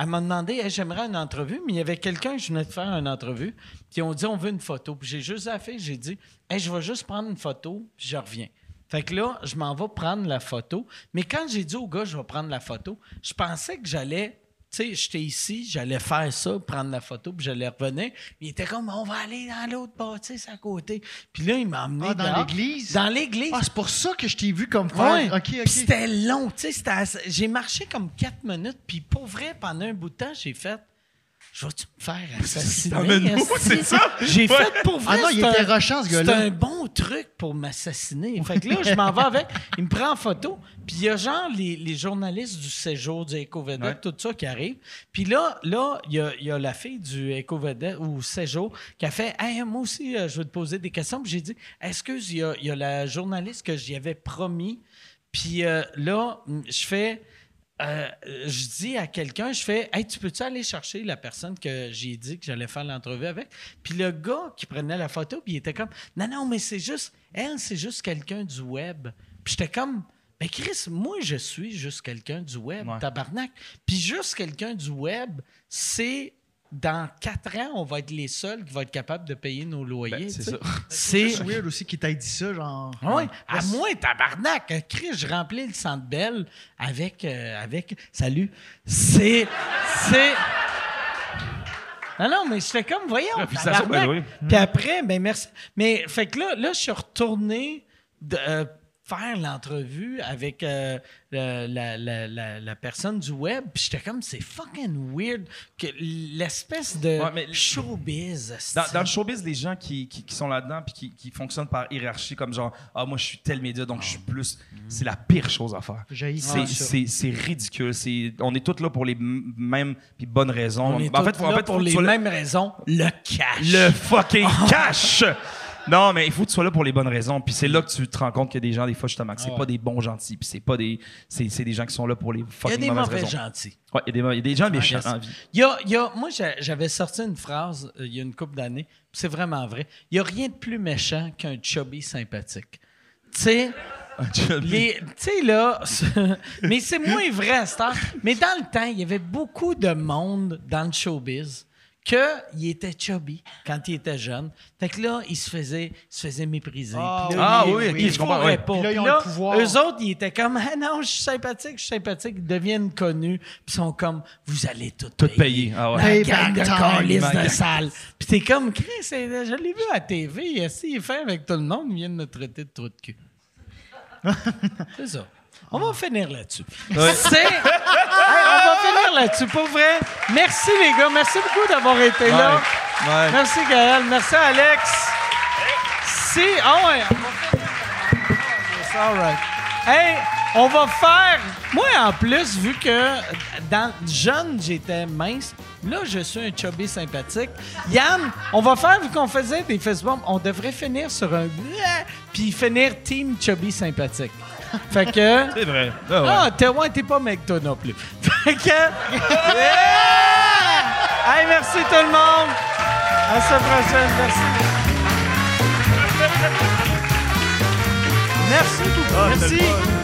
elle m'a demandé, Hey, j'aimerais une entrevue, mais il y avait quelqu'un, je venais de faire une entrevue, puis on dit, on veut une photo. Puis j'ai juste à faire, j'ai dit, Hey, je vais juste prendre une photo, puis je reviens. Fait que là, je m'en vais prendre la photo. Mais quand j'ai dit au gars, je vais prendre la photo, je pensais que j'allais, tu sais, j'étais ici, j'allais faire ça, prendre la photo, puis j'allais revenir. Mais il était comme, on va aller dans l'autre bâtisse à côté. Puis là, il m'a emmené Ah, dans dehors. l'église? Dans l'église. Ah, c'est pour ça que je t'ai vu comme faire. Ouais. OK, Puis OK. c'était long, tu sais. c'était assez- J'ai marché comme quatre minutes, puis pour vrai, pendant un bout de temps, j'ai fait. Je vais-tu me faire assassiner? Emmène-nous, esti? c'est ça? J'ai Ouais. fait pour vrai. Ah non, il c'est un- était rushant, ce C'est gars-là. un bon truc pour m'assassiner. Fait que là, je m'en vais avec. Il me prend en photo. Puis il y a genre les, les journalistes du séjour du Éco-Vedette, Ouais. tout ça qui arrive. Puis là, là, il y a, il y a la fille du Éco-Vedette ou séjour qui a fait Hey, Moi aussi, euh, je veux te poser des questions. Puis j'ai dit Excuse, il y a, il y a la journaliste que j'y avais promis. Puis euh, là, mm, je fais euh, je dis à quelqu'un, je fais Hey, tu peux-tu aller chercher la personne que j'ai dit que j'allais faire l'entrevue avec? Puis le gars qui prenait la photo, puis il était comme Non, non, mais c'est juste, elle, c'est juste quelqu'un du web. Puis j'étais comme Mais Chris, moi, je suis juste quelqu'un du web, tabarnak. Puis juste quelqu'un du web, c'est. Dans quatre ans, on va être les seuls qui vont être capables de payer nos loyers. Ben, c'est tu sais. ça. [laughs] C'est C'est weird aussi qu'il t'ait dit ça, genre. ah ouais, à moi, tabarnak, euh, Chris, je remplis le centre belle avec. euh, avec salut. C'est. C'est. Non, non, mais je fais comme, voyons. Félicitations, tabarnak. ben oui. Puis après, ben merci. Mais fait que là, là je suis retourné de, euh, faire l'entrevue avec euh, le- la, la- la- la personne du web. Puis j'étais comme, c'est fucking weird que l'espèce de Ouais, mais- showbiz. Dans, esti. dans le showbiz, les gens qui, qui- qui sont là-dedans puis qui, qui fonctionnent par hiérarchie, comme genre, ah, moi, je suis tel média, donc je suis Ah. plus. C'est la pire chose à faire. J'ai C'est- C'est c'est ridicule. C'est- On est tous là pour les m- mêmes puis bonnes raisons. On est en fait, tous faut- en là fait, pour faut que tu les sois là- mêmes raisons, le cash. Le fucking [laughs] cash! Non, mais il faut que tu sois là pour les bonnes raisons. Puis c'est là que tu te rends compte qu'il y a des gens, des fois, justement, Ah que c'est pas des bons gentils. Puis c'est pas des. C'est c'est des gens qui sont là pour les Il y a fucking des mauvaises mauvais Ah, raisons. gentils. hein, Ouais, il y a des ma- il y a des gens méchants yes. en vie. Il y a, il y a- moi, j'a- j'avais sorti une phrase euh, il y a une couple d'années, puis c'est vraiment vrai. Il n'y a rien de plus méchant qu'un chubby sympathique. Tu sais, [laughs] les- tu sais, là, [laughs] mais c'est moins vrai à cette heure. Mais dans le temps, il y avait beaucoup de monde dans le showbiz qu'il était chubby quand il était jeune. Fait que là, il se faisait, il se faisait mépriser. Puis là, Ah il- oui, ok, il je comprends, fourrait ouais. pas. Puis là, ils ont Puis là, le pouvoir. Eux autres, ils étaient comme, ah non, je suis sympathique, je suis sympathique. Ils deviennent connus, puis sont comme, vous allez tout, Tout payé. Ah ouais. Hey, la gang de bang time, calices ma de gang. sale. Puis t'es comme, Chris, c'est- je l'ai vu à la TV, euh, s'il est fin avec tout le monde, il vient de me traiter de trou de cul. c'est ça. On va finir là-dessus. C'est- Hey, on va finir là-dessus, pour vrai. Merci, les gars. Merci beaucoup d'avoir été là. Merci, Gaël. Merci, Alex. Si... Ah ouais. on va faire- All right. Hey, on va faire... Moi, en plus, vu que dans jeune, j'étais mince, là, je suis un chubby sympathique. Yann, on va faire, vu qu'on faisait des fist-bumps, on devrait finir sur un... Puis finir team chubby sympathique. Fait que... C'est vrai. Ah, t'es ouais, t'es pas McDo non plus. [laughs] Fait que. Yeah! Hey, merci tout le monde. À la prochaine. Merci. Ah, Merci beaucoup. merci.